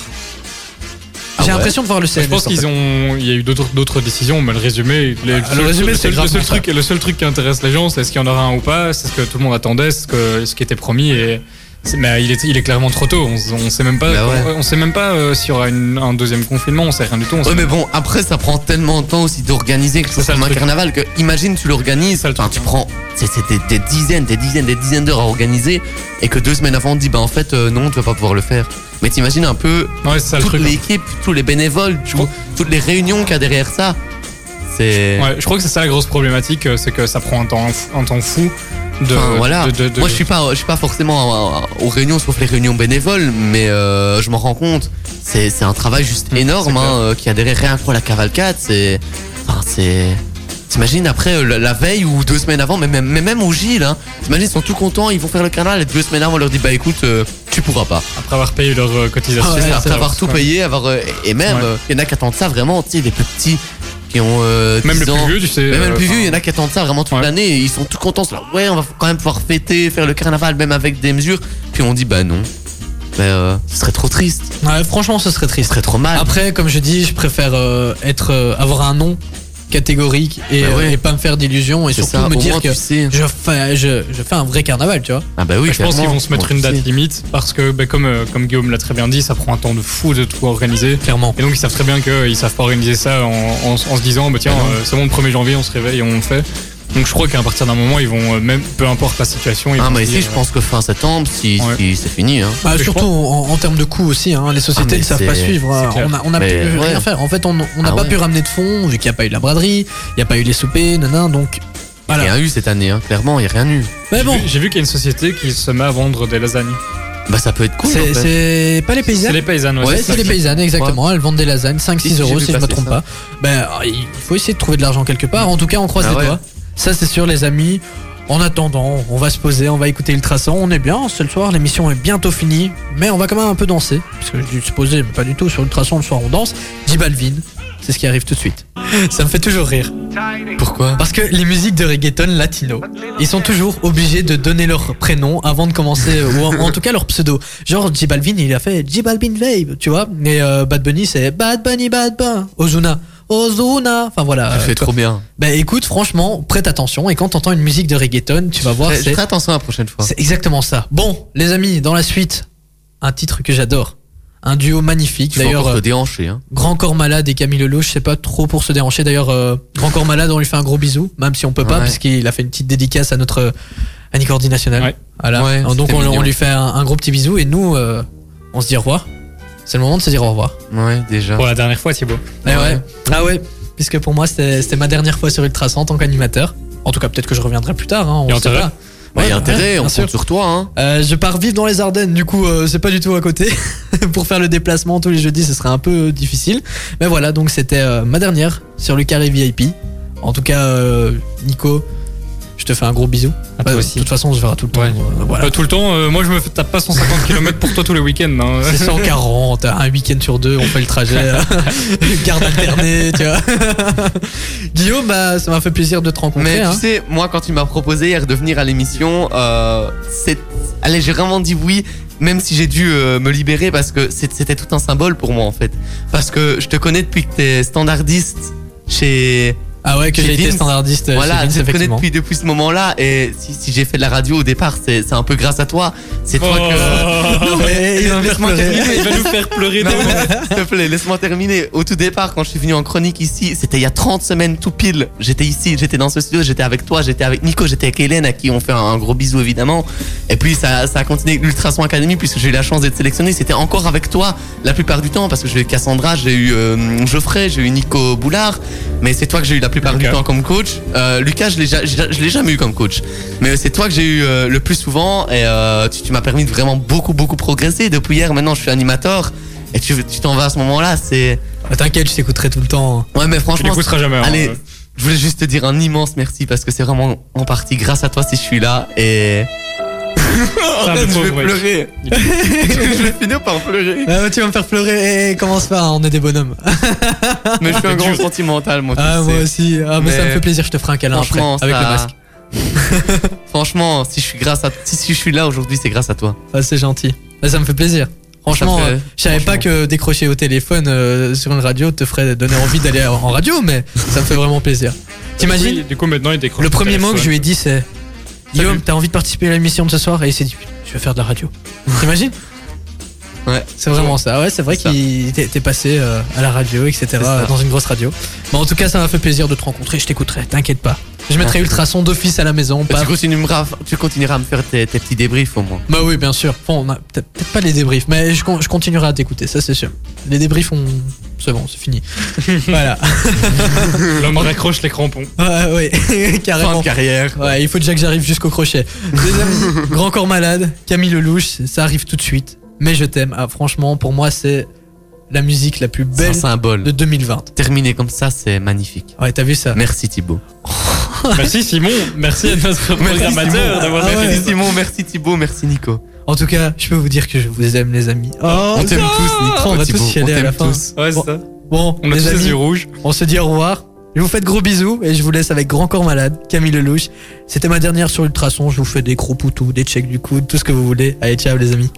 Speaker 7: Ah
Speaker 1: J'ai
Speaker 7: ouais
Speaker 1: l'impression de voir le CNS.
Speaker 2: je pense
Speaker 1: en fait.
Speaker 2: qu'ils ont, il y a eu d'autres d'autres décisions, mais Bah, le résumé, les-
Speaker 1: le résumé, c'est
Speaker 2: seul, le
Speaker 1: gravement
Speaker 2: seul
Speaker 1: ça.
Speaker 2: truc, le seul truc qui intéresse les gens, c'est est-ce qu'il y en aura un ou pas, c'est ce que tout le monde attendait, c'est ce que ce qui était promis et. c'est- Mais il est, il est clairement trop tôt. On, s- on sait même pas.
Speaker 7: Bah ouais.
Speaker 2: on, on sait même pas euh, s'il y aura une- un deuxième confinement. On sait rien du tout. on sait
Speaker 7: Ouais, mais bon, après, ça prend tellement de temps aussi d'organiser quelque chose
Speaker 2: ça, le
Speaker 7: comme un
Speaker 2: truc.
Speaker 7: carnaval que, imagine, tu l'organises,
Speaker 2: Ça, le
Speaker 7: enfin,
Speaker 2: truc,
Speaker 7: tu
Speaker 2: hein.
Speaker 7: prends c'est c'est des, des dizaines, des dizaines, des dizaines d'heures à organiser et que deux semaines avant, on te dit, bah en fait, euh, non, tu vas pas pouvoir le faire. Mais t'imagines un peu
Speaker 2: Ouais, c'est ça le
Speaker 7: toute
Speaker 2: truc. hein.
Speaker 7: l'équipe, tous les bénévoles, tout-
Speaker 2: crois-
Speaker 7: toutes les réunions qu'il y a derrière ça. C'est.
Speaker 2: Ouais, je crois que c'est ça la grosse problématique, euh, c'est que ça prend un temps, un temps fou de.
Speaker 7: Enfin, voilà.
Speaker 2: de- de- de-
Speaker 7: Moi, je suis pas, je suis pas forcément à- à- aux réunions, sauf les réunions bénévoles, mais euh, je m'en rends compte. C'est, c'est un travail
Speaker 2: Mm,
Speaker 7: juste énorme hein, euh, qu'il y a derrière rien que pour la cavalcade. C'est, enfin, c'est. T'imagines après euh, la, la veille ou deux semaines avant, mais même, mais même au Gilles, hein, t'imagines, ils sont tout contents, ils vont faire le carnaval et deux semaines avant, on leur dit bah écoute, euh, tu pourras pas.
Speaker 2: après avoir payé leur euh, cotisation.
Speaker 1: Ah ouais,
Speaker 7: C'est ça,
Speaker 2: ça
Speaker 7: après
Speaker 2: va,
Speaker 7: avoir tout
Speaker 2: ouais.
Speaker 7: payé, avoir euh, et et même,
Speaker 2: Ouais.
Speaker 7: euh, il y en a qui attendent ça vraiment, tu sais, les plus petits qui ont euh,
Speaker 2: Même
Speaker 7: 10
Speaker 2: le plus
Speaker 7: ans.
Speaker 2: vieux, tu sais.
Speaker 7: Mais même
Speaker 2: euh,
Speaker 7: plus vieux, il y en
Speaker 2: enfin,
Speaker 7: a qui attendent ça vraiment toute
Speaker 2: Ouais.
Speaker 7: l'année et ils sont tout contents. c'est là, ouais, on va quand même pouvoir fêter, faire le carnaval, même avec des mesures. Puis on dit, bah non. Bah, euh, ce serait trop triste.
Speaker 1: Ouais, franchement, ce serait
Speaker 7: Ce
Speaker 1: triste.
Speaker 7: serait trop mal.
Speaker 1: Après, comme je dis, je préfère euh, être, euh, avoir un nom catégorique et,
Speaker 7: Bah ouais.
Speaker 1: euh, et pas me faire d'illusions et
Speaker 7: c'est
Speaker 1: surtout
Speaker 7: ça,
Speaker 1: me
Speaker 7: au
Speaker 1: dire
Speaker 7: moins,
Speaker 1: que
Speaker 7: tu sais.
Speaker 1: je fais, je, je fais un vrai carnaval, tu vois.
Speaker 7: Ah bah oui,
Speaker 2: je pense qu'ils
Speaker 7: clairement.
Speaker 2: vont se
Speaker 7: Au
Speaker 2: mettre
Speaker 7: moins,
Speaker 2: une
Speaker 7: tu
Speaker 2: date
Speaker 7: sais.
Speaker 2: limite parce que, bah, comme, euh, comme Guillaume l'a très bien dit, ça prend un temps de fou de tout organiser.
Speaker 1: Clairement.
Speaker 2: Et donc ils savent très bien qu'ils savent pas organiser ça en, en- en se disant bah,
Speaker 7: Ah
Speaker 2: tiens euh, c'est bon le 1er janvier on se réveille et on le fait. Donc je crois qu'à partir d'un moment ils vont euh, même peu importe la situation. Ils
Speaker 7: Ah,
Speaker 2: vont
Speaker 7: mais
Speaker 2: se
Speaker 7: ici,
Speaker 2: dire,
Speaker 7: je pense que fin septembre, si,
Speaker 2: Ouais.
Speaker 7: si c'est fini. Hein.
Speaker 1: Bah,
Speaker 2: Mais je
Speaker 1: surtout en, en termes de coûts aussi, hein, les sociétés
Speaker 7: Ah, mais
Speaker 1: ne savent pas
Speaker 7: c'est-
Speaker 1: suivre.
Speaker 2: c'est
Speaker 1: euh,
Speaker 2: clair.
Speaker 1: On a, on a pu
Speaker 7: Mais ouais.
Speaker 1: rien faire. En fait, on n'a
Speaker 7: Ah
Speaker 1: pas
Speaker 7: ouais.
Speaker 1: pu ramener de fonds vu qu'il n'y a pas eu de la braderie, il n'y a pas eu les soupers, nanan. Donc,
Speaker 7: Il y a
Speaker 1: voilà.
Speaker 7: rien eu cette année, hein. clairement, il y a rien eu.
Speaker 1: Mais
Speaker 2: J'ai
Speaker 1: bon,
Speaker 2: vu- J'ai vu qu'il y a une société qui se met à vendre des lasagnes.
Speaker 7: Bah ça peut être cool. en
Speaker 1: c'est
Speaker 7: fait.
Speaker 1: c'est pas les
Speaker 2: C'est
Speaker 1: paysanes.
Speaker 2: les paysannes. ouais,
Speaker 7: Ouais,
Speaker 2: c'est
Speaker 1: C'est
Speaker 2: ça.
Speaker 1: les paysannes, exactement. Elles vendent des lasagnes,
Speaker 7: Si,
Speaker 1: 5-6
Speaker 7: si,
Speaker 1: euros
Speaker 7: j'ai
Speaker 1: si
Speaker 7: vu
Speaker 1: je me
Speaker 7: passer
Speaker 1: trompe
Speaker 7: ça.
Speaker 1: pas. Ben, il faut essayer de trouver de l'argent quelque part. En tout cas, on croise
Speaker 7: Ah
Speaker 1: les
Speaker 7: ouais.
Speaker 1: doigts. Ça, c'est sûr, les amis. En attendant, on va se poser, on va écouter Ultrason. On est bien ce soir, l'émission est bientôt finie. Mais on va quand même un peu danser. Parce que je dis se poser, mais pas du tout. Sur Ultrason, le soir, on danse. J Balvin, c'est ce qui arrive tout de suite. Ça me fait toujours rire.
Speaker 7: Pourquoi
Speaker 1: Parce que les musiques de reggaeton latino, ils sont toujours obligés de donner leur prénom avant de commencer, euh, ou en, en tout cas leur pseudo. Genre J Balvin, il a fait J Balvin Vape, tu vois. Et euh, Bad Bunny, c'est Bad Bunny, Bad Bunny. Ozuna. Ozuna. Enfin voilà.
Speaker 7: Ça fait
Speaker 1: Euh,
Speaker 7: trop bien.
Speaker 1: Bah écoute, franchement, prête attention. Et quand t'entends une musique de reggaeton, tu vas voir,
Speaker 7: Je
Speaker 1: c'est
Speaker 7: ferai attention la prochaine fois.
Speaker 1: c'est exactement ça. Bon, les amis, dans la suite, un titre que j'adore. Un duo magnifique.
Speaker 7: Tu vas
Speaker 1: D'ailleurs,
Speaker 7: encore te
Speaker 1: euh,
Speaker 7: déhancher. Hein.
Speaker 1: Grand Corps Malade et Camille Lelouch, je sais pas trop pour se déhancher. D'ailleurs, euh, Grand Corps Malade, on lui fait un gros bisou, même si on peut pas,
Speaker 7: Ouais.
Speaker 1: puisqu'il a fait une petite dédicace à notre euh, à Nicordie National.
Speaker 2: Ouais.
Speaker 1: Voilà.
Speaker 7: Ouais,
Speaker 1: Donc
Speaker 7: c'était
Speaker 1: on,
Speaker 7: mignon.
Speaker 1: on lui fait un, un gros petit bisou et nous, euh, on se dit au revoir. C'est le moment de se dire au revoir.
Speaker 7: Ouais, déjà.
Speaker 2: Pour la dernière fois Thibaut.
Speaker 1: Eh
Speaker 7: Ouais.
Speaker 1: ouais. Ah ouais. Puisque pour moi, c'était c'était ma dernière fois sur Ultrason en tant qu'animateur. En tout cas, peut-être que je reviendrai plus tard. Hein,
Speaker 2: Y
Speaker 1: on
Speaker 2: a
Speaker 1: sait
Speaker 2: intérêt.
Speaker 1: pas.
Speaker 7: Bah, il y a
Speaker 1: Ouais, ouais,
Speaker 7: intérêt, on
Speaker 1: bien sûr.
Speaker 7: compte sur toi. Hein.
Speaker 1: Euh, je pars vivre dans les Ardennes, du coup euh, c'est pas du tout à côté. Pour faire le déplacement tous les jeudis, ce serait un peu euh, difficile. Mais voilà, donc c'était euh, ma dernière sur le carré VIP. En tout cas, euh, Nico, je te fais un gros bisou.
Speaker 2: À toi
Speaker 1: Bah,
Speaker 2: aussi.
Speaker 1: De toute façon, on se verra tout le temps.
Speaker 2: Ouais.
Speaker 1: euh, voilà.
Speaker 2: Euh, tout le temps, euh, moi je me fais- tape pas 150 km pour toi tous les week-ends. hein.
Speaker 1: C'est 140, un week-end sur deux, on fait le trajet, euh, garde alternée, tu vois. Guillaume, bah, ça m'a fait plaisir de te rencontrer.
Speaker 7: Mais
Speaker 1: hein.
Speaker 7: tu sais, moi, quand il m'a proposé hier de venir à l'émission, euh, c'est- allez, j'ai vraiment dit oui, même si j'ai dû euh, me libérer parce que c'est- c'était tout un symbole pour moi en fait. Parce que je te connais depuis que t'es standardiste chez
Speaker 1: Ah ouais, que
Speaker 7: Chez
Speaker 1: j'ai été
Speaker 7: Vince.
Speaker 1: standardiste euh,
Speaker 7: Voilà,
Speaker 1: chez Vince,
Speaker 7: je te connais
Speaker 1: effectivement.
Speaker 7: depuis, depuis ce moment-là et si, si j'ai fait de la radio au départ, c'est c'est un peu grâce à toi. C'est toi que.
Speaker 1: Non, mais Oh. Eh, il va me faire
Speaker 7: Laisse-moi
Speaker 1: pleurer.
Speaker 7: terminer.
Speaker 2: Il va nous faire pleurer.
Speaker 7: Non, mais, S'il te plaît, laisse-moi terminer. Au tout départ, quand je suis venu en chronique ici, c'était il y a 30 semaines tout pile. J'étais ici, j'étais dans ce studio, j'étais avec toi, j'étais avec Nico, j'étais avec Hélène, à qui on fait un, un gros bisou évidemment. Et puis ça, ça a continué avec l'Ultrason Academy, puisque j'ai eu la chance d'être sélectionné. C'était encore avec toi la plupart du temps, parce que j'ai eu Cassandra, j'ai eu euh, Geoffrey, j'ai eu Nico Boulard. Mais c'est toi que j'ai eu la plupart
Speaker 2: Lucas.
Speaker 7: du temps comme coach. Euh, Lucas, je l'ai ja- je l'ai- je l'ai jamais eu comme coach. Mais c'est toi que j'ai eu euh, le plus souvent et euh, tu, tu m'as permis de vraiment beaucoup, beaucoup progresser. Depuis hier, maintenant, je suis animateur. Et tu tu t'en vas à ce moment-là, c'est.
Speaker 1: Ah, T'inquiète, je t'écouterai tout le temps. hein.
Speaker 7: Ouais, mais
Speaker 2: Tu
Speaker 7: franchement.
Speaker 2: l'écouteras jamais. hein.
Speaker 7: Allez,
Speaker 1: euh.
Speaker 7: je voulais juste te dire un immense merci parce que c'est vraiment en partie grâce à toi si je suis là et.
Speaker 2: Putain, le
Speaker 7: je vais
Speaker 2: pauvre, ouais.
Speaker 7: pleurer. je vais finir par pleurer.
Speaker 1: Ah, tu vas me faire pleurer. Eh, commence pas, hein, on est des bonhommes.
Speaker 7: Mais je suis un grand sentimental, moi. tu
Speaker 1: Ah,
Speaker 7: le
Speaker 1: moi
Speaker 7: sais.
Speaker 1: aussi. Ah, mais, ça me
Speaker 7: Mais
Speaker 1: fait plaisir, je te ferai un câlin après,
Speaker 7: Franchement,
Speaker 1: avec le
Speaker 7: ça-
Speaker 1: masque.
Speaker 7: Franchement, si je suis grâce à si, si je suis là aujourd'hui, c'est grâce à toi.
Speaker 1: Ah, c'est gentil. Ah, ça me fait plaisir. Franchement,
Speaker 7: Ça me fait-
Speaker 1: euh, je savais
Speaker 7: franchement.
Speaker 1: pas que décrocher au téléphone euh, sur une radio te ferait donner envie d'aller en en radio, mais ça me fait vraiment plaisir. T'imagines
Speaker 2: Oui, Du coup, maintenant, il décroche.
Speaker 1: Le premier mot que je lui ai
Speaker 2: téléphone.
Speaker 1: dit, c'est Guillaume, t'as envie de participer à l'émission de ce soir Et il s'est dit, je vais faire de la radio. T'imagines
Speaker 7: Ouais.
Speaker 1: C'est vraiment ça. Ouais, c'est vrai
Speaker 7: C'est ça.
Speaker 1: qu'il était était passé euh, à la radio, etc.
Speaker 7: ça.
Speaker 1: Dans une grosse radio. Mais en tout cas, ça m'a fait plaisir de te rencontrer. Je t'écouterai, t'inquiète pas. Je mettrai
Speaker 7: Merci.
Speaker 1: ultrason d'office à la maison.
Speaker 7: Bah,
Speaker 1: paf.
Speaker 7: tu, continueras, tu continueras à me faire tes, tes petits débriefs au moins.
Speaker 1: Bah oui, bien sûr. Bon, on a peut-être peut-être pas les débriefs, mais je, con- je continuerai à t'écouter, ça c'est sûr. Les débriefs, on... c'est bon, c'est fini. voilà.
Speaker 2: L'homme raccroche les crampons.
Speaker 1: Ouais, ouais,
Speaker 7: Fin
Speaker 1: carrément.
Speaker 7: de carrière.
Speaker 1: Ouais, il faut déjà que j'arrive jusqu'au crochet. Les amis, Grand Corps Malade, Camille Lelouch, ça arrive tout de suite. Mais je t'aime. Ah, franchement, pour moi, c'est la musique la plus
Speaker 7: C'est un
Speaker 1: belle
Speaker 7: symbole.
Speaker 1: de 2020.
Speaker 7: Terminer comme ça, c'est magnifique.
Speaker 1: Ouais, t'as vu ça
Speaker 7: Merci Thibaut.
Speaker 2: Merci Bah, Simon, merci à notre
Speaker 1: Simon.
Speaker 2: programmateur d'avoir
Speaker 1: Ah ouais.
Speaker 7: Merci Simon, merci Thibaut, merci Nico.
Speaker 1: En tout cas, je peux vous dire que je vous aime, les amis. Oh,
Speaker 7: on t'aime
Speaker 1: non
Speaker 7: tous, Nico.
Speaker 1: On va tous
Speaker 7: Thibaut.
Speaker 1: chialer à
Speaker 7: t'aime
Speaker 1: la fin.
Speaker 7: tous.
Speaker 2: Ouais, c'est ça.
Speaker 1: Bon,
Speaker 2: On a
Speaker 1: les
Speaker 2: tous les
Speaker 1: amis,
Speaker 2: yeux rouges.
Speaker 1: On se dit au revoir. Je vous fais de gros bisous et je vous laisse avec Grand Corps Malade, Camille Lelouch. C'était ma dernière sur Ultrason. Je vous fais des gros poutous, des checks du coude, tout ce que vous voulez. Allez, ciao les amis.